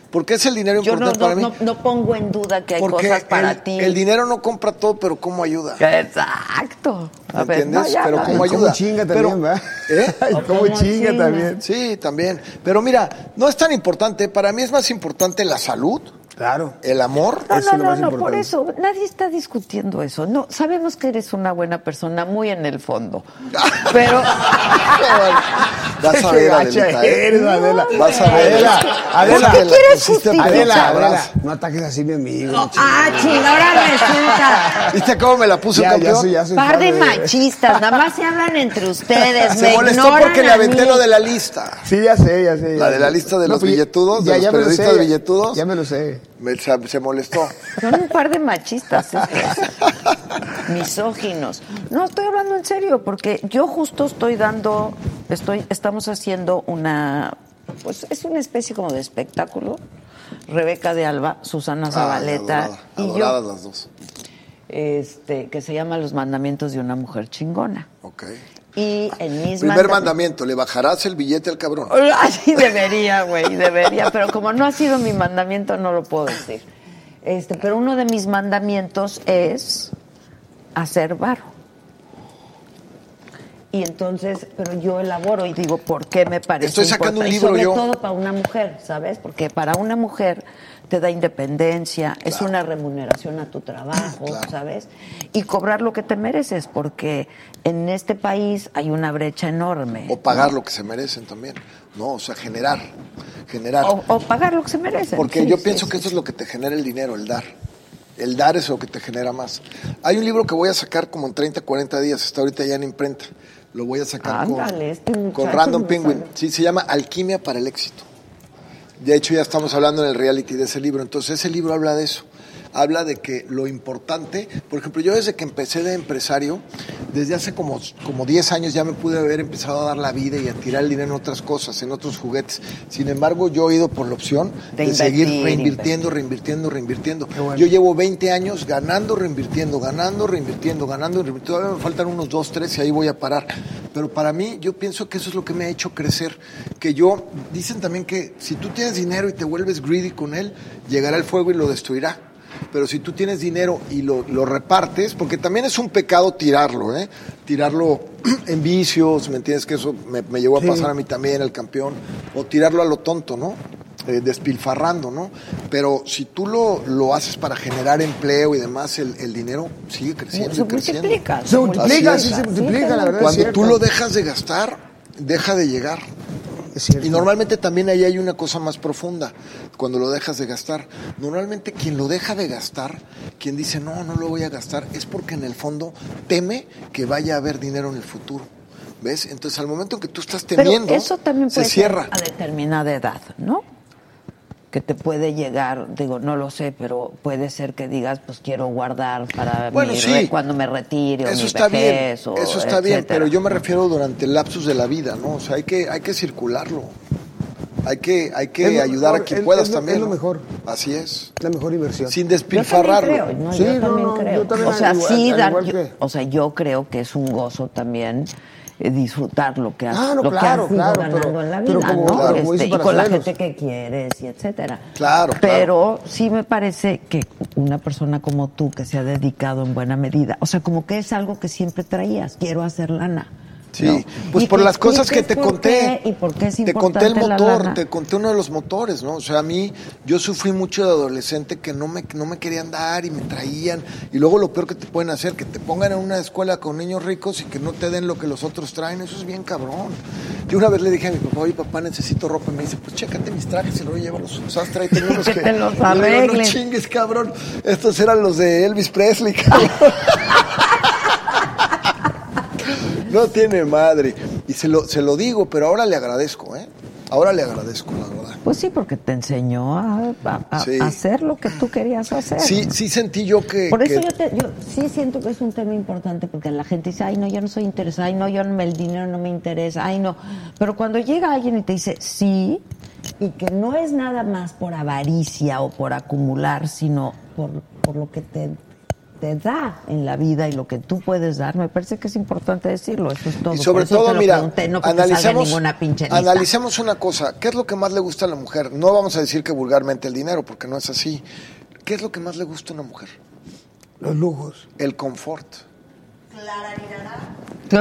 D: ¿Por qué es el dinero
C: Yo no, no,
D: importante para mí?
C: no- no pongo en duda que hay
D: Porque
C: cosas para
D: el,
C: ti.
D: el dinero no compra todo, pero ¿cómo ayuda?
C: Exacto. A
D: ¿Me
C: ver,
D: entiendes?
C: no, ya,
D: pero
C: no,
D: ¿cómo
E: Ay,
D: ayuda?
E: cómo chinga también, ¿va? <laughs>
D: ¿Eh?
E: Ay, cómo
C: Cómo
E: chinga
C: chinga.
E: también.
D: Sí, también. Pero mira, no es tan importante. Para mí es más importante la salud,
E: Claro.
D: el amor.
C: No, no,
E: Eso es lo
C: no,
E: más
C: no, por
E: importante.
C: eso. Nadie está discutiendo eso. No, sabemos que eres una buena persona, muy en el
D: <laughs>
C: fondo. Pero.
D: Vas a
C: <laughs>
D: ver, Adelita. ¿eh?
E: Eres, Adela.
D: Vas a ver.
E: Adela,
C: ¿Por
E: Adela.
C: qué quieres
D: Pusiste a
C: justificar?
D: perder,
E: Adela, Adela,
D: abrazo.
E: no ataques así, mi amigo.
C: ¡Ah, chinga! Ahora
D: <laughs>
C: resulta.
D: ¿Viste cómo me la puso
E: Ya, ya
D: campeón?
E: soy, ya soy
C: Par de
E: fan
C: machistas, nada más se hablan entre ustedes.
D: <laughs> Se
C: Pues me
D: molestó
C: ignoran
D: porque le
C: a
D: aventé
C: mí.
D: lo de la lista.
E: Sí, ya sé, ya sé. ya
D: La de
E: sé.
D: la lista de los
E: pues ya-
D: billetudos, de los
E: me lo
D: periodistas
E: sé, ya-
D: billetudos.
E: Ya me lo sé.
D: Me- se- se
C: <laughs>
D: molestó.
C: Son un par de machistas estos. Misóginos. No, estoy hablando en serio, porque yo justo estoy dando, estoy, estamos haciendo una, pues es una especie como de espectáculo. Rebeca de Alba,
D: Ah,
C: Susana Zabaleta
D: Ay, adorada,
C: y
D: adoradas
C: yo,
D: las dos.
C: este, que se llama Los mandamientos de una mujer chingona.
D: Ok.
C: Y el mismo
D: Primer mandamiento, le bajarás el billete al cabrón.
C: <laughs> Así debería, güey, debería. Pero como no ha sido mi mandamiento, no lo puedo decir. Este, pero uno de mis mandamientos es hacer varo. Y entonces, pero yo elaboro y digo, ¿por qué me parece
D: Estoy sacando un
C: importante?
D: libro
C: y sobre
D: yo.
C: todo para una mujer, ¿sabes? Porque para una mujer te da independencia, es una remuneración a tu trabajo,
D: Claro.
C: ¿sabes? Y cobrar lo que te mereces, porque en este país hay una brecha enorme.
D: O pagar lo que se merecen también. No, o sea, generar. Generar.
C: o, o pagar lo que se merece.
D: Porque yo pienso que eso es lo que te genera el dinero, el dar. El dar es lo que te genera más. Hay un libro que voy a sacar como en 30, 40 días, está ahorita ya en imprenta. Lo voy a sacar con-
K: Ándale, este
D: con,
K: muchacho
D: Random
K: no
D: Penguin.
K: sabe.
D: Sí, se llama Alquimia para el éxito. De hecho, ya estamos hablando en el reality de ese libro. Entonces, ese libro habla de eso. Habla de que lo importante, por ejemplo, yo desde que empecé de empresario, desde hace como, como 10 años ya me pude haber empezado a dar la vida y a tirar el dinero en otras cosas, en otros juguetes. Sin embargo, yo he ido por la opción de,
L: De
D: seguir
L: invertir,
D: reinvirtiendo, reinvirtiendo, reinvirtiendo. Yo llevo 20 años ganando, reinvirtiendo, ganando, reinvirtiendo, ganando, reinvirtiendo. Todavía me faltan unos 2, 3 y ahí voy a parar. Pero para mí, yo pienso que eso es lo que me ha hecho crecer. Que yo, dicen también que si tú tienes dinero y te vuelves greedy con él, llegará el fuego y lo destruirá. Pero si tú tienes dinero y lo, lo repartes, porque también es un pecado tirarlo, ¿eh? Tirarlo <clears throat> en vicios, ¿me entiendes? Que eso me, me llevó a pasar a mí también, el campeón. O tirarlo a lo tonto, ¿no? eh, despilfarrando, ¿no? Pero si tú lo, lo haces para generar empleo y demás, el, el dinero sigue creciendo.
C: Se
D: y creciendo.
C: multiplica.
E: Se multiplica,
D: Así
E: sí,
D: es.
E: se multiplica, la verdad. es
D: Cuando
E: cierto.
D: tú lo dejas de gastar, deja de llegar.
E: Es cierto.
D: Y normalmente también ahí hay una cosa más profunda, cuando lo dejas de gastar. Normalmente quien lo deja de gastar, quien dice, no, no lo voy a gastar, es porque en el fondo teme que vaya a haber dinero en el futuro. ¿Ves? Entonces al momento en que tú estás temiendo,
C: Pero eso también
D: se
C: puede
D: cierra.
C: ser a determinada edad, ¿no? Que te puede llegar, digo, no lo sé, pero puede ser que digas, pues quiero guardar para
D: Bueno,
C: mi
D: sí.
C: re- cuando me retire o
D: Eso
C: mi
D: está
C: vejez
D: bien,
C: o
D: eso está bien,
C: etcétera.
D: pero yo me refiero durante el lapsus de la vida, ¿no? O sea, hay que, hay que circularlo. Hay que, hay
E: Es
D: que
E: lo
D: ayudar
E: mejor,
D: a quien
E: es-
D: puedas
E: es lo-
D: también.
E: es lo
D: ¿no?
E: mejor.
D: Así es.
E: La mejor inversión.
D: Sin
C: Yo
D: despilfarrarlo.
C: también creo, ¿no?
E: Sí,
C: yo
E: no,
C: también
E: no,
C: creo.
E: yo también
C: o sea,
E: al igual-
C: sí,
E: al
C: dar-
E: igual
C: yo-
E: que-
C: o sea, yo creo que es un gozo también eh, disfrutar lo que has,
E: Ah, no,
C: lo
E: claro,
C: que has ido
E: claro,
C: ganando
E: pero-
C: en la vida,
E: pero como-
C: ¿no?
E: claro, como
C: Este,
E: dice
C: y con la
E: Paracelos.
C: gente que quieres y etcétera.
D: Claro, claro.
C: Pero sí me parece que una persona como tú que se ha dedicado en buena medida, o sea, como que es algo que siempre traías, quiero hacer lana.
D: Sí,
C: ¿no?
D: pues
C: Y
D: por las cosas que
C: expliques
D: te
C: por
D: conté.
C: qué y por qué es
D: te conté el
C: importante la
D: motor,
C: lana.
D: te conté uno de los motores, ¿no? O sea, a mí, yo sufrí mucho de adolescente que no me, no me querían dar y me traían. Y luego lo peor que te pueden hacer, que te pongan en una escuela con niños ricos y que no te den lo que los otros traen. Eso es bien cabrón. Yo una vez le dije a mi papá, oye, papá, necesito ropa. Y me dice, pues chécate mis trajes y luego llévalos usados, tráete
C: <laughs>
D: unos que...
C: te
D: <laughs>
C: los
D: Y le digo, no
C: arreglen".
D: chingues, cabrón. Estos eran los de Elvis Presley, <laughs> cabrón. No tiene madre. Y se lo, se lo digo, pero ahora le agradezco, ¿eh? Ahora le agradezco, la verdad.
C: Pues sí, porque te enseñó a, a- a-
D: Sí.
C: a hacer lo que tú querías hacer.
D: Sí, sí sentí yo que...
C: Por eso
D: que-
C: yo, te- yo sí siento que es un tema importante porque la gente dice, ay no, yo no soy interesada, ay no, yo no me- el dinero no me interesa, ay no. Pero cuando llega alguien y te dice sí, y que no es nada más por avaricia o por acumular, sino por, por lo que te, te da en la vida y lo que tú puedes dar, me parece que es importante decirlo, eso es todo.
D: Y
C: Por
D: sobre
C: eso te
D: todo,
C: lo
D: mira,
C: pregunté, no que te salga
D: analizamos,
C: ninguna pinche lista.
D: analizamos una cosa. ¿Qué es lo que más le gusta a la mujer? No vamos a decir que vulgarmente el dinero, porque no es así. ¿Qué es lo que más le gusta a una mujer?
E: Los lujos.
D: El confort.
C: La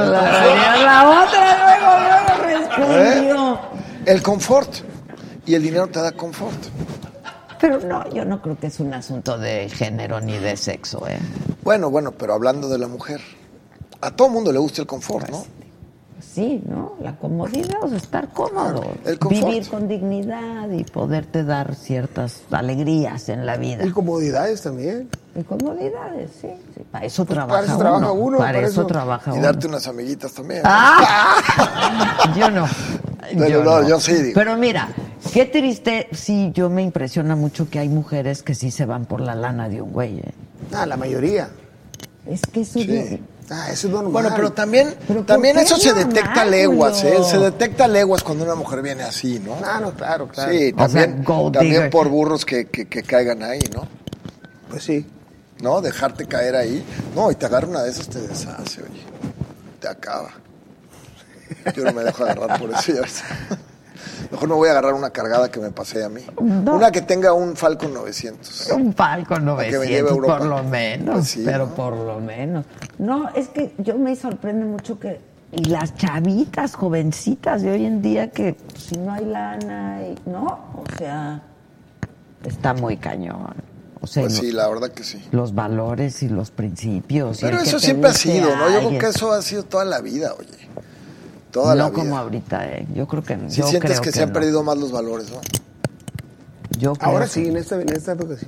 C: otra
E: ¿Eh?
C: luego, luego respondió.
D: El confort. Y el dinero te da confort.
C: Pero no, yo no creo que es un asunto de género ni de sexo, ¿eh?
D: Bueno, bueno, pero hablando de la mujer. A todo mundo le gusta el confort,
C: Pues,
D: ¿no?
C: Sí, ¿no? La comodidad, o sea, estar cómodo,
D: El confort.
C: vivir con dignidad y poderte dar ciertas alegrías en la vida.
E: Y comodidades también.
C: Y comodidades, sí. sí, Para eso trabaja
E: Pues para eso
C: uno.
E: trabaja uno,
C: Ah, Para,
E: para
C: eso,
E: eso.
C: trabaja
D: Y
C: uno.
D: darte unas amiguitas también.
C: ¡Ah! Yo no.
D: No, no, no, yo sí digo.
C: Pero mira, qué triste, sí, yo me impresiona mucho que hay mujeres que sí se van por la lana de un güey. ¿eh?
E: Ah, la mayoría.
C: Es que eso
D: Sí.
E: Ah, eso es normal.
D: Bueno, pero también,
C: ¿Pero por
D: también
C: qué
D: eso
C: es
D: se
C: normal,
D: detecta a leguas, ¿eh?
C: Julio?
D: Se detecta a leguas cuando una mujer viene así, ¿no?
E: Claro, claro, claro.
D: Sí,
C: O sea,
D: también,
C: gold
D: también
C: digger.
D: por burros que, que- que caigan ahí, ¿no?
E: Pues sí.
D: ¿No? Dejarte caer ahí. No, y te agarra una de esas, te deshace, oye.
C: <laughs>
D: Te acaba. Yo no me dejo agarrar por eso, ya ves. Mejor me voy a agarrar una cargada que me pase a mí. Una que tenga un Falcon 900.
C: Un palco
D: que me lleve
C: 900,
D: a Europa.
C: por lo menos,
D: Pues sí,
C: pero
D: ¿no?
C: por lo menos. No, es que yo me sorprende mucho que y las chavitas jovencitas de hoy en día que si no hay lana y no, o sea, está muy cañón. O sea,
D: Pues
C: lo-
D: sí, la verdad que sí.
C: los valores y los principios. y
D: Pero
C: el que
D: eso
C: te
D: siempre ha
C: guste
D: sido, ¿no? Yo creo
C: alguien.
D: que eso ha sido toda la vida, oye. Toda la
C: no
D: vida.
C: como ahorita, eh. yo creo que
D: Si
C: yo
D: sientes
C: creo
D: que, se han
C: no.
D: perdido más los valores, ¿no?
C: Yo creo
E: Ahora
C: que-
E: sí, en esta, en esta época sí.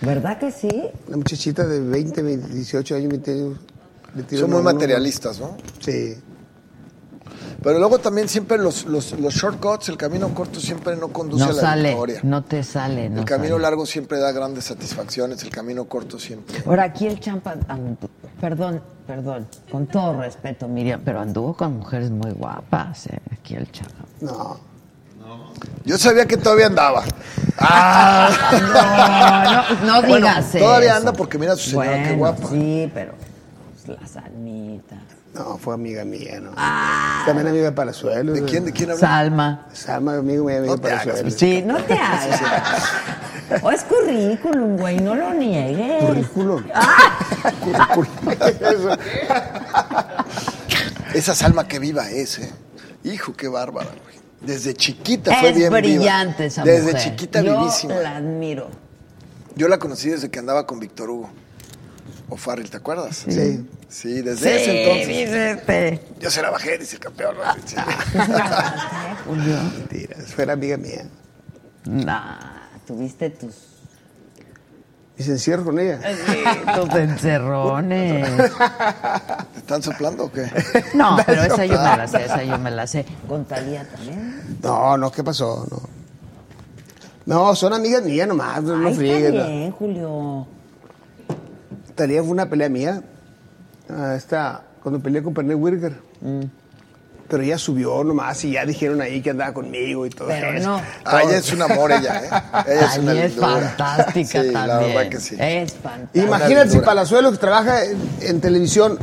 C: ¿Verdad que sí?
E: La muchachita de 20, 20, 18 años, 20 años, le tiró
D: Son muy
E: uno a uno.
D: materialistas, ¿no?
E: Sí.
D: Pero luego también siempre los, los, los shortcuts, el camino corto siempre no conduce
C: No
D: a la
C: sale,
D: victoria.
C: no te sale. No
D: el camino
C: sale.
D: largo siempre da grandes satisfacciones, el camino corto siempre.
C: Ahora, aquí el champa, an- perdón, perdón, con todo respeto, Miriam, pero anduvo con mujeres muy guapas, ¿eh? aquí el champa.
E: No.
D: Yo sabía que todavía andaba.
C: No, no, no
D: Bueno,
C: digas Ah, eso.
D: todavía anda porque mira a su señora, qué
C: Bueno,
D: guapa.
C: Sí, pero pues, la salmita.
E: No, fue amiga mía, ¿no?
C: Ah.
E: También amiga de Palazuelos.
D: ¿De quién, de quién habla?
C: Salma.
E: Salma, amigo mío, amiga
D: No
E: de
D: te hagas,
E: Palazuelos.
C: Sí, no te hagas. O es currículum, güey, no lo niegues.
E: Currículum. Currículum. Eso.
D: Esa Salma que viva es, ¿eh? Hijo, qué bárbara, güey. Desde chiquita fue
C: Es
D: bien viva.
C: brillante esa
D: Desde
C: mujer.
D: chiquita
C: Yo
D: vivísima.
C: la admiro.
D: Yo la conocí desde que andaba con Víctor Hugo. O Farrell, ¿te acuerdas?
E: Sí.
D: Sí,
C: Sí,
D: desde ese entonces.
C: Vicente.
D: Yo será bajé, dice el campeón. ¿no?
C: <laughs>
D: Sí.
E: Mentiras, fue la amiga mía.
C: Nah, tuviste tus
E: Y se encierro con ella.
C: Tus encerrones.
D: <laughs> ¿Te están soplando
C: <laughs>
D: o qué?
C: No, pero esa yo me la sé, esa yo me la sé. Con Talía también.
E: No, no, ¿qué pasó? No. No, son amigas mías nomás, no, no
C: Ay,
E: friegues.
C: está
E: no.
C: bien, Julio.
E: Talía fue una pelea mía. Ah, esta, cuando peleé con Pernet Wirger.
C: Mm.
E: Pero ella subió nomás y ya dijeron ahí que andaba conmigo y todo
C: Pero
E: eso.
C: no.
D: Ah, ella es un amor, ella, ¿eh? Ella es una
C: Talía es
D: lindura.
C: fantástica
D: sí,
C: también. Eh.
D: la verdad que <laughs> sí.
C: Es fantástica.
E: Imagínate si
D: lindura.
E: Palazuelo que trabaja en, en televisión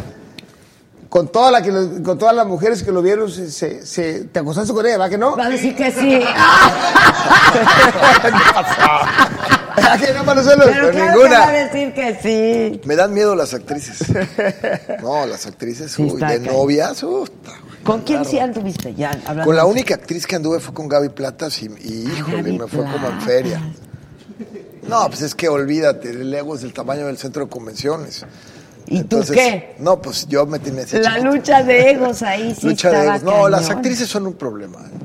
E: con, toda la que lo- con todas las mujeres que lo vieron, se, se- se- te acostaste con ella, ¿va que no?
C: Va a decir que sí. Ah,
D: <laughs>
E: ¿Va que no, Palazuelo?
C: pero
E: Con
C: claro que va a
E: ninguna.
C: decir que sí.
D: Me dan miedo
C: <laughs>
D: las actrices. No, las actrices,
C: Sí,
D: uy,
C: está
D: de
C: acá.
D: novias, uy, está, güey.
C: ¿Con quién sí anduviste? Ya, hablando
D: Con la
C: de-
D: única actriz que anduve fue con Gaby Platas y, y, híjole,
C: Gaby
D: me fue como en
C: Platas.
D: feria. No, pues es que olvídate, el ego es del tamaño del centro de convenciones.
C: ¿Y tú
D: Entonces,
C: qué?
D: No, pues yo me tenía así
C: La
D: chiquito.
C: lucha de egos ahí sí
D: Lucha de
C: estaba
D: egos. No,
C: cañón.
D: las actrices son un problema. ¿eh?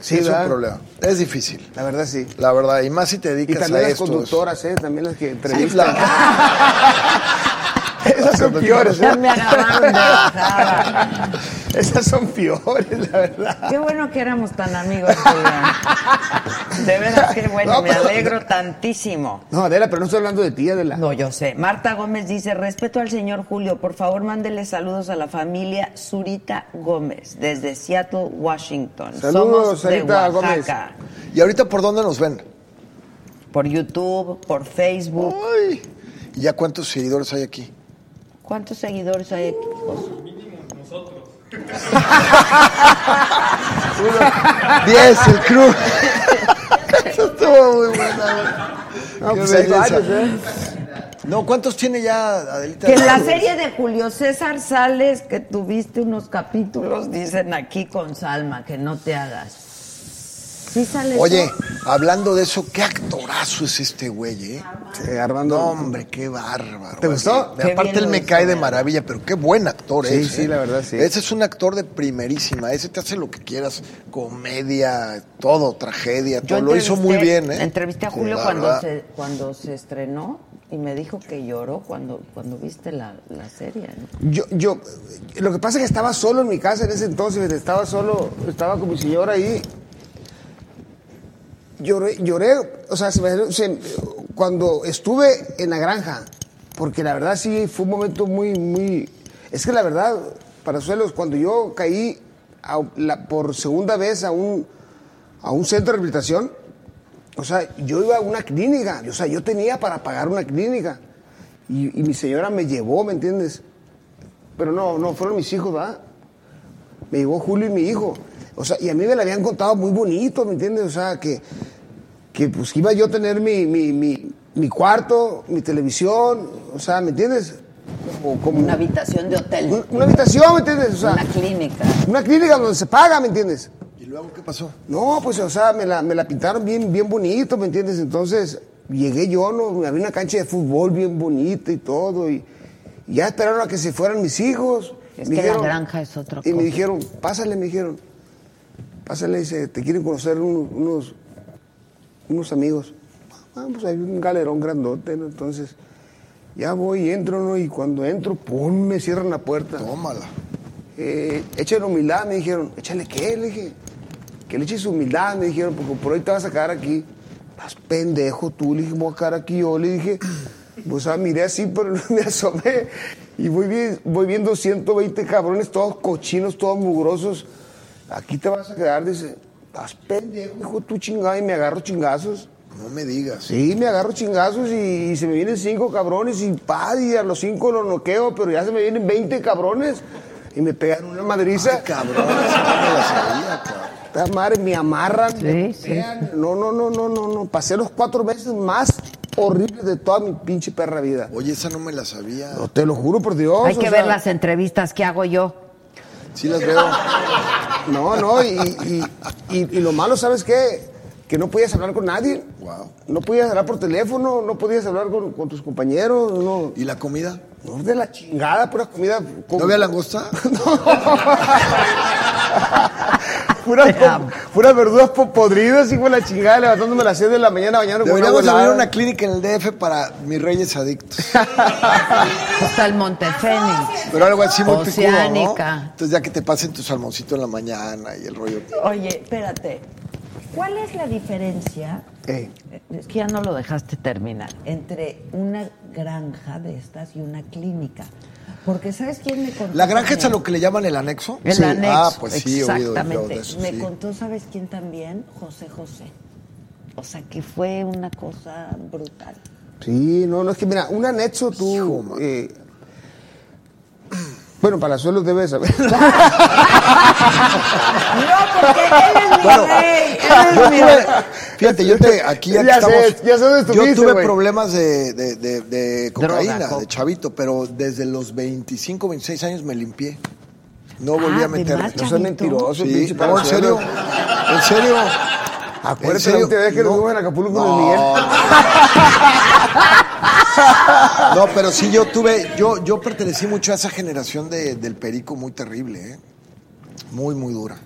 E: Sí,
D: es
E: ¿verdad?
D: un problema. Es difícil,
E: La verdad sí.
D: la verdad. Y más si te
E: Y
D: dedicas
E: también
D: a
E: las
D: esto.
E: conductoras, ¿eh? También las que
D: Sí,
E: entrevistan.
D: la-
E: Esas son peores,
C: Ya
E: ¿eh?
C: me agarraron de
E: <laughs>
C: bajada.
E: Esas son peores, la verdad.
C: Qué bueno que éramos tan amigos, Julián. De veras, qué bueno.
E: No,
C: me
E: pero-
C: alegro tantísimo.
E: No, Adela, pero no estoy hablando de ti, Adela.
C: No, yo sé. Marta Gómez dice, respeto al señor Julio, por favor mándele saludos a la familia Zurita Gómez desde Seattle, Washington.
E: Saludos,
C: Somos de
E: Sarita
C: Oaxaca.
D: ¿Y ahorita por dónde nos ven?
C: Por YouTube, por Facebook.
D: Uy. ¿Y ya cuántos seguidores hay aquí?
C: ¿Cuántos seguidores hay aquí? Mínimo nosotros.
D: Diez, el crew. <laughs> Eso estuvo muy buena. güey.
E: No,
D: Qué
E: pues hay
D: belleza.
E: varios, ¿eh?
D: No, ¿cuántos tiene ya Adelita?
C: Que en la serie de Julio César Sales, que tuviste unos capítulos, dicen aquí con Salma, que no te hagas. Sí sales.
D: Oye, hablando de eso, qué actorazo es este güey, ¿eh?
E: Sí, Armando.
D: No, hombre, qué bárbaro.
E: ¿Te gustó?
D: Oye,
C: Qué
D: aparte
C: bien
D: él
C: lo
D: me
C: hizo, eh.
D: cae de
C: ¿verdad?
D: maravilla, pero qué buen actor
E: Sí,
D: es.
E: sí,
D: ¿eh?
E: la verdad, sí.
D: Ese es un actor de primerísima. Ese te hace lo que quieras, comedia, todo, tragedia, todo. Lo hizo muy
C: entrevisté-
D: bien, ¿eh?
C: Entrevisté a
D: Sí,
C: Julio
D: la
C: cuando
D: verdad.
C: se, cuando se estrenó y me dijo que lloró cuando, cuando viste la, la serie. ¿no?
E: Yo, yo, lo que pasa es que estaba solo en mi casa en ese entonces, estaba solo, estaba con mi señora ahí. Lloré, lloré, o sea, se me- se- cuando estuve en la granja, porque la verdad sí fue un momento muy, muy. Es que la verdad, para suelos, cuando yo caí a la- por segunda vez a un, a un centro de rehabilitación, o sea, yo iba a una clínica, o sea, yo tenía para pagar una clínica. Y, y mi señora me llevó, ¿me entiendes? Pero no, no, fueron mis hijos, ¿verdad? Me llevó Julio y mi hijo. O sea, y a mí me la habían contado muy bonito, ¿me entiendes? O sea, que, que pues iba yo a tener mi, mi, mi, mi cuarto, mi televisión, o sea, ¿me entiendes? Como, como
C: Una habitación de hotel,
E: un- una habitación, ¿me entiendes? O sea,
C: una clínica.
E: una clínica donde se paga, ¿me entiendes?
D: ¿Y luego qué pasó?
E: No, pues, o sea, me la, me la pintaron bien, bien bonito, ¿me entiendes? Entonces, llegué yo, ¿no? Había una cancha de fútbol bien bonita y todo, y, y ya esperaron a que se fueran mis hijos.
C: Es
E: Me
C: que la granja es otra
E: Y
C: cosa.
E: me dijeron, pásale, me dijeron, pásale, dice, te quieren conocer un- unos, unos amigos. Ah, pues hay un galerón grandote, ¿no? Entonces, Ya voy, entro, ¿no? Y cuando entro, pum, me cierran la puerta.
D: Tómala.
E: Eh, échale humildad, me dijeron. ¿Échale qué? Le dije. Que le eches humildad, me dijeron, porque por hoy te vas a quedar aquí. Vas pendejo tú, le dije, me voy a quedar aquí yo. Le dije, pues ah, miré así, pero <laughs> me asomé. Y voy, vi- voy viendo 120 cabrones, todos cochinos, todos mugrosos. Aquí te vas a quedar, dice. Vas pendejo, hijo, tú chingada, y me agarro chingazos.
D: No me digas.
E: Sí, me agarro chingazos y, y se me vienen cinco cabrones y pa, y a los cinco los noqueo, pero ya se me vienen 20 cabrones y me pegan una madriza.
D: Ay, cabrón, esa no me la sabía, cabrón.
E: Esta madre me amarran. me
C: sí.
E: pegan. No, no, no, no, no, no. Pasé los cuatro meses más horribles de toda mi pinche perra vida.
D: Oye, esa no me la sabía.
E: No, te lo juro por Dios.
H: Hay
E: o sea,
H: que ver las entrevistas que hago yo.
D: Sí las veo.
E: No, no, y, y- y- y lo malo, ¿sabes qué? Que no podías hablar con nadie.
D: Wow.
E: No podías hablar por teléfono, no podías hablar con, con tus compañeros, no.
D: ¿Y la comida?
E: No, Pues de la chingada, pura comida. con-
D: ¿No había
E: <laughs>
D: langosta? <laughs>
E: puras, com- puras verduras po- podridas, hijo de la chingada, levantándome a las 6 de la mañana, bañando con una
D: Deberíamos
E: abuelada.
D: abrir una clínica en el DF para mis reyes
H: <laughs>
D: adictos.
H: Está el Montefénix.
D: Pero algo así muy picudo, ¿no?
H: Oceánica.
D: Entonces ya que te pasen tu salmoncito en la mañana y el rollo.
H: Oye, espérate. ¿Cuál es la diferencia?
E: Ey.
H: Es que ya no lo dejaste terminar. Entre una granja de estas y una clínica. Porque ¿sabes quién me contó?
D: ¿La granja es a
H: también?
D: lo que le llaman el anexo?
H: El
D: Sí.
H: anexo.
D: Ah, pues sí, he oído yo
H: exactamente.
D: de eso,
H: me
D: sí.
H: contó, ¿sabes quién también? José José. O sea, que fue una cosa brutal.
E: Sí, no, no, es que mira, un anexo tú. eh, bueno, Palazuelos debes
D: <laughs>
E: saber.
H: No, porque él es mi
D: <laughs> Bueno,
H: rey. Él es mi rey.
D: Fíjate, yo te, aquí ya, que
E: Ya sé,
D: estamos,
E: ya sé dónde
D: yo
E: estuviste,
D: tuve
E: güey.
D: problemas de, de- de- de cocaína,
H: Droga, co-
D: de chavito, pero desde los 25, 26 años me limpié. No
H: Ah,
D: volví
H: ¿de
D: a meterme.
H: más
E: No seas mentiroso,
D: Sí,
E: pinche
D: no, en serio,
E: Palazuelos.
D: en serio.
E: Acuérdate
D: ¿En serio?
E: la última vez que nos
D: No.
E: vimos en Acapulco con
D: No.
E: el Miguel.
D: <laughs> No, pero sí, yo tuve, yo, yo pertenecí mucho a esa generación de- del perico muy terrible, ¿eh? muy, muy dura.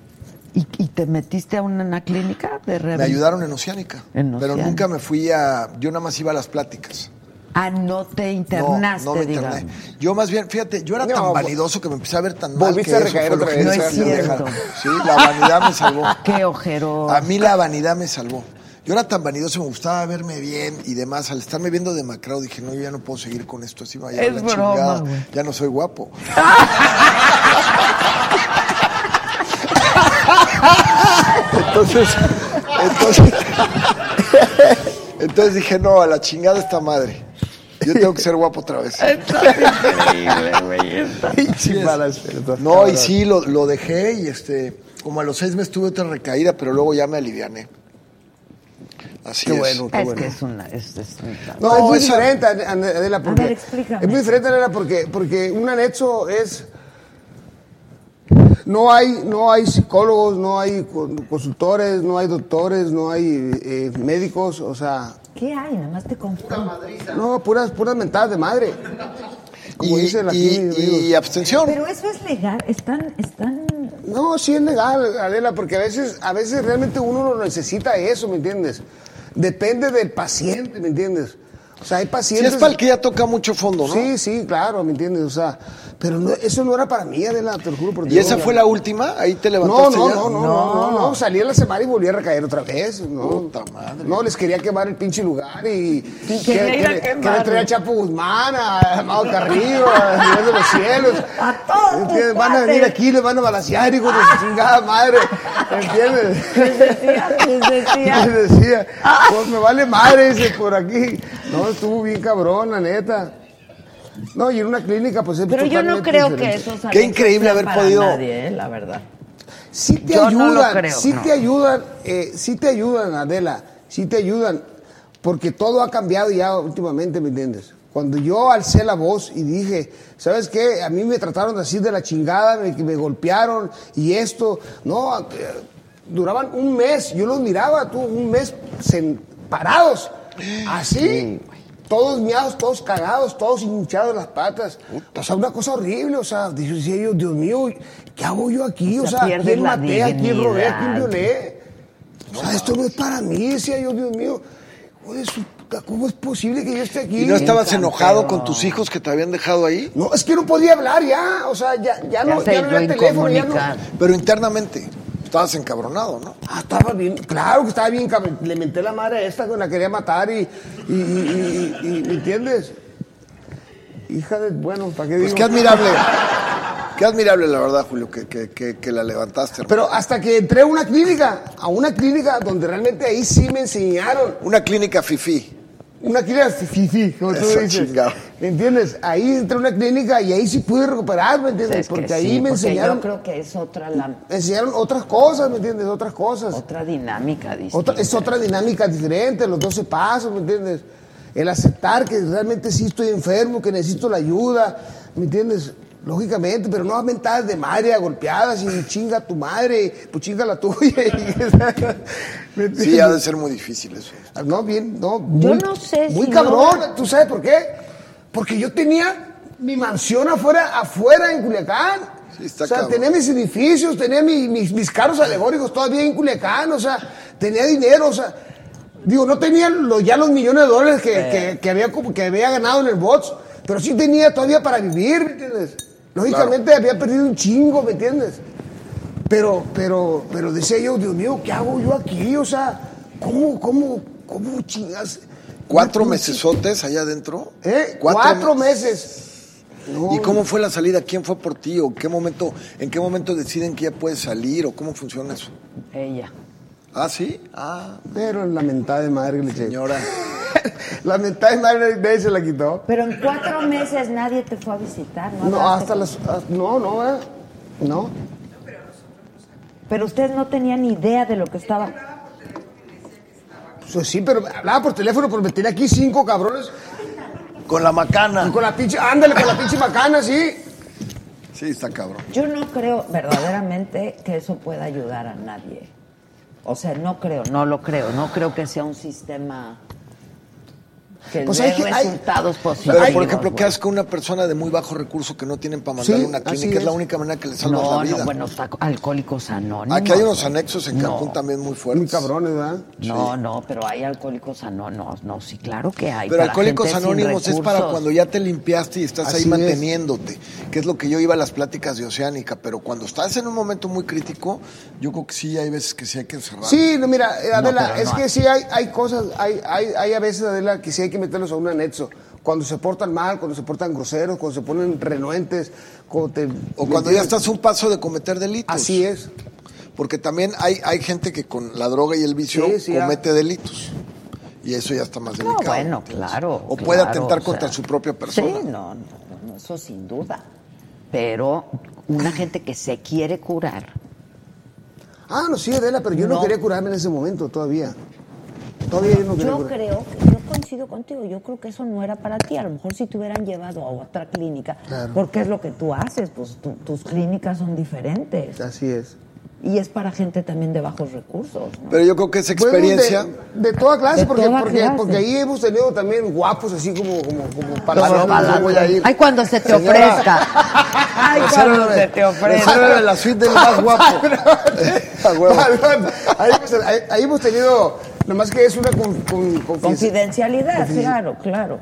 H: ¿Y, y te metiste a una, una clínica de
D: Me
H: rehabilitación?
D: ayudaron en Oceánica,
H: En
D: pero
H: Oceánica.
D: nunca me fui a, yo nada más iba a las pláticas.
H: Ah, no te
D: No,
H: internaste,
D: no me
H: digamos.
D: interné. Yo más bien, fíjate, yo era
E: No,
D: tan
E: vol-
D: vanidoso que me empecé a ver tan mal.
E: volviste
D: que
E: a
D: eso
E: recaer
D: fue lo
E: otra
D: que
E: vez.
D: me
E: No es
D: hizo
H: cierto.
D: dejar. Sí, la vanidad me salvó.
H: Qué ojero.
D: A mí la vanidad me salvó. Yo era tan vanidoso, me gustaba verme bien y demás. Al estarme viendo demacrado, dije, no, yo ya no puedo seguir con esto así, vaya
H: Es
D: la
H: broma,
D: chingada.
H: güey.
D: Ya no soy
H: <laughs>
D: guapo. entonces, entonces, entonces dije, no, a la chingada esta madre. Yo tengo que ser guapo otra vez.
H: pues,
E: <laughs> Pinche Palazuelos, estás
D: No, y
E: cabrón.
D: sí, lo, lo dejé y este, como a los seis meses tuve otra recaída, pero luego ya me aliviané. Así
E: Qué
D: es.
E: bueno, qué
H: es
E: bueno.
H: que es una... Es, es una-
E: No,
D: No,
E: es muy
D: esa-
E: diferente, Ad- Ad- Adela, porque...
H: ver, explícame.
E: Es muy diferente, Adela, porque, porque un anexo es... No hay, no hay psicólogos, no hay con- consultores, no hay doctores, no hay eh, médicos, o sea...
H: ¿Qué hay? Nada más te confundo.
E: No, puras, puras mentadas de madre. Como
D: y,
E: dicen aquí
D: y-
E: mis
D: y
E: amigos.
D: abstención.
H: Pero eso es legal. Están... están...
E: No, sí es legal, Adela, porque a veces, a veces realmente uno no necesita eso, ¿me entiendes? Depende del paciente, ¿me entiendes? O sea, hay
D: Si
E: pacientes...
D: es para el que ya toca mucho fondo, ¿no?
E: pues Sí, sí, claro, ¿me entiendes? O sea, pero no- eso no era para mí, Adela, te lo juro por
D: ¿Y
E: Dios.
D: esa fue la última? ¿Ahí te
E: No,
D: levantaste
E: no,
D: ya?
E: no, no, no, no, no, salí a la semana y volví a recaer otra vez. No,
D: Puta madre.
E: No, les quería quemar el pinche lugar y. que-
H: quería ir a
E: que-
H: quemar.
E: quería traer a Chapo Guzmán, a Amado Carrillo, a Dios de los Cielos.
H: A todos tus
E: ¿Entiendes? Van a venir
H: cuates.
E: aquí, les van a balasear, hijo de su chingada madre. ¿Entiendes?
H: Les decía, Pues les
E: <laughs>
H: decía. Ah.
E: Les decía, pues me vale madre ese por aquí. No, estuvo bien cabrón, la neta. No, y en una clínica, pues es
H: Pero yo no
E: totalmente
H: creo que
E: diferente.
H: eso
D: Qué increíble haber podido-
H: nadie, eh, la verdad.
E: Sí te
H: Yo no
E: ayudan,
H: lo creo,
E: sí
H: no.
E: te ayudan, eh, sí te ayudan, Adela, sí te ayudan, porque todo ha cambiado ya últimamente, ¿me entiendes? Cuando yo alcé la voz y dije, ¿sabes qué? A mí me trataron así de la chingada, me, me golpearon y esto, no, eh, duraban un mes, yo los miraba, tú, un mes sen- parados, así,
H: Mm.
E: todos miados, todos cagados, todos hinchados las patas, o sea, una cosa horrible, o sea, decía yo, Dios mío, ¿qué hago yo aquí?
H: O
E: o
H: sea,
E: sea,
H: pierdes
E: ¿quién
H: la
E: maté? ¿A quién robé? ¿A quién
H: dignidad.
E: violé? O sea, esto no es para mí, decía yo, Dios mío. Hijo de su ¿Cómo es posible que yo esté aquí?
D: ¿Y no estabas enojado con tus hijos que te habían dejado ahí?
E: No, es que no podía hablar ya, o sea, ya, ya, no,
F: se
E: ya no
F: hizo
E: era teléfono, ya no.
F: incomunicado.
D: Pero internamente, estabas encabronado, ¿no?
E: Ah, estaba bien, claro que estaba bien, cabrón. le menté la madre a esta que la quería matar y, y, y- y- y- ¿me entiendes? Hija de, bueno, ¿para qué
D: Pues
E: digo?
D: qué admirable. Qué admirable, la verdad, Julio, que, que- que- que la levantaste. hermano.
E: Pero hasta que entré a una clínica, a una clínica donde realmente ahí sí me enseñaron.
D: Una clínica fifí.
E: Una clínica fifi, como tú
D: Eso,
E: dices.
D: chingado.
E: ¿Me entiendes? Ahí entré a una clínica y ahí sí pude recuperar, ¿me entiendes?
F: Es que
E: porque
F: sí,
E: ahí me
F: porque
E: enseñaron,
F: Yo creo que es otra, la-
E: me enseñaron otras cosas, ¿me entiendes? Otras cosas.
F: otra dinámica, dice.
E: Otra- es otra dinámica diferente, los 12 pasos, ¿me entiendes? El aceptar que realmente sí estoy enfermo, que necesito la ayuda, ¿me entiendes? Lógicamente, pero no a mentadas de madre, a golpeadas y chinga a tu madre, pues chinga la tuya. y- <laughs> ¿me entiendes?
D: Sí, ha de ser muy difícil eso.
E: No, bien, no.
F: Yo
E: muy-
F: no sé
E: Muy
F: si
E: cabrón,
F: no-
E: ¿tú sabes por qué? Porque yo tenía mi mansión afuera, afuera en Culiacán.
D: Sí, está
E: o sea,
D: cabrón.
E: tenía mis edificios, tenía mi- mis, mis carros alegóricos todavía en Culiacán, o sea, tenía dinero, o sea. Digo, no tenía lo- ya los millones de dólares que,
F: Eh.
E: que- que había, como- que había ganado en el bots, pero sí tenía todavía para vivir, ¿me entiendes? Lógicamente había perdido un chingo, ¿me entiendes? Pero, pero, pero decía yo, Dios mío, ¿qué hago yo aquí? O sea, ¿cómo, cómo, cómo chingas?
D: ¿Cuatro
E: Una
D: mesesotes allá adentro?
E: ¿Eh? Cuatro
D: meses.
E: meses. No,
D: ¿Y cómo fue la salida? ¿Quién fue por ti? ¿O qué momento, en qué momento deciden que ya puedes salir? ¿O cómo funciona eso?
F: Ella.
D: ¿Ah, sí? Ah,
E: Pero la mentada de madre que le eché.
D: señora.
E: <laughs> La mentada de madre nadie se la quitó.
H: Pero en cuatro meses nadie te fue a visitar, ¿no?
E: No,
H: Hablaste
E: hasta
H: con-
E: las. ah, No, no, ¿eh? No.
H: Pero ustedes no tenían idea de lo que estaba.
E: Pues sí, pero hablaba por teléfono, pero me tenía aquí cinco cabrones.
D: Con la
E: Y
D: macana.
E: con la pinche. Ándale, con la pinche macana, sí.
D: Sí, está cabrón.
H: Yo no creo verdaderamente que eso pueda ayudar a nadie.
F: O sea, no creo, no lo creo. No creo que sea un sistema que
E: Pues
F: dé
E: hay que- hay-
F: resultados positivos.
D: Pero, por ejemplo, ¿qué
F: güey.
D: haces con una persona de muy bajo recurso que no tienen para mandar
E: Sí,
D: una
E: así
D: clínica? Es la
E: es.
D: única manera que le salvas
F: No,
D: la vida.
F: no, bueno, está alcohólicos anónimos.
D: Aquí hay unos anexos en Cancún
F: No.
D: también muy fuertes.
E: Muy cabrones, ¿verdad?
F: No, no, pero hay alcohólicos anónimos. No, sí, claro que hay.
D: Pero
F: para
D: Alcohólicos
F: gente sin
D: Anónimos es para
F: recursos.
D: cuando ya te limpiaste y estás
E: Así
D: ahí
E: es.
D: manteniéndote, que es lo que yo iba a las pláticas de Oceánica, pero cuando estás en un momento muy crítico, yo creo que sí hay veces que sí hay que cerrar.
E: Sí, no, mira, eh, Adela,
F: pero
E: es
F: no.
E: que sí hay, hay cosas, hay, hay, hay a veces, Adela, que sí hay que meterlos a un anexo. Cuando se portan mal, cuando se portan groseros, cuando se ponen renuentes, cuando te...
D: O cuando ya estás a un paso de cometer delitos.
E: Así es.
D: Porque también hay, hay gente que con la droga y el vicio
E: Sí, sí, ah.
D: comete delitos. Y eso ya está más
F: No,
D: delicado.
F: bueno,
D: ¿entiendes?
F: claro.
D: pues. O puede
F: claro,
D: atentar
F: o
D: contra
F: sea,
D: su propia persona.
F: Sí, no, no, no, no, eso sin duda. Pero una gente que se quiere curar,
E: Ah, no, sí, Adela, pero yo no,
F: No.
E: quería curarme en ese momento todavía. Todavía yo no quería
H: Yo
E: curarme.
H: creo, que- yo coincido contigo, yo creo que eso no era para ti. A lo mejor si te hubieran llevado a otra clínica,
E: Claro.
H: porque es lo que tú haces, pues tu- tus clínicas son diferentes.
E: Así es.
H: Y es para gente también de bajos recursos. ¿no?
D: Pero yo creo que esa
E: Bueno,
D: experiencia.
E: de, de toda clase,
H: De
E: porque,
H: toda
E: porque,
H: clase.
E: porque ahí hemos tenido también guapos así como, como, como
D: Como
E: palomas,
D: palomas.
E: no voy a ir.
F: Ay, cuando se te
D: Señora.
F: ofrezca.
H: Ay, cuando se te
D: Resérvame
H: ofrece.
D: la suite del más guapo.
E: <laughs>
D: A huevo.
E: Paloma. Ahí hemos, ahí- ahí hemos tenido, nomás que es una con, con- confidencia.
H: Confidencialidad, claro, claro.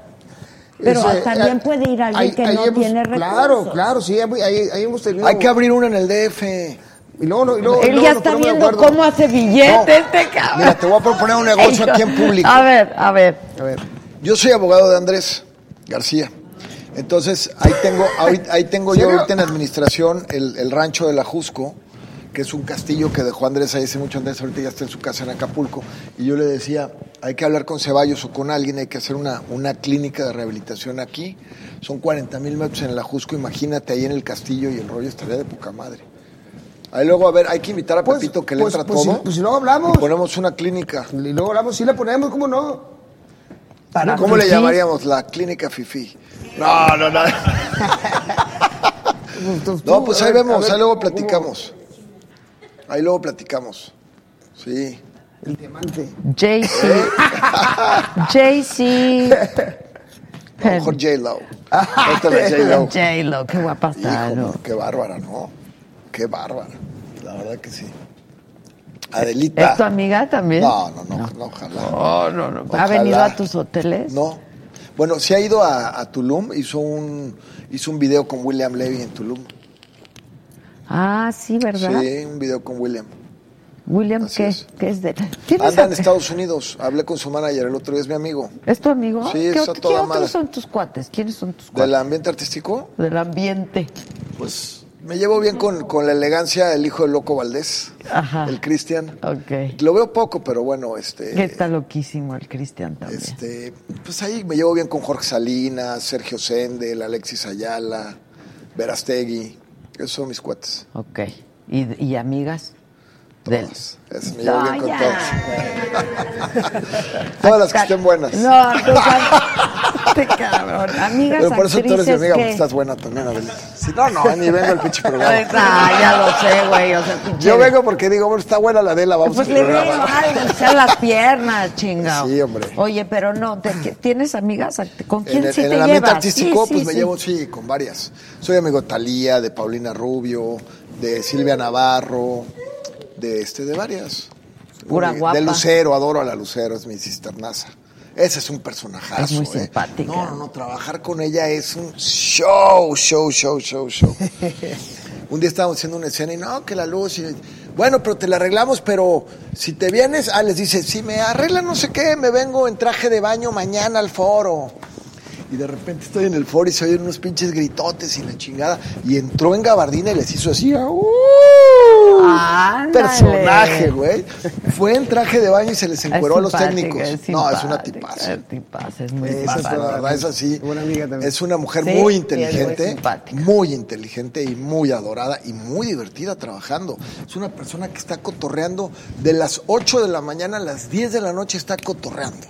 H: Pero
E: Ese,
H: también
E: eh,
H: puede ir alguien
E: ahí-
H: que
E: ahí
H: no
E: hemos-
H: tiene recursos.
E: Claro, claro, sí, ahí, ahí hemos tenido.
D: Hay que abrir una en el DF.
E: y luego no- y luego- y
F: Él
E: luego
F: ya
E: nos
F: está
E: ponemos de
F: viendo
E: acuerdo.
F: cómo hace billetes este cabrón.
D: Mira, te voy a proponer un negocio aquí en público.
F: A ver, a ver.
E: A ver,
D: Yo soy abogado de Andrés García. Entonces, ahí tengo, ahorita- ahí tengo yo
E: ¿Serio?
D: ahorita en administración el, el rancho de la Jusco, que es un castillo que dejó Andrés ahí hace mucho. Andrés ahorita ya está en su casa en Acapulco. Y yo le decía, hay que hablar con Ceballos o con alguien, hay que hacer una, una clínica de rehabilitación aquí. Son 40 mil metros en la Jusco, imagínate ahí en el castillo y el rollo estaría de poca madre. Ahí luego, a ver, hay que invitar a
E: Pues-
D: Pepito que le
E: pues-
D: entra
E: pues si-
D: todo.
E: pues si luego hablamos.
D: y ponemos una clínica.
E: y luego hablamos, sí la ponemos, ¿cómo no?
F: Para
D: ¿Cómo le
F: fifís.
D: llamaríamos? La clínica Fifi. No, no, no.
E: Entonces,
D: No,
E: tú,
D: pues
E: a
D: ahí
E: ver, a
D: vemos,
E: ver,
D: ahí luego
E: ¿cómo?
D: platicamos. Ahí luego platicamos. Sí.
E: El diamante.
F: JC.
D: <laughs>
F: JC.
D: A lo mejor
E: <laughs>
D: J-Lo. Esta es la J-Lo.
F: J-Lo, qué guapa está.
D: Hijo,
F: ¿no?
D: qué bárbara, ¿no? Qué bárbara. La verdad que sí. Adelita.
H: ¿Es tu amiga también?
D: No, no, no, no, ojalá.
H: No, no, no. ¿Ha
D: Ojalá.
H: venido a tus hoteles?
D: No. Bueno, sí ha ido a, a Tulum, hizo un, hizo un video con William Levy en Tulum.
H: Ah, sí, ¿verdad?
D: Sí, un video con William.
H: William,
D: Así
H: ¿qué?
D: es.
H: ¿Qué es de...? ¿Tienes <laughs>
D: Anda en
H: a-
D: Estados Unidos, hablé con su manager el otro día, es mi amigo.
H: ¿Es tu amigo?
D: Sí,
H: ¿Qué
D: está
H: ot-
D: toda
H: ¿Quién
D: madre.
H: otros son tus cuates? ¿Quiénes son tus cuates?
D: ¿Del ambiente artístico?
H: Del ambiente.
D: Pues me llevo bien con, con la elegancia del hijo del Loco Valdés,
H: Ajá.
D: el Cristian.
H: Ok.
D: Lo veo poco, pero bueno, este...
H: Que está loquísimo el Cristian también.
D: Este, pues ahí me llevo bien con Jorge Salinas, Sergio Sendel, Alexis Ayala, Verastegui. Esos son mis cuates.
H: Ok. ¿Y, y amigas? Del...
D: Todas. Esas me llevo bien
H: No,
D: con
H: ya.
D: todas. <laughs> todas las que estén buenas.
H: No, tú
D: <laughs>
H: Este cabrón. Pues, Amigas
D: Pero por eso tú eres mi
H: actrices,
D: amiga,
H: ¿qué?
D: porque estás buena también, Adelita. Si no, no, ni vengo al
H: <laughs>
D: pinche programa.
H: Ah, ya lo sé, güey. O sea, tú
D: Yo
H: quieres-
D: vengo porque digo, bueno, está buena la Adela, vamos
H: Pues
D: al
H: le veo
D: programa.
H: algo, o sea, las piernas, chingado.
D: Sí, hombre.
H: Oye, pero no, te- que- ¿tienes amigas? act- ¿Con quién
D: en el,
H: sí
D: en
H: te
D: el ambiente
H: llevas?
D: artístico,
H: Sí,
D: pues
H: sí,
D: me
H: sí.
D: llevo, sí, con varias. Soy amigo de Talía, de Paulina Rubio, de Silvia Navarro, de este, de varias.
H: Pura
D: de,
H: guapa.
D: De Lucero, adoro a la Lucero, es mi cisternaza. Ese es un personajazo.
H: Es muy
D: ¿eh?
H: simpática.
D: No, no, no, trabajar con ella es un show, show, show, show,
H: <laughs>
D: show. un día estábamos haciendo una escena y no, que la luz. y- bueno, pero te la arreglamos, pero si te vienes, ah, les dice, si me arreglan no sé qué, me vengo en traje de baño mañana al foro. Y de repente estoy en el foro y se oyen unos pinches gritotes y la chingada. Y entró en gabardina y les hizo así. ¡ah! ¡au!
H: Ándale.
D: Uh, Personaje, güey. Fue en traje de baño y se les
H: Es
D: encueró a los
H: simpática,
D: técnicos.
H: es
D: no, es
H: simpática,
D: una tipaza.
H: Es tipaza, es muy
D: Esa es
H: tipaza.
D: la verdad, es así.
E: Buena amiga también.
D: Es una mujer
H: Sí,
D: muy
H: sí, es muy
D: inteligente,
H: simpática.
D: muy inteligente y muy adorada y muy divertida trabajando. Es una persona que está cotorreando de las 8 de la mañana a las 10 de la noche está cotorreando.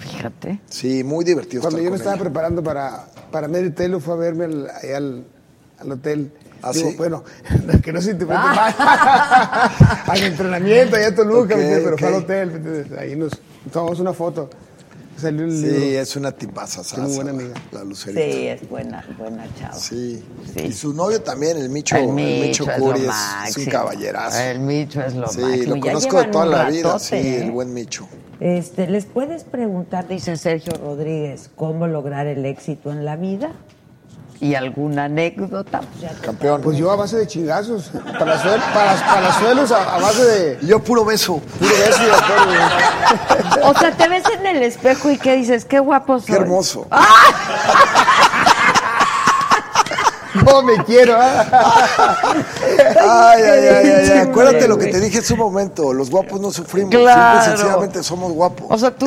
H: Fíjate.
D: Sí, muy divertido.
E: Cuando
D: estar
E: yo me
D: con
E: estaba
D: ella.
E: preparando para, para Mary Taylor, fue a verme al, ahí al, al hotel.
D: ¿Ah,
E: Digo,
D: sí?
E: bueno, <laughs> que no se interprete
D: <laughs>
E: mal. <laughs> al entrenamiento, allá a Toluca,
D: Ok,
E: ¿me entiendes? pero fue al
D: ok.
E: hotel. ¿me entiendes? Ahí nos tomamos una foto. Salió el
D: Sí,
E: libro.
D: es una tipaza,
E: Qué muy buena
D: sasa,
E: amiga.
D: La
C: Sí,
D: Lucerita.
C: es buena, buena chava.
D: Sí.
C: Sí.
D: Y su novio también, el Micho,
H: el
D: el
H: Micho,
D: Micho
H: es lo
D: Curi, es, es un
H: máximo.
D: caballerazo.
H: El Micho es lo
D: sí,
H: máximo.
D: lo
H: Ya
D: conozco de
H: llevan
D: toda
H: un
D: la vida, sí,
H: ratote, ¿eh?
D: el buen Micho.
M: Este, ¿Les puedes preguntar, dice Sergio Rodríguez, cómo lograr el éxito en la vida?
H: ¿Y alguna anécdota?
D: Campeón.
E: Pues yo a base de chingazos. Para, suel, para, para suelos, a, a base de.
D: Y yo puro beso.
E: Puro beso y doctor, güey.
D: <laughs>
H: O sea, te ves en el espejo y qué dices, qué guapo soy.
D: Qué hermoso.
E: No me quiero. ¿ah?
D: Ay, ay, ay, ay, ay.
H: Pinche
D: Acuérdate
H: madre,
D: lo que
H: güey.
D: te dije hace un momento. Los guapos no sufrimos.
H: Claro.
D: Simple y sencillamente somos guapos.
H: O sea, tú,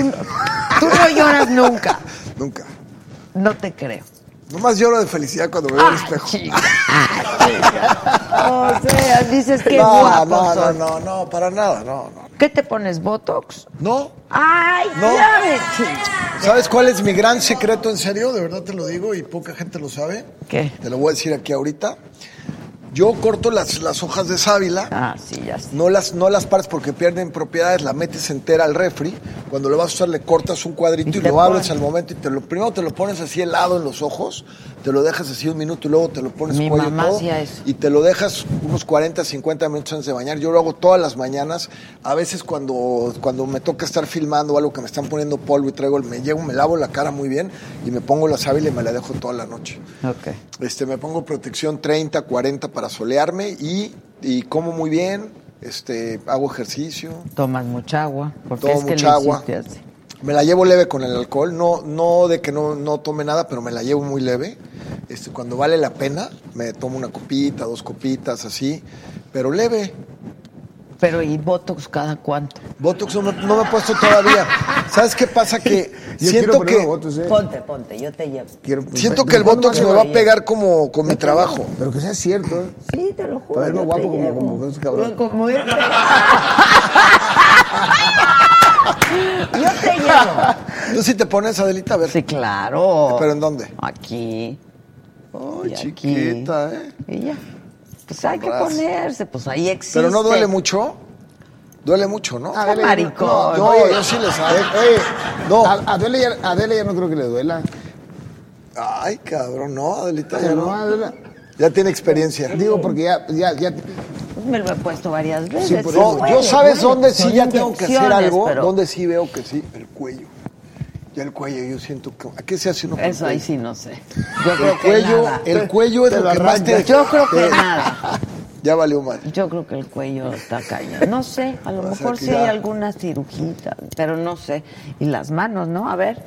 H: tú no lloras nunca.
D: Nunca.
H: No te creo.
D: Nomás lloro de felicidad cuando me veo al espejo.
H: O sea, dices qué
D: no,
H: guapo
D: no, no,
H: soy.
D: no, no, para nada, no, no.
H: ¿Qué te pones, Botox?
D: No,
H: ¡Ay,
D: No.
H: ya me chi-
D: ¿Sabes cuál es mi gran secreto en serio? De verdad te lo digo y poca gente lo sabe.
H: ¿Qué?
D: Te lo voy a decir aquí ahorita. Yo corto las, las hojas de sábila,
H: Ah, sí, ya sé.
D: no las, no las partes porque pierden propiedades, la metes entera al refri. Cuando lo vas a usar le cortas un cuadrito
H: Y
D: y,
H: te
D: lo abres
H: pones.
D: al momento y te lo, primero te lo pones así helado en los ojos, te lo dejas así un minuto y luego te lo pones
H: Mi
D: cuello
H: mamá
D: todo,
H: hacía eso.
D: y te lo dejas unos 40, 50 minutos antes de bañar. Yo lo hago todas las mañanas. A veces cuando, cuando me toca estar filmando o algo que me están poniendo polvo y traigo, el- me llevo, me lavo la cara muy bien y me pongo la sábila y me la dejo toda la noche.
H: Ok.
D: Este, me pongo protección 30, 40 para solearme y, y como muy bien, este, hago ejercicio.
H: Tomas mucha agua. Porque
D: Tomo
H: es que
D: mucha
H: le
D: agua.
H: hiciste así.
D: Me la llevo leve con el alcohol, no, no de que no, no tome nada, pero me la llevo muy leve. Este, cuando vale la pena, me tomo una copita, dos copitas, así, pero leve.
H: Pero ¿y Botox cada cuánto?
D: Botox no me, no me he puesto todavía. ¿Sabes qué pasa? Que
E: <laughs> Yo quiero
D: siento
E: ponerme
D: que,
E: votos, ¿eh?
M: Ponte, ponte, yo te llevo.
E: Quiero-
D: siento que el
E: ¿Cuándo
D: Botox
E: vas a
D: me va a
E: llevar?
D: pegar como con mi trabajo.
E: Pero que sea cierto. ¿eh?
M: Sí, te lo juro.
E: Para verme
M: yo
E: guapo
M: te
E: como-
M: llevo.
E: como ese cabrón.
M: No, como este.
H: <laughs> Yo te
D: <laughs>
H: llevo.
D: Tú si te pones, Adelita, a ver.
H: Sí, claro.
D: ¿Pero en dónde?
H: Aquí.
D: Este. Ay,
H: y aquí.
D: chiquita, ¿eh?
H: Y ya. Pues hay que
D: Ras.
H: ponerse, pues ahí existe.
D: Pero no duele mucho. Duele mucho, ¿no?
H: Ah, dale, maricón.
D: No, yo,
E: Oye,
D: yo sí le sabe.
E: eh, oye,
D: No.
E: A, a Adele ya, a Adele ya no creo que le duela.
D: Ay, cabrón, no, Adelita,
E: Ya
D: ya
E: no,
D: no.
E: Adela.
D: Ya tiene experiencia.
E: Digo, porque ya, ya, ya,
C: me lo he puesto varias veces.
D: Sí, por eso.
C: Duele,
D: yo sabes
C: duele.
D: dónde sí
C: Son
D: ya tengo que hacer
C: inyecciones,
D: algo,
C: pero
D: dónde sí veo que sí, el cuello. Ya el cuello, yo siento que... ¿A qué se hace uno con el
C: Eso ahí
D: cuello?
C: sí no sé. Yo
D: El
C: creo que
D: cuello,
C: nada.
D: el cuello es
E: Te
D: lo,
E: lo
D: que más te...
E: arrancas.
C: Yo creo que
D: te-
C: nada.
D: Ya valió mal.
C: Yo creo que el cuello está cañón. No sé, a lo
D: O sea,
C: mejor
D: que
C: sí hay
D: ya-
C: alguna cirujita, pero no sé. Y las manos, ¿no? A ver.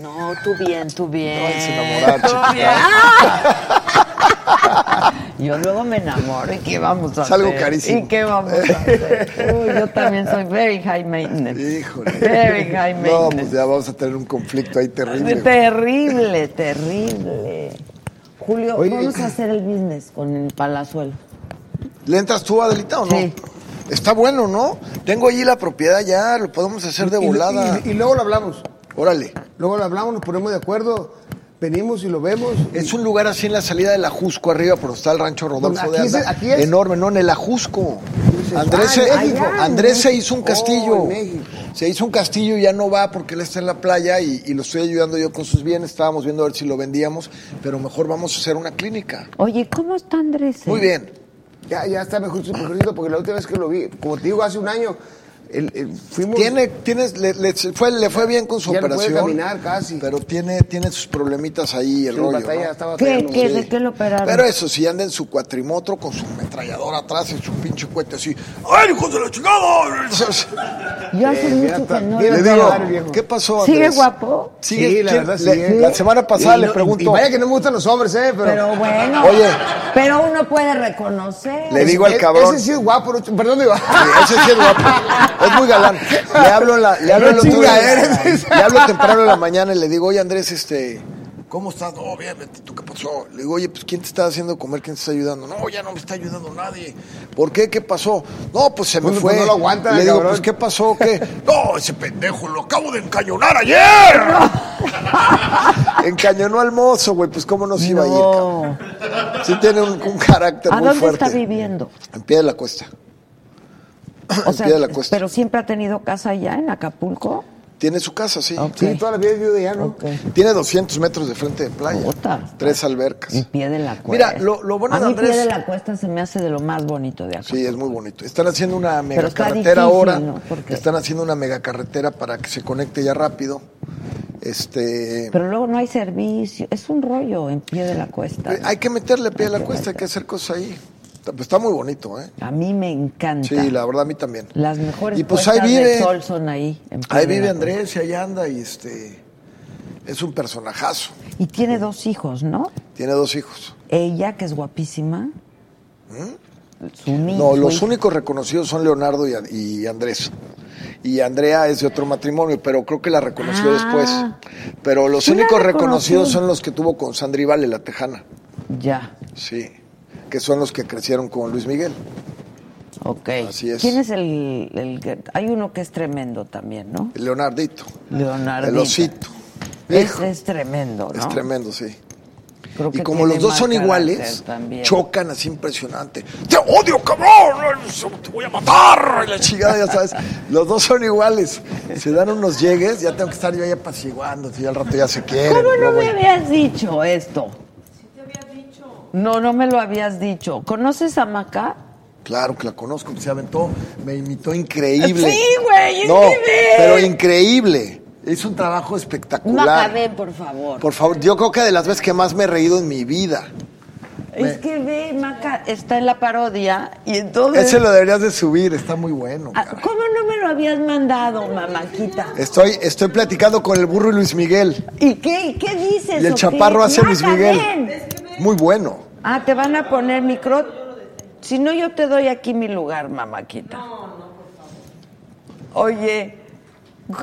C: No, tú bien, tú bien.
D: Ay, se enamoraron,
C: Tú
D: chiquita.
C: bien. ¡Ah! Yo luego me enamoro y qué vamos a
D: Es algo
C: hacer.
D: carísimo.
C: ¿Y qué vamos a hacer? Uy, yo también soy very high maintenance.
D: Híjole.
C: Very high maintenance.
D: No, pues ya vamos a tener un conflicto ahí terrible.
C: Terrible, terrible. Julio,
D: Oye,
C: vamos a hacer el business con el palazuelo.
D: ¿Le entras tú, Adelita, o no?
C: Sí.
D: Está bueno, ¿no? Tengo allí la propiedad ya, lo podemos hacer de
E: Y- y-
D: volada.
E: Y, y luego lo hablamos.
D: Órale.
E: Luego lo hablamos, nos ponemos de acuerdo, venimos y lo vemos.
D: Es un lugar así en la salida del Ajusco, arriba, pero está el rancho Rodolfo
E: Aquí
D: de
E: es-
D: Anda.
E: aquí es.
D: Enorme, no, en el Ajusco.
E: Dices,
D: Andrés,
E: ah,
D: se,
E: en México.
D: Andrés se hizo un
E: Oh,
D: castillo.
E: en México.
D: se hizo un castillo y ya no va porque él está en la playa y, y lo estoy ayudando yo con sus bienes. Estábamos viendo a ver si lo vendíamos, pero mejor vamos a hacer una clínica.
C: Oye, ¿cómo está Andrés?
D: Muy bien.
E: Ya, ya está mejor, mejorcito, porque la última vez que lo vi, como te digo, hace un año, el- el- fuimos...
D: Tiene, tienes, le, le- se fue, le fue bien con su
E: Pues, Ya no puede
D: operación.
E: caminar casi.
D: Pero tiene, tiene sus problemitas ahí el
E: Sí,
D: rollo.
E: batalla,
D: ¿no?
E: está
C: ¿Qué,
E: batallando.
C: qué,
E: Sí.
C: ¿De qué lo operaron?
D: Pero eso, si anda en su cuatrimotro con su ametralladora atrás y su pinche cohete así, ¡ay, hijos de la
C: Yo
D: chingada!
C: hace
E: Eh, ya
C: mucho
E: está.
C: que no
E: Tiene
D: Le
E: que hablar el
D: digo,
E: viejo.
D: ¿qué pasó, Andrés?
C: ¿Sigue guapo?
D: Sigue-
E: Sí, la
D: ¿quién-
E: verdad,
D: le-
E: sí. eh.
D: La semana pasada
E: Y
D: le
E: no-
D: pregunto...
E: Y vaya que no me gustan los hombres, ¿eh? Pero...
N: Pero bueno.
D: Oye.
N: Pero uno puede reconocer.
D: Le digo al
E: E-
D: cabrón.
E: Ese sí es guapo, no ch- perdón, digo.
D: Sí, ese sí es guapo. Es muy galán. Le hablo, en la, le hablo
E: No
D: el otro día.
E: chinga, eres.
D: Le hablo temprano en la mañana y le digo, oye Andrés, este, ¿cómo estás? No, bien, vete, ¿tú qué pasó? Le digo, oye, pues ¿quién te está haciendo comer? ¿Quién te está ayudando? No, ya no me está ayudando nadie. ¿Por qué? ¿Qué pasó? No, pues se me
E: Pues,
D: fue.
E: pues, no lo aguanta,
D: Le digo,
E: cabrón.
D: pues ¿qué pasó? ¿Qué?
E: <laughs>
D: No, ese pendejo lo acabo de encañonar ayer. Encañonó al mozo, güey, pues cómo nos iba a ir, cabrón.
C: No.
D: Sí tiene un, un carácter
C: ¿A
D: muy
C: dónde
D: fuerte.
C: está viviendo?
D: <clears throat> En pie de la cuesta.
C: O
D: En
C: sea,
D: Piedra de la Cuesta.
C: pero siempre ha tenido casa allá en Acapulco.
D: Tiene su casa, sí.
E: Sí, toda la vida es viuda ya, ¿no?
C: Ok.
D: Tiene 200 metros de frente de playa.
C: Puta.
D: Tres albercas.
C: Y pie de la cuesta.
D: Mira, lo, lo bueno
C: a
D: de
C: mí pie
D: Andrés.
C: de la cuesta se me hace de lo más bonito de acá.
D: Sí, es muy bonito. Están haciendo una mega
C: está
D: carretera
C: difícil,
D: ahora.
C: ¿no? Porque-
D: Están haciendo una mega carretera para que se conecte ya rápido. Este.
C: Pero luego no hay servicio. Es un rollo en pie de la cuesta.
D: eh, Hay que meterle pie a la
C: que
D: cuesta, hay
C: meter.
D: que hacer cosas ahí. Está, pues está muy bonito, ¿eh?
C: A mí me encanta.
D: Sí, la verdad, a mí también.
C: Las mejores
D: Y pues ahí
C: puestas de
D: vive.
C: sol son ahí. en Piedra de la
D: Ahí vive
C: Cuesta.
D: Andrés y allá anda y este. Es un personajazo.
C: Y tiene dos hijos, ¿no?
D: Tiene dos hijos.
C: Ella, que es guapísima. Su niño.
D: ¿Mm? No, los
C: su-
D: únicos reconocidos son Leonardo y, y Andrés. Y Andrea es de otro matrimonio, pero creo que la reconoció
C: Ah.
D: después. Pero los
C: Sí la
D: únicos
C: reconocí.
D: reconocidos son los que tuvo con Sandra y Vale, la tejana.
C: Ya,
D: Sí. Que son los que crecieron con Luis Miguel.
C: ok.
D: Así es.
C: ¿Quién es el, el que- Hay uno que es tremendo también, ¿no?
D: Leonardito.
C: Leonardo.
D: El osito.
C: Ese
D: Hijo,
C: es tremendo, ¿no?
D: es tremendo, sí.
C: Creo
D: Y
C: que
D: como
C: tiene
D: los dos
C: más
D: son
C: carácter
D: iguales,
C: también.
D: chocan así impresionante. ¡Te odio, cabrón! ¡Te voy a matar! Y la chingada, ya sabes. Los dos son iguales. Se dan unos llegues, ya tengo que estar yo ahí apaciguando. Y al rato ya se quieren.
C: ¿Cómo no
D: luego-
C: me habías dicho esto? No, no me lo habías dicho. ¿Conoces a Maca?
D: Claro que la conozco, se aventó, me imitó increíble.
C: Sí, güey, es
D: No,
C: que ve.
D: pero increíble. Es un trabajo espectacular.
C: Maca, ven, por favor.
D: Por favor, yo creo que de las veces que más me he reído en mi vida. Pues
C: Es que ve, Maca está en la parodia y entonces.
D: Ese lo deberías de subir, está muy bueno.
C: Ah,
D: cara.
C: ¿Cómo no me lo habías mandado, mamáquita?
D: Estoy, estoy platicando con el burro y Luis Miguel.
C: ¿Y qué, y qué dices?
D: Y el
C: o qué?
D: chaparro hace
C: Maca,
D: Luis Miguel.
C: ven.
D: Muy bueno.
C: Ah, te van a poner micro. Si no, yo te doy aquí mi lugar, mamáquita. No, no, por favor. Oye,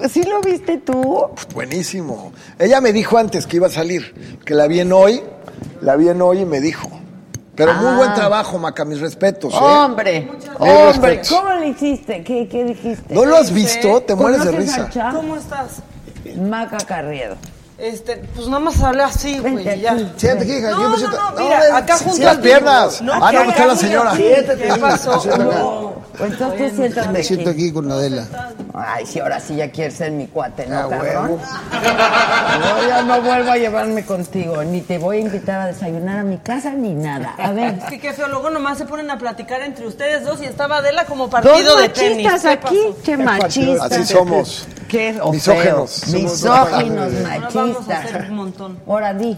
C: ¿sí lo viste tú?
D: Buenísimo. Ella me dijo antes que iba a salir, que la vi en hoy, la vi en hoy y me dijo. Pero muy buen trabajo, Maca, mis respetos. ¿eh?
C: Hombre,
D: Mil
C: hombre,
D: respetos.
C: ¿cómo le hiciste? ¿Qué, qué dijiste?
D: ¿No lo has visto? Te mueres de
C: ¿Conoces al
D: risa.
C: Cha?
H: ¿Cómo estás?
C: Maca Carriedo.
H: Este, pues nada más hablé así, güey,
C: Vente
H: y ya.
C: aquí.
E: Siéntate, hija, yo
H: No,
E: me
H: no,
E: siento-
H: no,
E: no,
H: mira,
E: ven,
H: acá
E: si-
H: junto
E: si
H: a
E: las
H: ti.
D: piernas. Ah, no,
H: que
D: está la
H: acá junto a
D: señora.
H: ti.
E: Siéntate,
H: ¿Qué
E: hija.
H: pasó?
C: Pues
E: Siéntate.
H: No.
C: Entonces tú siéntate
E: Me siento
C: aquí.
E: aquí con Adela.
C: Ay, si ahora sí ya quieres ser mi cuate, ¿no,
D: Ah,
C: cabrón?
D: huevo.
C: No, yo no vuelvo a llevarme contigo, ni te voy a invitar a desayunar a mi casa ni nada.
M: A ver.
O: <laughs> Es que qué feo, luego nomás se ponen a platicar entre ustedes dos y estaba Adela como partido
H: Dos
O: de tenis.
H: machistas
O: ¿Qué
H: aquí,
O: pasó?
H: che machistas.
D: Así somos.
C: Qué feo.
D: Misógenos. Somos dos
C: Misóginos,
D: parejas de-
O: Ahora vamos a hacer
C: machistas.
O: un montón.
C: Ahora di.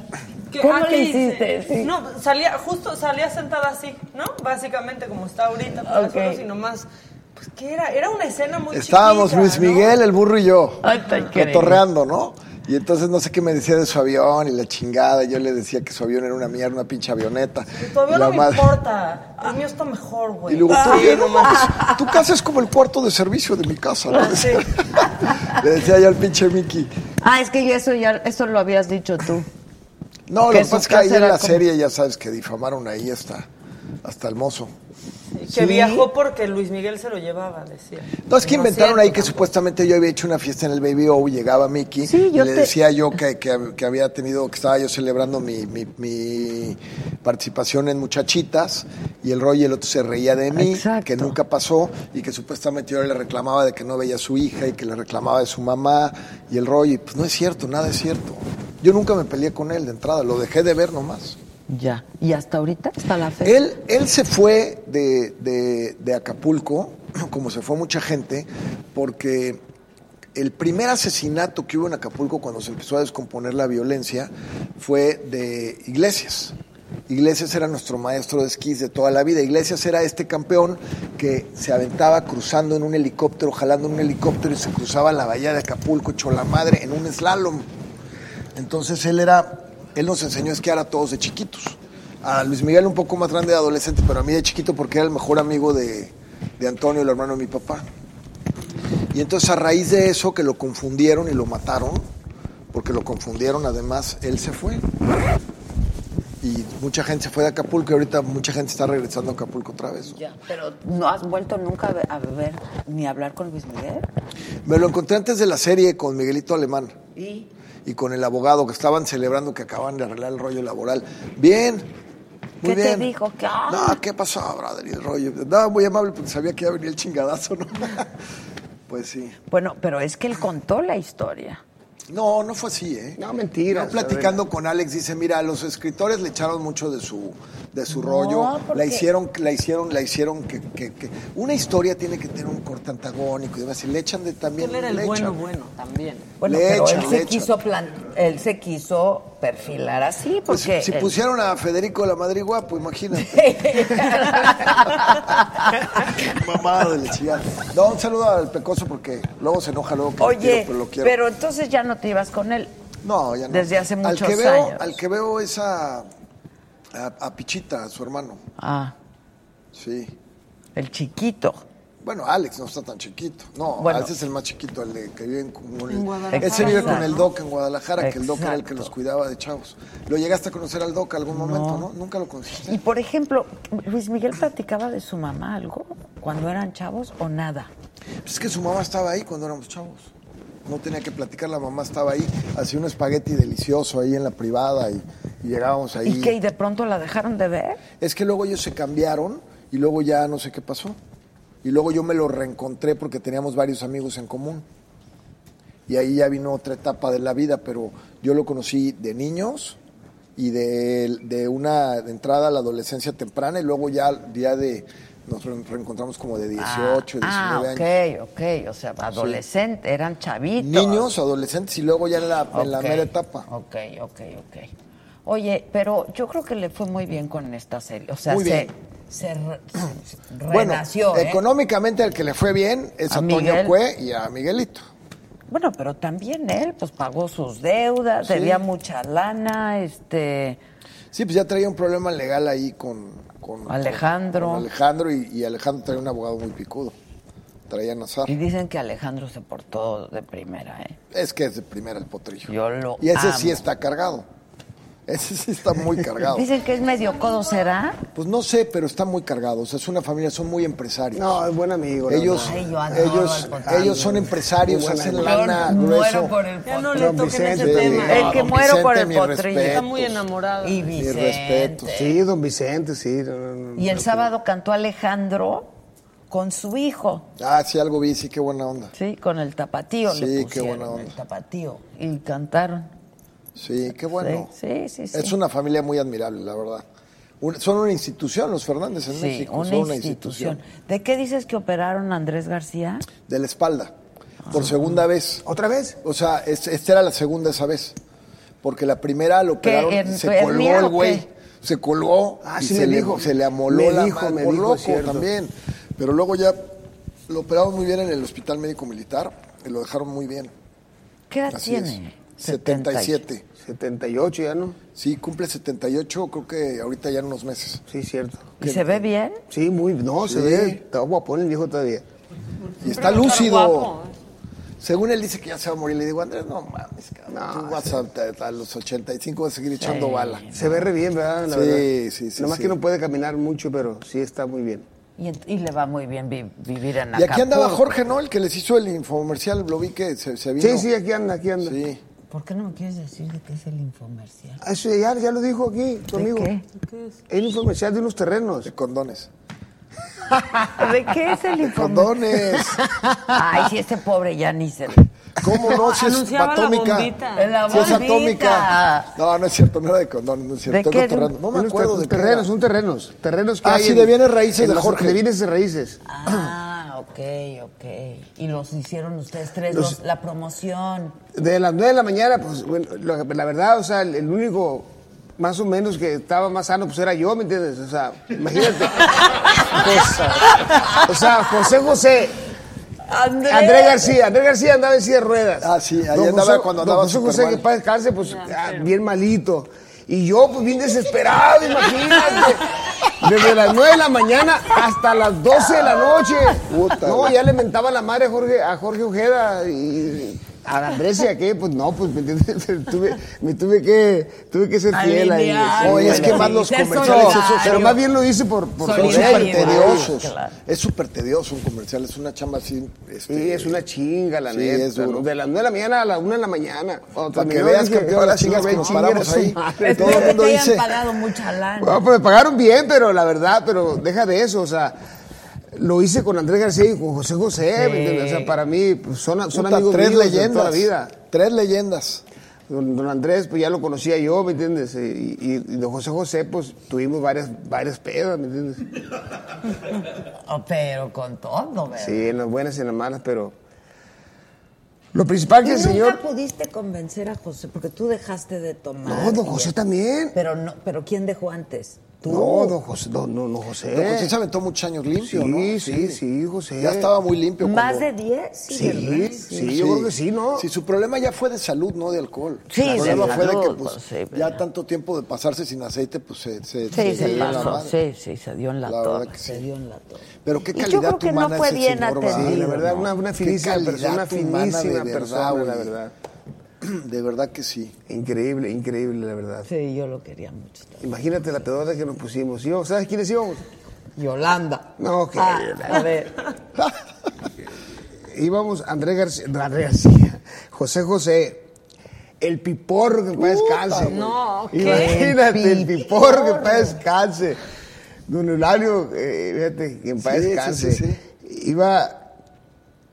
O: ¿Qué-
C: ¿Cómo
O: ah,
C: le
O: qué
C: hiciste?
O: hice?
C: Sí.
O: No, salía, justo salía sentada así, ¿no? Básicamente como está ahorita, pero
C: Ok.
O: solo, sino más. Pues que era, era una escena muy
D: Estábamos
O: chiquita,
D: Luis
O: ¿no?
D: Miguel, el burro y yo.
C: Ay, tan increíble.
D: Cotorreando, ¿no? Y entonces no sé qué me decía de su avión y la chingada. Yo le decía que su avión era una mierda, una pinche avioneta.
O: Todavía
D: Y la
O: no me
D: madre-
O: importa. El mío está mejor,
H: pues.
O: güey.
D: Y luego,
O: Ah,
D: "Oye, no
O: no
D: mames, tu casa es como el cuarto de servicio de mi casa, ¿no?
O: Sí.
D: <laughs> Le decía yo al pinche Mickey.
H: Ah, es que yo eso ya eso lo habías dicho tú.
D: No, lo
H: Que
D: que
H: su
D: pasa es que
H: casa
D: ahí en
H: era
D: la
H: como-
D: serie ya sabes que difamaron ahí hasta, hasta el mozo.
O: Que viajó porque Luis Miguel se lo llevaba, decía.
D: No, es que
O: No es
D: inventaron
O: cierto
D: ahí que
O: tampoco.
D: supuestamente yo había hecho una fiesta en el Baby O, llegaba Mickey,
H: Sí, yo
D: y le
H: te-
D: decía yo que, que- que había tenido, que estaba yo celebrando mi, mi- mi participación en Muchachitas, y el Roy y el otro se reía de mí,
H: Exacto.
D: que nunca pasó, y que supuestamente yo le reclamaba de que no veía a su hija, y que le reclamaba de su mamá, y el Roy, pues no es cierto, nada es cierto. Yo nunca me peleé con él de entrada, lo dejé de ver nomás.
H: Ya. Y hasta ahorita está la fe.
D: Él, él se fue de, de- de Acapulco, <clears throat> como se fue mucha gente, porque el primer asesinato que hubo en Acapulco cuando se empezó a descomponer la violencia fue de Iglesias. Iglesias era nuestro maestro de esquís de toda la vida. Iglesias era este campeón que se aventaba cruzando en un helicóptero, jalando en un helicóptero y se cruzaba la bahía de Acapulco, hecho la madre, en un slalom. Entonces él era, él nos enseñó a esquiar a todos de chiquitos. A Luis Miguel un poco más grande de adolescente, pero a mí de chiquito porque era el mejor amigo de, de Antonio, el hermano de mi papá. Y entonces a raíz de eso que lo confundieron y lo mataron, porque lo confundieron además, él se fue. Y mucha gente se fue de Acapulco y ahorita mucha gente está regresando a Acapulco otra vez. ¿no?
H: Ya, pero no has vuelto nunca a ver, a ver ni a hablar con Luis Miguel.
D: Me lo encontré antes de la serie con Miguelito Alemán. ¿Y? con el abogado que estaban celebrando que acaban de arreglar el rollo laboral. Bien. Muy
H: ¿Qué te
D: bien.
H: dijo? ¿Qué?
D: No, ¿qué pasó, brother? Y el rollo. No, muy amable porque sabía que iba a venir el chingadazo, ¿no? <laughs> pues sí.
H: Bueno, pero es que él contó la historia.
D: No, no fue así, ¿eh?
E: No, mentiras,
D: Yo platicando con Alex dice, mira, los escritores le echaron mucho de su, de su rollo, la hicieron, la hicieron, la hicieron que, que- que- una historia tiene que tener un corte antagónico y demás, y le echan de también.
O: Él era el
D: le
O: bueno,
D: echan.
O: bueno también.
H: Bueno,
D: Le
H: pero
D: echan,
H: él
D: le
H: se
D: echan.
H: quiso plan- él se quiso perfilar así porque
D: Pues, si
H: él-
D: pusieron a Federico de la Madrid guapo, imagínate.
H: <laughs>
D: Mamado de la chingada. No, un saludo al pecoso porque luego se enoja luego que lo
H: Oye,
D: quiero, pero lo quiero.
H: pero entonces ya no te ibas con él.
D: No, ya no.
H: Desde hace
D: Al
H: muchos
D: que veo-
H: años.
D: Al que veo es a, a, a Pichita, a su hermano.
H: Ah,
D: Sí.
H: el chiquito.
D: Bueno, Alex no está tan chiquito. No,
H: Bueno.
D: ese es el más chiquito, el de- que vive en, con el-
O: Guadalajara.
D: Ese vive con
H: Exacto.
D: el Doc en Guadalajara, que el Doc era el que
H: Exacto.
D: los cuidaba de chavos. ¿Lo llegaste a conocer al Doc algún momento, no? Nunca lo conociste.
H: Y por ejemplo, Luis Miguel platicaba de su mamá algo cuando eran chavos o nada.
D: Pues es que su mamá estaba ahí cuando éramos chavos. No tenía que platicar, la mamá estaba ahí. Hacía un espagueti delicioso ahí en la privada y, y llegábamos ahí.
H: ¿Y que ¿Y de pronto la dejaron de ver?
D: Es que luego ellos se cambiaron y luego ya no sé qué pasó. Y luego yo me lo reencontré porque teníamos varios amigos en común. Y ahí ya vino otra etapa de la vida, pero yo lo conocí de niños y de, de una entrada a la adolescencia temprana y luego ya, ya de nos re- reencontramos como de 18, 19
H: ah,
D: años.
H: ok, ok. O sea, adolescente, eran chavitos.
D: Niños, adolescentes y luego ya en la, en la
H: Ok,
D: mera etapa.
H: Ok, ok, ok. Oye, pero yo creo que le fue muy bien con esta serie. O sea,
D: Muy
H: se,
D: bien.
H: se re- se
D: <clears throat> Bueno,
H: renació. ¿eh?
D: económicamente al que le fue bien es
H: A
D: a, Toño
H: Miguel.
D: Cue y a Miguelito.
H: Bueno, pero también él, pues pagó sus deudas, debía mucha lana, este.
D: Sí, pues ya traía un problema legal ahí con, con-
H: Alejandro.
D: con Alejandro y, y Alejandro traía un abogado muy picudo. Traía Nazar.
H: Y dicen que Alejandro se portó de primera, ¿eh?
D: Es que es de primera el potrillo.
H: Yo lo
D: y ese
H: amo.
D: sí está cargado. Ese sí está muy
H: <laughs>
D: cargado.
H: Dicen que es medio codo, ¿será?
D: Pues no sé, pero está muy cargado. O sea, es una familia, son muy empresarios.
E: No, es buen amigo. la
D: ellos,
E: verdad.
H: Ay, yo adoro
D: ellos,
H: al potrillo.
D: ellos son empresarios,
E: Muy buena
D: hacen
E: gente.
D: lana
H: Yo
D: grueso.
H: muero por el
O: Ya no
H: potrillo.
O: le
E: Don
O: toquen ese
E: Vicente.
O: tema.
H: El que
D: Don
H: muero por el
D: Vicente, mis
H: potrillo.
O: Está
D: respetos.
O: muy enamorada.
H: Y
D: Mis
H: Vicente.
D: respetos.
E: Sí, don Vicente, sí. no, no, no.
H: Y el sábado cantó Alejandro con su hijo.
D: Ah, sí, algo vi, sí, qué buena onda.
H: Sí, con el tapatío.
D: Sí,
H: le
D: qué
H: pusieron,
D: buena onda.
H: El tapatío. Y cantaron.
D: Sí, qué bueno.
H: Sí, sí, sí.
D: Es una familia muy admirable, la verdad. Un- son una institución los Fernández en
H: Sí,
D: México.
H: una,
D: son
H: institución. ¿De qué dices que operaron a Andrés García?
D: De la espalda.
H: Ah.
D: Por segunda vez.
E: ¿Otra vez?
D: O sea, es- esta era la segunda esa vez. Porque la primera lo
H: ¿Qué,
D: operaron,
H: en-
D: se colgó
H: hernia
D: el
H: o
D: güey.
H: qué?
D: Se colgó
E: Ah,
D: y
E: sí
D: se,
E: me
D: le,
E: dijo.
D: se le amoló
E: Me
D: la
E: dijo,
D: mano
E: me
D: por
E: dijo,
D: loco
E: es cierto.
D: también. Pero luego ya lo operaron muy bien en el Hospital Médico Militar y lo dejaron muy bien.
H: ¿Qué edad
D: Así es.
H: tiene?
D: 77.
E: 78 ya, ¿no?
D: Sí, cumple 78, creo que ahorita ya en unos meses.
E: Sí, cierto.
H: ¿Y se ve bien?
E: Sí, muy. No,
D: Sí.
E: se ve. Está guapón el viejo todavía.
D: Y está
O: Pero está
D: lúcido.
O: guapo.
D: Según él dice que ya se va a morir. Le digo, Andrés, no mames, cabrón.
E: No,
D: tú vas a, a los 85 vas a seguir echando bala.
E: Se ve re bien, ¿verdad? La
D: Sí,
E: verdad.
D: sí, sí,
E: Nomás
D: sí.
E: que no puede caminar mucho, pero sí está muy bien.
H: Y, ent- y le va muy bien vi- vivir en
D: Y
H: Acapulco.
D: aquí andaba Jorge, ¿no? El que les hizo el infomercial. Lo vi que se, se vino.
E: Sí, sí, aquí anda, aquí anda.
D: Sí.
M: ¿Por qué no me quieres decir de qué es el infomercial?
E: Ah, Eso ya, ya lo dijo aquí, tu amigo.
H: qué?
E: El infomercial de unos terrenos.
D: De condones.
H: ¿De qué es
D: <laughs>
H: el informe?
E: <laughs>
D: ¡Condones!
H: Ay, si este pobre ya
D: <laughs>
H: ni se...
O: <laughs>
D: ¿Cómo no? Si es
O: Anunciaba la
D: atómica.
O: bombita.
H: La
D: Si es
H: bombita.
D: atómica. No, no es cierto, no era de condones, no es cierto.
H: qué?
D: es de terreno. No me
E: Unos
D: acuerdo
E: ter-
D: de qué era.
E: terrenos, son terrenos. Terrenos que
D: Ah,
E: hay
D: sí,
E: en-
D: de bienes raíces
E: en
D: de
E: las-
D: Jorge.
E: De bienes de raíces.
M: Ah, ok, ok. Y los hicieron ustedes tres, los- la promoción.
E: De las 9 de la mañana, pues, bueno, lo- la verdad, o sea, el, el único más o menos que estaba más sano, pues era yo, ¿me entiendes? O sea,
D: <laughs>
E: imagínate. Cosa. o sea, José José. Andrés García, Andrés García andaba en silla de ruedas.
D: Ah, sí, ahí
E: Don
D: andaba
E: José-
D: cuando
E: don
D: andaba
E: José
D: súper
E: José,
D: mal.
E: que para descanse, pues ah, bien malito. Y yo, pues bien desesperado, imagínate. Desde las 9 de la mañana hasta las 12 de la noche.
D: Puta,
E: no,
D: güey.
E: ya le mentaba la madre a Jorge, a Jorge Ojeda y a Andrés y a qué, pues no, pues me, entiendes? Pero tuve, me tuve que tuve que ser fiel ahí.
M: Aliviar.
D: Oye, es que
E: más
D: más los
M: Ser
D: comerciales,
M: solidario.
D: esos
E: pero más bien lo hice por, por
D: Son
E: joder,
D: súper
M: Solidario.
E: por-
D: tediosos.
H: claro.
D: Es súper tedioso un comercial, es una chamba así. este,
E: Sí, es una chinga, la
D: Sí,
E: neta.
D: es duro.
E: ¿no? De las 9 de la mañana a las 1 de la mañana. Cuando
D: Para que
E: terminó,
D: veas,
E: dije,
D: campeón,
E: ahora
D: las
E: sí
D: chingas
E: me
D: que nos paramos
E: chingue a
D: ahí.
E: su madre.
D: Todo el
M: Espero que
D: mundo
M: te hayan
D: dice-
M: pagado mucha lana.
E: Bueno, pues me pagaron bien, pero la verdad, pero deja de eso, o sea, lo hice con Andrés García y con José José, ¿me entiendes? O sea, para mí pues, son, son
D: puta,
E: amigos
D: tres
E: míos de
D: leyendas.
E: toda la vida.
D: Tres leyendas.
E: Don, don Andrés, pues ya lo conocía yo, ¿me entiendes? Y, y- y don José José, pues tuvimos varias, varias pedas, ¿me entiendes?
M: Oh, pero con todo, ¿verdad?
E: Sí, en las buenas y en las malas, pero lo principal
M: ¿Y
E: que el
M: nunca
E: señor...
M: pudiste convencer a José porque tú dejaste de tomar.
E: No, don
M: y-
E: José también.
M: Pero no, pero quién dejó antes? Tú.
E: No, don José, don, no, no, José.
D: Don José se aventó muchos años limpio,
E: Eh. Sí,
D: ¿no?
E: sí, sí, José.
D: Ya estaba muy limpio.
H: Más de
D: cuando-
H: 10.
E: Sí, sí, yo creo que sí, ¿no?
D: Sí, su problema ya fue de salud, no de alcohol.
H: Sí,
D: Su
H: de
D: problema fue de que
H: salud,
D: pues,
H: pues, sí, pero-
D: ya tanto tiempo de pasarse sin aceite, pues se, se,
H: Sí,
D: dio
H: se
D: en la
H: pasó.
D: madre.
H: Sí, sí, se dio en la,
D: La
H: torre.
D: verdad que sí.
M: Se dio en la torre.
D: Pero qué
H: Y yo
D: calidad
H: creo que no
D: humana
H: fue
D: ese
H: bien
D: señor, ¿verdad?
E: Sí,
H: atendido.
E: la verdad,
H: no.
E: una, una
D: Qué
E: finísima
D: calidad
E: persona, una
D: humana, de
E: finísima
D: verdad,
E: persona, la
D: güey.
E: verdad.
D: De verdad que sí.
E: Increíble, increíble, la verdad.
M: Sí, yo lo quería mucho.
E: Imagínate la pedota que nos pusimos. Yo, ¿Sabes quiénes íbamos?
M: Yolanda.
E: No, que...
M: Ah, a ver.
E: Íbamos Andrés García, no, Andrés García, José José, el piporro que para descanse.
O: No, ¿qué?
E: Imagínate, el piporro que para descanse. Don Eulalio, eh, fíjate, que en paz
D: Sí, sí,
E: descanse.
D: sí,
E: Iba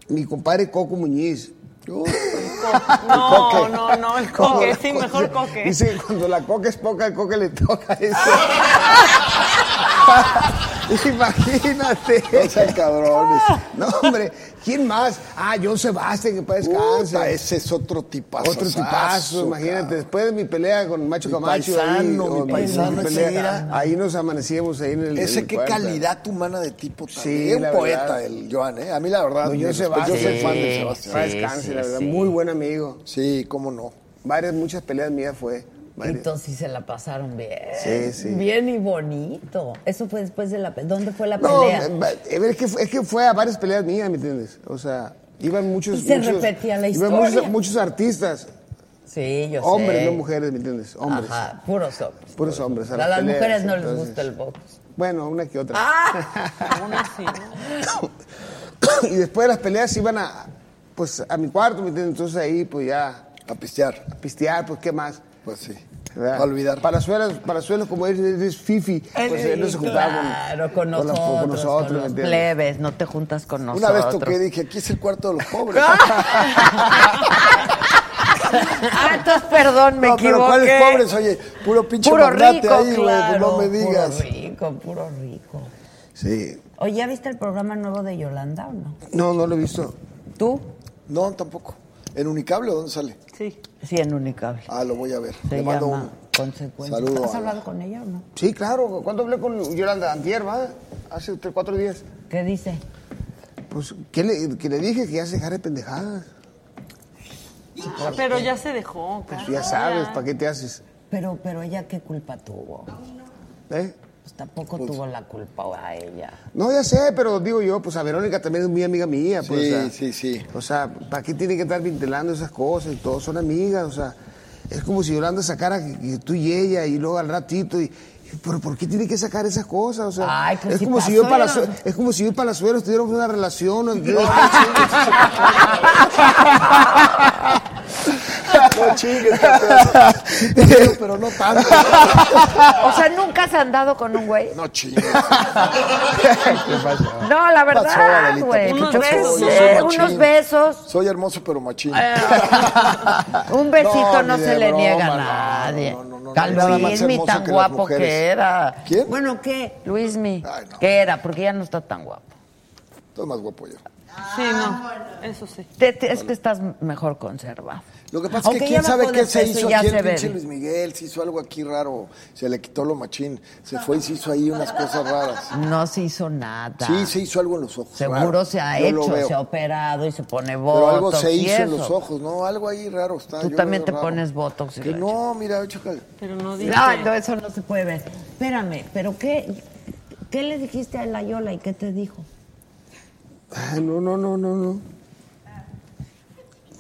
E: mi compadre Coco Muñiz.
O: No, no, no, el coque, sí, mejor coque.
E: Dice que cuando la coca es poca, el coque le
D: <laughs>
E: toca eso. Imagínate.
D: No sean cabrones.
E: No, hombre, ¿quién más? Ah, John Sebastián, que para
D: Puta,
E: descanse.
D: ese es otro tipazo.
E: Otro tipazo, imagínate. Después de mi pelea con Macho
D: Mi
E: Camacho.
D: paisano,
E: ahí,
D: mi
E: o
D: paisano, ese
E: pelea,
D: era.
E: ahí nos amanecíamos ahí en el. en
D: Ese
E: el
D: qué
E: cuarto.
D: calidad humana de tipo también.
E: Sí,
D: es un
E: la
D: poeta
E: verdad.
D: el Joan, ¿eh? A mí la verdad.
E: Don
D: mi
E: John
D: respeto,
E: Sebastián.
D: Yo soy fan de
E: Para
D: Sebastián.
E: descanse, la verdad. Muy buen amigo.
D: Sí, cómo no.
E: Varias, muchas peleas mías fue. varias.
M: Entonces se la pasaron bien.
E: Sí, sí.
M: Bien y bonito. Eso fue después de la pe- ¿Dónde fue la
E: No,
M: pelea?
E: eh, va- es que, fue- es que fue a varias peleas mías, ¿me entiendes? O sea, iban muchos.
M: Y se
E: muchos-
M: repetía la
E: iban
M: historia.
E: muchos, muchos artistas,
M: sí, yo
E: hombres,
M: sé.
E: no mujeres, ¿me entiendes? Hombres.
M: Ajá, puros hombres.
E: Puros hombres.
M: A
E: las
M: las
E: peleas,
M: mujeres no les
E: entonces.
M: gusta el box. Ah.
E: Bueno, una que otra.
O: Uno sí, ¿no?
E: <coughs> y después de las peleas iban a, pues, a mi cuarto, ¿me entiendes? Entonces ahí, pues ya,
D: A pistear.
E: a pistear, pues, ¿qué más?
D: Pues sí.
E: Para olvidar. Para suelos, para suelos como es, es Fifi. Pues él no se juntaba
C: claro,
E: con,
C: con
E: la-
C: nosotros,
E: con
C: con
E: nosotros, ¿me
C: los
E: entiendes?
C: plebes, no te juntas con
D: Una
C: nosotros.
D: vez toqué dije, aquí es el cuarto de
C: <laughs>
D: los pobres.
C: Ah, entonces perdón, me
D: no, pero
C: equivoqué.
D: ¿cuáles pobres? Oye, puro pinche
C: Puro
D: magnate
C: rico,
D: ahí, güey, pues
C: claro,
D: no me digas.
C: Puro rico, puro rico.
E: Sí.
C: Oye, ¿ya viste el programa nuevo de Yolanda o no?
E: No, no lo he visto.
C: ¿Tú?
D: No, tampoco. ¿En Unicable o dónde sale?
O: Sí.
C: Sí, en Unicable.
D: Ah, lo voy a ver.
C: Se
D: Le mando
C: llama
D: uno.
C: Consecuencias.
D: Saludo
C: ¿Has
D: a-
C: hablado con ella o no?
E: Sí, claro. ¿Cuándo hablé con Yolanda? Antier, ¿va? Hace tres, cuatro días.
C: ¿Qué dice?
E: Pues, ¿qué le, que le dije? Que ya se dejara de pendejadas.
O: Pero ya se dejó.
E: Pues
O: claro.
E: ya sabes, ¿para qué te haces?
C: Pero, pero ella, ¿qué culpa tuvo?
E: ¿Eh?
C: Pues tampoco tuvo la culpa a ella.
E: No, ya sé, pero digo yo, pues a Verónica también es muy amiga mía. Pues,
D: Sí,
E: o sea,
D: sí, sí.
E: O sea, ¿para qué tiene que estar ventilando esas cosas? Y todos son amigas, o sea, es como si Yolanda sacara que, que tú y ella y luego al ratito y... y, ¿Pero por qué tiene que sacar esas cosas? O sea,
C: Ay, pues
E: es,
C: si
E: como si yo y
C: pasó.
E: Palazuelos- es como si yo y Palazuelos tuviéramos una relación. o-
C: <laughs>
D: No chingues, campeón. pero no tanto.
C: O sea, ¿nunca has andado con un güey?
D: No chingues.
C: No, la
D: Pasó,
C: verdad,
D: Adelita,
C: Ah, güey.
D: ¿qué
O: Unos
D: pasó?
O: besos.
D: Yo
C: Sí,
D: soy machín.
C: unos besos. Ah.
D: Soy hermoso, pero machín.
C: Un besito no,
D: ni
C: se
D: de
C: le
D: broma,
C: niega
D: no,
C: a nadie.
D: no, no, no, no, nada más
C: Calvismi,
D: hermoso
C: tan
D: que las
C: guapo
D: mujeres.
C: que era.
D: ¿Quién?
C: Bueno, ¿qué? Luismi.
D: Ay, no.
C: ¿Qué era? Porque ya no está tan guapo.
D: Estoy más guapo yo.
O: Sí, no. Eso sí.
C: Te- te- es que estás mejor conservado.
D: Lo que pasa es
C: Aunque
D: que
C: ya
D: quién sabe
C: bajó de
D: qué se
C: peso y
D: hizo
C: ya
D: aquí
C: se
D: el
C: ve
D: pinche
C: bien.
D: Luis Miguel. Se hizo algo aquí raro. Se le quitó lo machín. Se fue y se hizo ahí unas cosas raras.
C: No se hizo nada.
D: Sí, se hizo algo en los ojos.
C: Seguro
D: raro.
C: se ha
D: Yo lo
C: hecho,
D: veo.
C: se ha operado y se pone botox.
D: Pero algo se
C: y
D: hizo en
C: eso.
D: los ojos, ¿no? Algo ahí raro está.
C: Tú
D: yo lo
C: también
D: veo
C: te
D: raro.
C: pones botox. y
D: Que
C: la
D: no, mira, choca.
O: Pero no dice.
C: chingada. Ay, Ah, no, eso no se puede ver. Espérame, ¿pero qué, qué le dijiste a la Yola y qué te dijo?
E: Ah, no, no, no, no, no.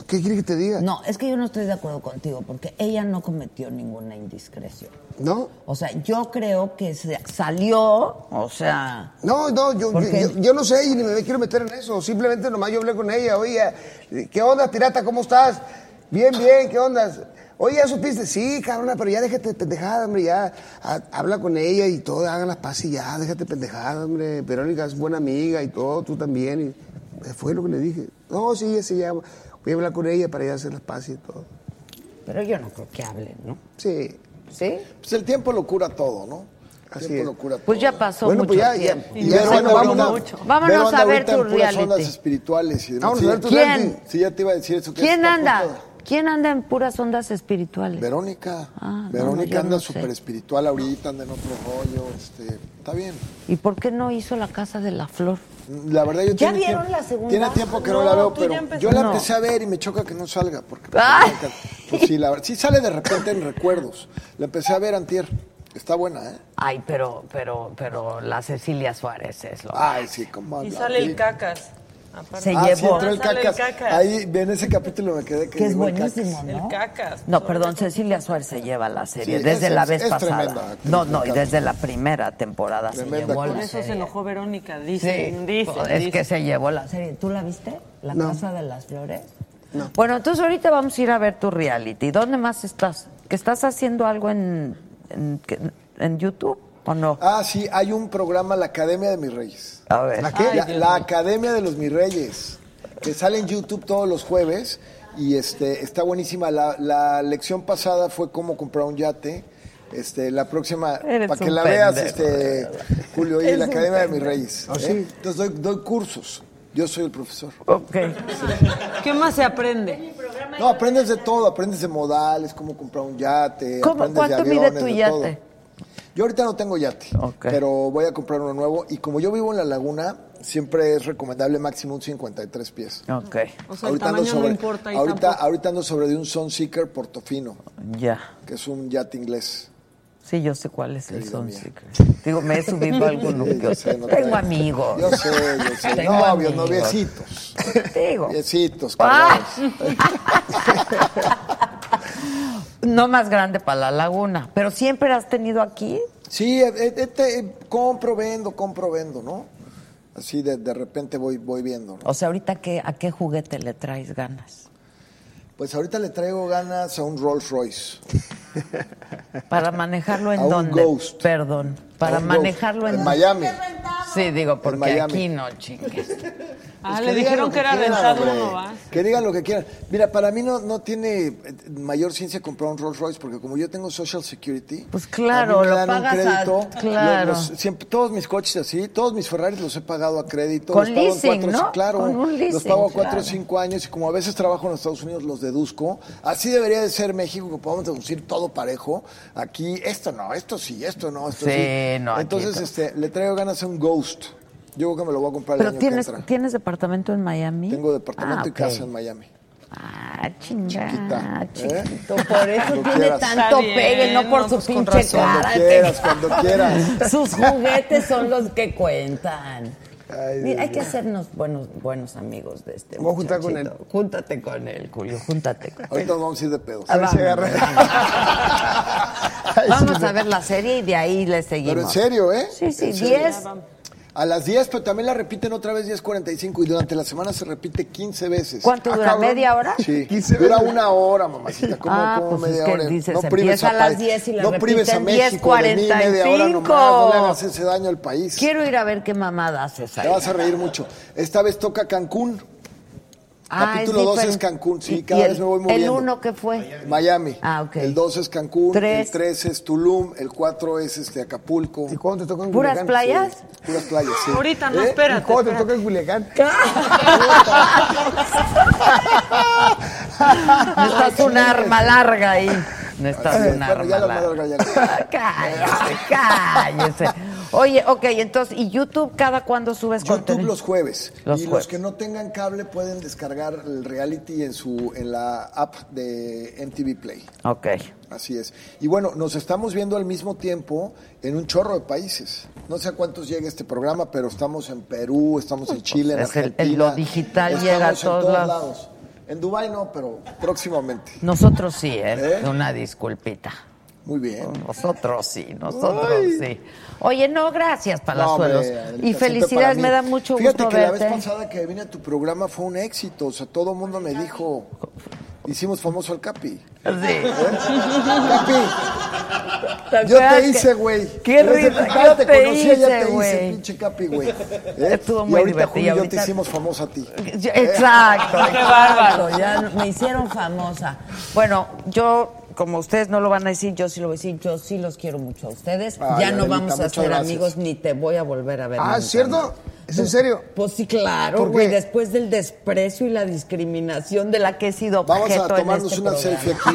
E: ¿Qué quieres que te diga?
C: No, es que yo no estoy de acuerdo contigo porque ella no cometió ninguna indiscreción.
E: ¿No?
C: O sea, yo creo que se salió, o sea,
E: No, no, yo,
C: ¿Por
E: yo-
C: qué?
E: yo- yo no sé y ni me quiero meter en eso. Simplemente nomás yo hablé con ella. Oye, ¿qué onda, pirata? ¿Cómo estás? Bien, bien, ¿qué onda? Oye, ¿ya supiste? Sí, cabrona, pero ya déjate de pendejada, hombre, ya. Ha- habla con ella y todo, hagan las paces y ya, déjate de pendejada, hombre. Verónica es buena amiga y todo, tú también. Y eh, fue lo que le dije. No, sí, ella se llama. Voy a hablar con ella para ya hacer las paces y todo.
C: pero yo no creo que hablen, ¿no?
E: Sí.
C: ¿Sí?
D: Pues el tiempo lo cura todo, ¿no? El
E: Así
D: tiempo
E: es.
D: lo cura todo.
C: Pues ya pasó
E: Bueno,
C: mucho
E: pues ya, ya,
C: tiempo.
E: ya,
D: Y Vero
E: se
D: anda
E: nos
D: ahorita-
E: vamos.
C: mucho. Vámonos
D: Vero anda
C: a ver
D: ahorita
C: tu
D: en puras
C: reality.
D: ondas espirituales. Y demás.
E: Vamos a
D: Sí,
E: ver tu
C: ¿Quién?
E: reality.
D: Sí, ya te iba a decir eso. que
C: ¿Quién
D: está a punto
C: anda?
D: de-
C: ¿Quién anda en puras ondas espirituales?
D: Verónica.
C: Ah, no,
D: Verónica
C: yo no
D: anda
C: sé.
D: súper espiritual ahorita, anda en otro rollo. Este, está bien.
C: ¿Y por qué no hizo la casa de la flor?
D: La verdad, yo
C: ¿Ya
D: tiene
C: vieron
D: tiempo-
C: la segunda?
D: Tiene tiempo que no,
O: No,
D: la veo,
O: tú ya
D: pero
O: empezaste.
D: yo la
C: No.
D: empecé a ver y me choca que no salga. Porque
C: <laughs> Ay.
D: pues sí, la verdad, sí sale de repente en recuerdos. La empecé a ver antier. Está buena, ¿eh?
C: Ay, pero, pero, pero la Cecilia Suárez es lo.
D: Ay, sí, como
O: Y
D: habla.
O: sale
D: Sí.
O: el cacas. Aparte.
C: Se
D: Ah, sí,
C: llevó.
D: entró el
O: Sale el
D: cacas.
O: Cacas.
D: Ahí, en ese capítulo me quedé que
C: que es
D: llegó el Cacas.
C: buenísimo,
O: El
C: ¿no?
O: cacas.
C: No, perdón, Cecilia Suárez se lleva la serie
D: Sí,
C: desde
D: es-
C: la
D: es-
C: vez
D: es
C: pasada.
D: tremenda actriz,
C: no, no, y
D: Cacas.
C: desde la primera temporada se
D: Tremenda
C: llevó
D: actriz.
C: la
O: Por eso se
C: serie.
O: enojó Verónica.
C: Sí, pues,
O: Dicen, dicen.
C: es
O: dicen.
C: que se llevó la serie. ¿Tú la viste? La
E: No.
C: Casa de las Flores. Bueno, entonces ahorita vamos a ir a ver tu reality. ¿Dónde más estás? ¿Que estás haciendo algo en, en, que- en YouTube o no?
D: Ah, sí, hay un programa, la Academia de Mis Reyes.
C: A ver.
E: ¿La qué?
D: Ah, La, la Academia de los Mis Reyes, que sale en YouTube todos los jueves y este está buenísima. La, la lección pasada fue cómo comprar un yate. Este, la próxima,
C: Eres
D: para que
C: un
D: la veas,
C: pendejo,
D: este, Julio, y la Academia de Mis Reyes.
E: Ah,
D: ¿eh?
E: sí.
D: Entonces doy, doy cursos. Yo soy el profesor.
C: Ok.
O: ¿Qué más se aprende?
D: No, aprendes de todo, aprendes de modales, cómo comprar un yate.
C: ¿Cómo?
D: aprendes de
C: ¿Cuánto mide
D: aviones,
C: tu
D: de
C: yate?
D: todo. Yo ahorita no tengo yate,
C: Ok.
D: pero voy a comprar uno nuevo y como yo vivo en la laguna, siempre es recomendable máximo un 53 pies.
C: Ok.
O: O sea, el tamaño no importa. Y
D: ahorita,
O: tampoco.
D: ahorita ando sobre de un Sunseeker Portofino,
C: Ya.
D: que es un yate inglés.
C: Sí, yo sé cuál es el
D: Querida
C: Sound
D: mía.
C: Secret. Digo, me he subido a alguno.
D: Sí,
C: Yo
D: <laughs> yo sé, no te-
C: tengo amigos.
D: Yo sé, yo sé.
C: Tengo
D: Novios,
C: amigos. <laughs>
D: noviecitos.
C: Digo.
D: Eh, Noviecitos,
C: Ah.
D: cabrones.
C: <laughs> No más grande para la laguna. Pero siempre has tenido aquí.
D: Sí, eh, eh, este, eh, compro, vendo, compro, vendo, ¿no? Así de, de repente voy, voy viendo, ¿no?
C: O sea, ahorita qué, a qué juguete le traes ganas.
D: Pues ahorita le traigo ganas a un Rolls Royce.
C: Para manejarlo en
D: A un
C: dónde?
D: Ghost.
C: Perdón. Para
D: A un Rolls-
C: manejarlo en,
D: en Miami.
C: Sí, digo, porque
D: Miami.
C: aquí no, chingues.
O: Ah,
D: Pues
O: le
D: que digan
O: dijeron
D: lo
O: que era
D: quieran,
O: rentado
D: hombre.
O: uno, ¿va?
D: Que digan lo que quieran. Mira, para mí no, no tiene eh, mayor ciencia comprar un Rolls Royce, porque como yo tengo Social Security.
C: Pues claro,
D: a mí me
C: lo
D: dan un
C: pagas a-
D: crédito,
C: claro.
D: los- los- siempre, todos mis coches así, todos mis Ferraris los he pagado a crédito.
C: Con
D: los pago en
C: leasing,
D: cuatro-
C: ¿no?
D: Claro,
C: Con un
D: los
C: leasing,
D: pago a cuatro o
C: claro.
D: cinco años y como a veces trabajo en los Estados Unidos los deduzco. Así debería de ser México, que podamos deducir todo parejo. Aquí, esto no, esto sí, esto no, esto sí.
C: Sí, no, aquí
D: Entonces,
C: todo.
D: este, le traigo ganas a un Ghost. Yo creo que me lo voy a comprar el
C: Pero
D: año
C: tienes,
D: que entra.
C: tienes departamento en Miami.
D: Tengo departamento
C: Ah,
D: y
C: ok.
D: casa en Miami.
C: Ah, chingada,
D: Chiquita, ¿eh?
C: chiquito. Por eso
D: Cuando
C: tiene
D: quieras.
C: tanto
O: Está bien,
C: pegue, no por
O: no,
C: su
O: pues, con
C: pinche
O: razón.
C: cara.
D: Cuando quieras, cuando
C: <laughs>
D: quieras.
C: Sus juguetes son los que cuentan.
D: Ay,
C: Mira, hay
D: Dios
C: que
D: mío.
C: hacernos buenos, buenos amigos de este.
H: Voy a juntar con
C: muchachito. Júntate con él, Julio, júntate con él.
D: Ahorita nos vamos a ir de
C: Ah,
D: pedos.
H: A ver si agarra.
D: <laughs>
H: Ay,
C: Vamos
H: sí.
C: a ver la serie y de ahí le
D: Pero en
C: seguimos.
D: serio, ¿eh?
C: Sí, sí,
D: En serio.
C: 10.
D: A las 10, pero también la repiten otra vez 10.45 y durante la semana se repite 15 veces.
C: ¿Cuánto dura? ¿Media hora?
D: Ah, Sí,
H: 15
D: dura
H: veces.
D: una hora, mamacita. ¿Cómo,
C: Ah,
D: cómo
C: pues es
D: media
C: que
D: hora?
C: dices,
D: prives
C: empieza a las
D: país.
C: 10 y la
D: No prives a
C: repiten
D: México de mí media hora nomás. No le hagas ese daño al país.
C: Quiero ir a ver qué mamada haces ahí.
D: Te vas a reír mucho. Esta vez toca Cancún.
C: Ah,
D: Capítulo 2 es
C: diferente.
D: Cancún,
C: Y-
D: sí,
C: y
D: cada
C: el-
D: vez me voy moviendo.
C: ¿El uno qué fue?
D: Miami.
C: Ah, ok.
D: El 2 es Cancún,
C: Tres.
D: el 3 es Tulum, el 4 es este Acapulco.
H: ¿Y cuándo te toca en
C: ¿Puras
H: Culiacán?
C: playas?
D: Puras playas, sí.
O: Ahorita no,
D: ¿Eh?
H: ¿Y
O: espérate.
H: cuándo te
O: espérate.
H: toca en Culiacán?
C: Necesitas un arma larga ahí. Necesitas
D: Así es,
C: un
D: bueno, ya
C: arma
D: la
C: larga.
D: madre, ya la-
C: <laughs> Cállese, cállese. Oye, ok, entonces, ¿y YouTube cada cuándo subes
D: YouTube
C: contenido?
D: los jueves.
C: Los
D: y
C: jueves.
D: los que no tengan cable pueden descargar el reality en su en la app de MTV Play.
C: Ok.
D: Así es. Y bueno, nos estamos viendo al mismo tiempo en un chorro de países. No sé a cuántos llega este programa, pero estamos en Perú, estamos en Chile, en
C: es el- el-
D: Argentina.
C: lo digital
D: estamos
C: llega a
D: en
C: todos lados.
D: lados. En Dubái no, pero próximamente.
C: Nosotros sí, ¿eh?
D: ¿Eh?
C: Una disculpita.
D: Muy
C: Oh,
D: bien.
C: Nosotros sí, nosotros sí. Oye, no, gracias,
D: No, hombre,
C: Palazuelos.
D: la invitación
C: y
D: fue para
C: felicidades,
D: mí.
C: me da mucho
D: Fíjate
C: gusto
D: que
C: verte.
D: la vez pasada que vine a tu programa fue un éxito. O sea, todo el mundo me dijo. Hicimos famoso al Capi.
C: Sí. <laughs>
D: Capi, ¿Eh? yo
C: acuerdas
D: te
C: que-
D: hice, güey.
C: qué
D: Desde
C: risa,
D: que ya
C: yo te
D: conocía, ya
C: hice,
D: te
C: güey.
D: hice, pinche Capi,
C: <laughs>
D: güey. ¿Eh?
C: Estuvo
D: y
C: muy
D: ahorita,
C: divertido,
D: Julio, y yo te
C: ahorita-
D: hicimos famoso a ti.
C: Exacto.
O: <laughs> Qué bárbaro.
C: Ya me hicieron famosa. Bueno, yo, como ustedes no lo van a decir, yo sí lo voy a decir. Yo sí los quiero mucho a ustedes.
D: Ay,
C: ya no
D: Adelita,
C: vamos a
D: muchas
C: ser
D: gracias.
C: amigos ni te voy a volver a ver.
H: Ah,
C: nunca
H: ¿es ¿cierto?
C: más.
H: ¿Es en serio?
C: Pues sí, claro,
H: ¿Por
C: güey.
H: qué?
C: Después del desprecio y la discriminación de la que he sido objeto
D: Vamos a
C: en
D: tomarnos
C: este
D: una
C: programa.
D: selfie aquí.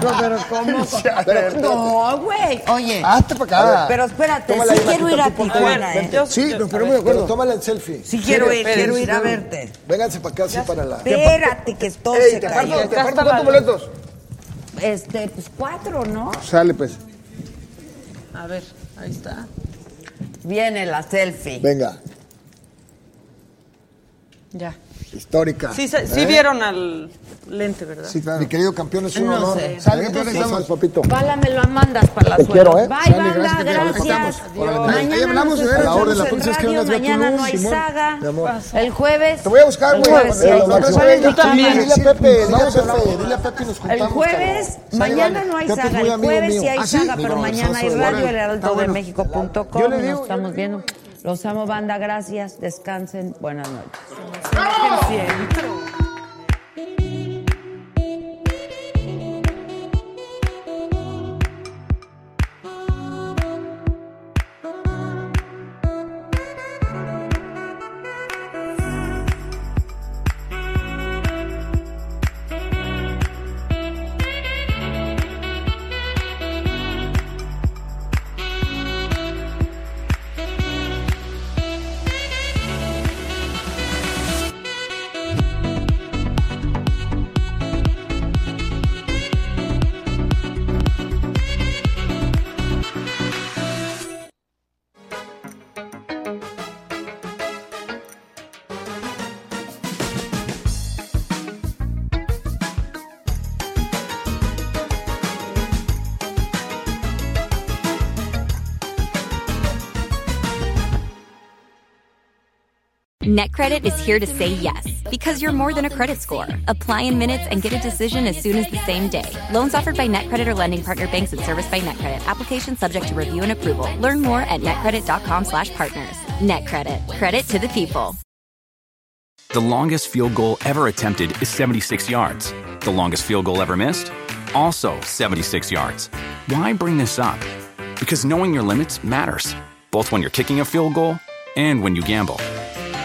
C: <laughs> No, pero ¿cómo?
D: Pero-
C: no, güey. Oye.
H: Hazte para acá.
C: Pero espérate,
D: Ah, Tómala
C: sí
D: ahí,
C: quiero
D: Marquita,
C: ir a
D: tú ponte
C: Tijuana,
O: ahí,
C: ¿eh?
O: vente. Yo-
H: Sí,
O: yo-
H: nos
O: a
H: ponemos de
O: ver,
D: Pero
H: acuerdo.
D: tómala en selfie.
C: Sí quiero ir, quiero ir a verte.
D: Vénganse para acá, así para la.
C: Espérate, que todo
H: Ey,
C: se
H: te
C: cayó.
H: aparto, te
O: Ya
H: aparto
O: está
H: cuántos
O: la-
H: boletos.
C: Este, pues cuatro, ¿no?
H: Sale, pues.
O: A ver, ahí está.
C: Viene la selfie.
D: Venga,
O: Ya.
D: histórica.
O: Sí, se- sí
D: ¿Eh?
O: vieron al lente, ¿verdad?
H: Sí, claro.
D: Mi querido campeón, es un
C: No
D: honor.
C: sé.
D: Sale, campeón, estamos, papito.
C: Pálamelo, mandas para las
D: Te quiero, ¿eh?
C: Bye,
H: Sale,
C: banda,
H: gracias,
C: gracias.
H: que te
C: gracias.
H: respetamos. Órale,
C: Mañana
H: ahí hablamos,
C: nos
H: ¿eh?
C: escuchamos
D: A la orden, la
C: en
D: próxima es que
C: radio,
D: vengas de
C: Mañana
D: Tulum,
C: no hay
D: Simón.
C: saga.
D: Mi amor.
C: El jueves.
H: Te voy a buscar,
C: El
H: güey.
C: jueves,
H: Cuando-
C: sí,
H: cuando
C: el
H: vengas,
C: jueves
H: venga.
C: yo también.
D: Dile a Pepe, dile
H: Vamos a
D: a Pepe,
H: hablar.
D: dile a Pepe y nos
C: El
D: juntamos.
C: jueves,
D: cabrón.
C: mañana no hay
D: Pepe es
C: saga.
D: muy
C: El
D: amigo
C: jueves
D: mío.
C: sí hay
H: ¿Ah, sí?
C: saga, pero
H: No,
C: mañana
H: eso
C: hay
H: es
C: radio,
H: bueno.
C: el
D: Ah,
H: Está bueno.
C: heraldodemexico.com.
H: Yo le
C: Nos
H: digo, yo
C: estamos
H: le
C: viendo. Los amo, banda. Gracias. Descansen. Buenas noches.
P: NetCredit is here to say yes because you're more than a credit score. Apply in minutes and get a decision as soon as the same day. Loans offered by NetCredit or lending partner banks and serviced by NetCredit. Application subject to review and approval. Learn more at netcredit.com/partners. NetCredit. Credit to the people.
B: The longest field goal ever attempted is 76 yards. The longest field goal ever missed? Also 76 yards. Why bring this up? Because knowing your limits matters, both when you're kicking a field goal and when you gamble.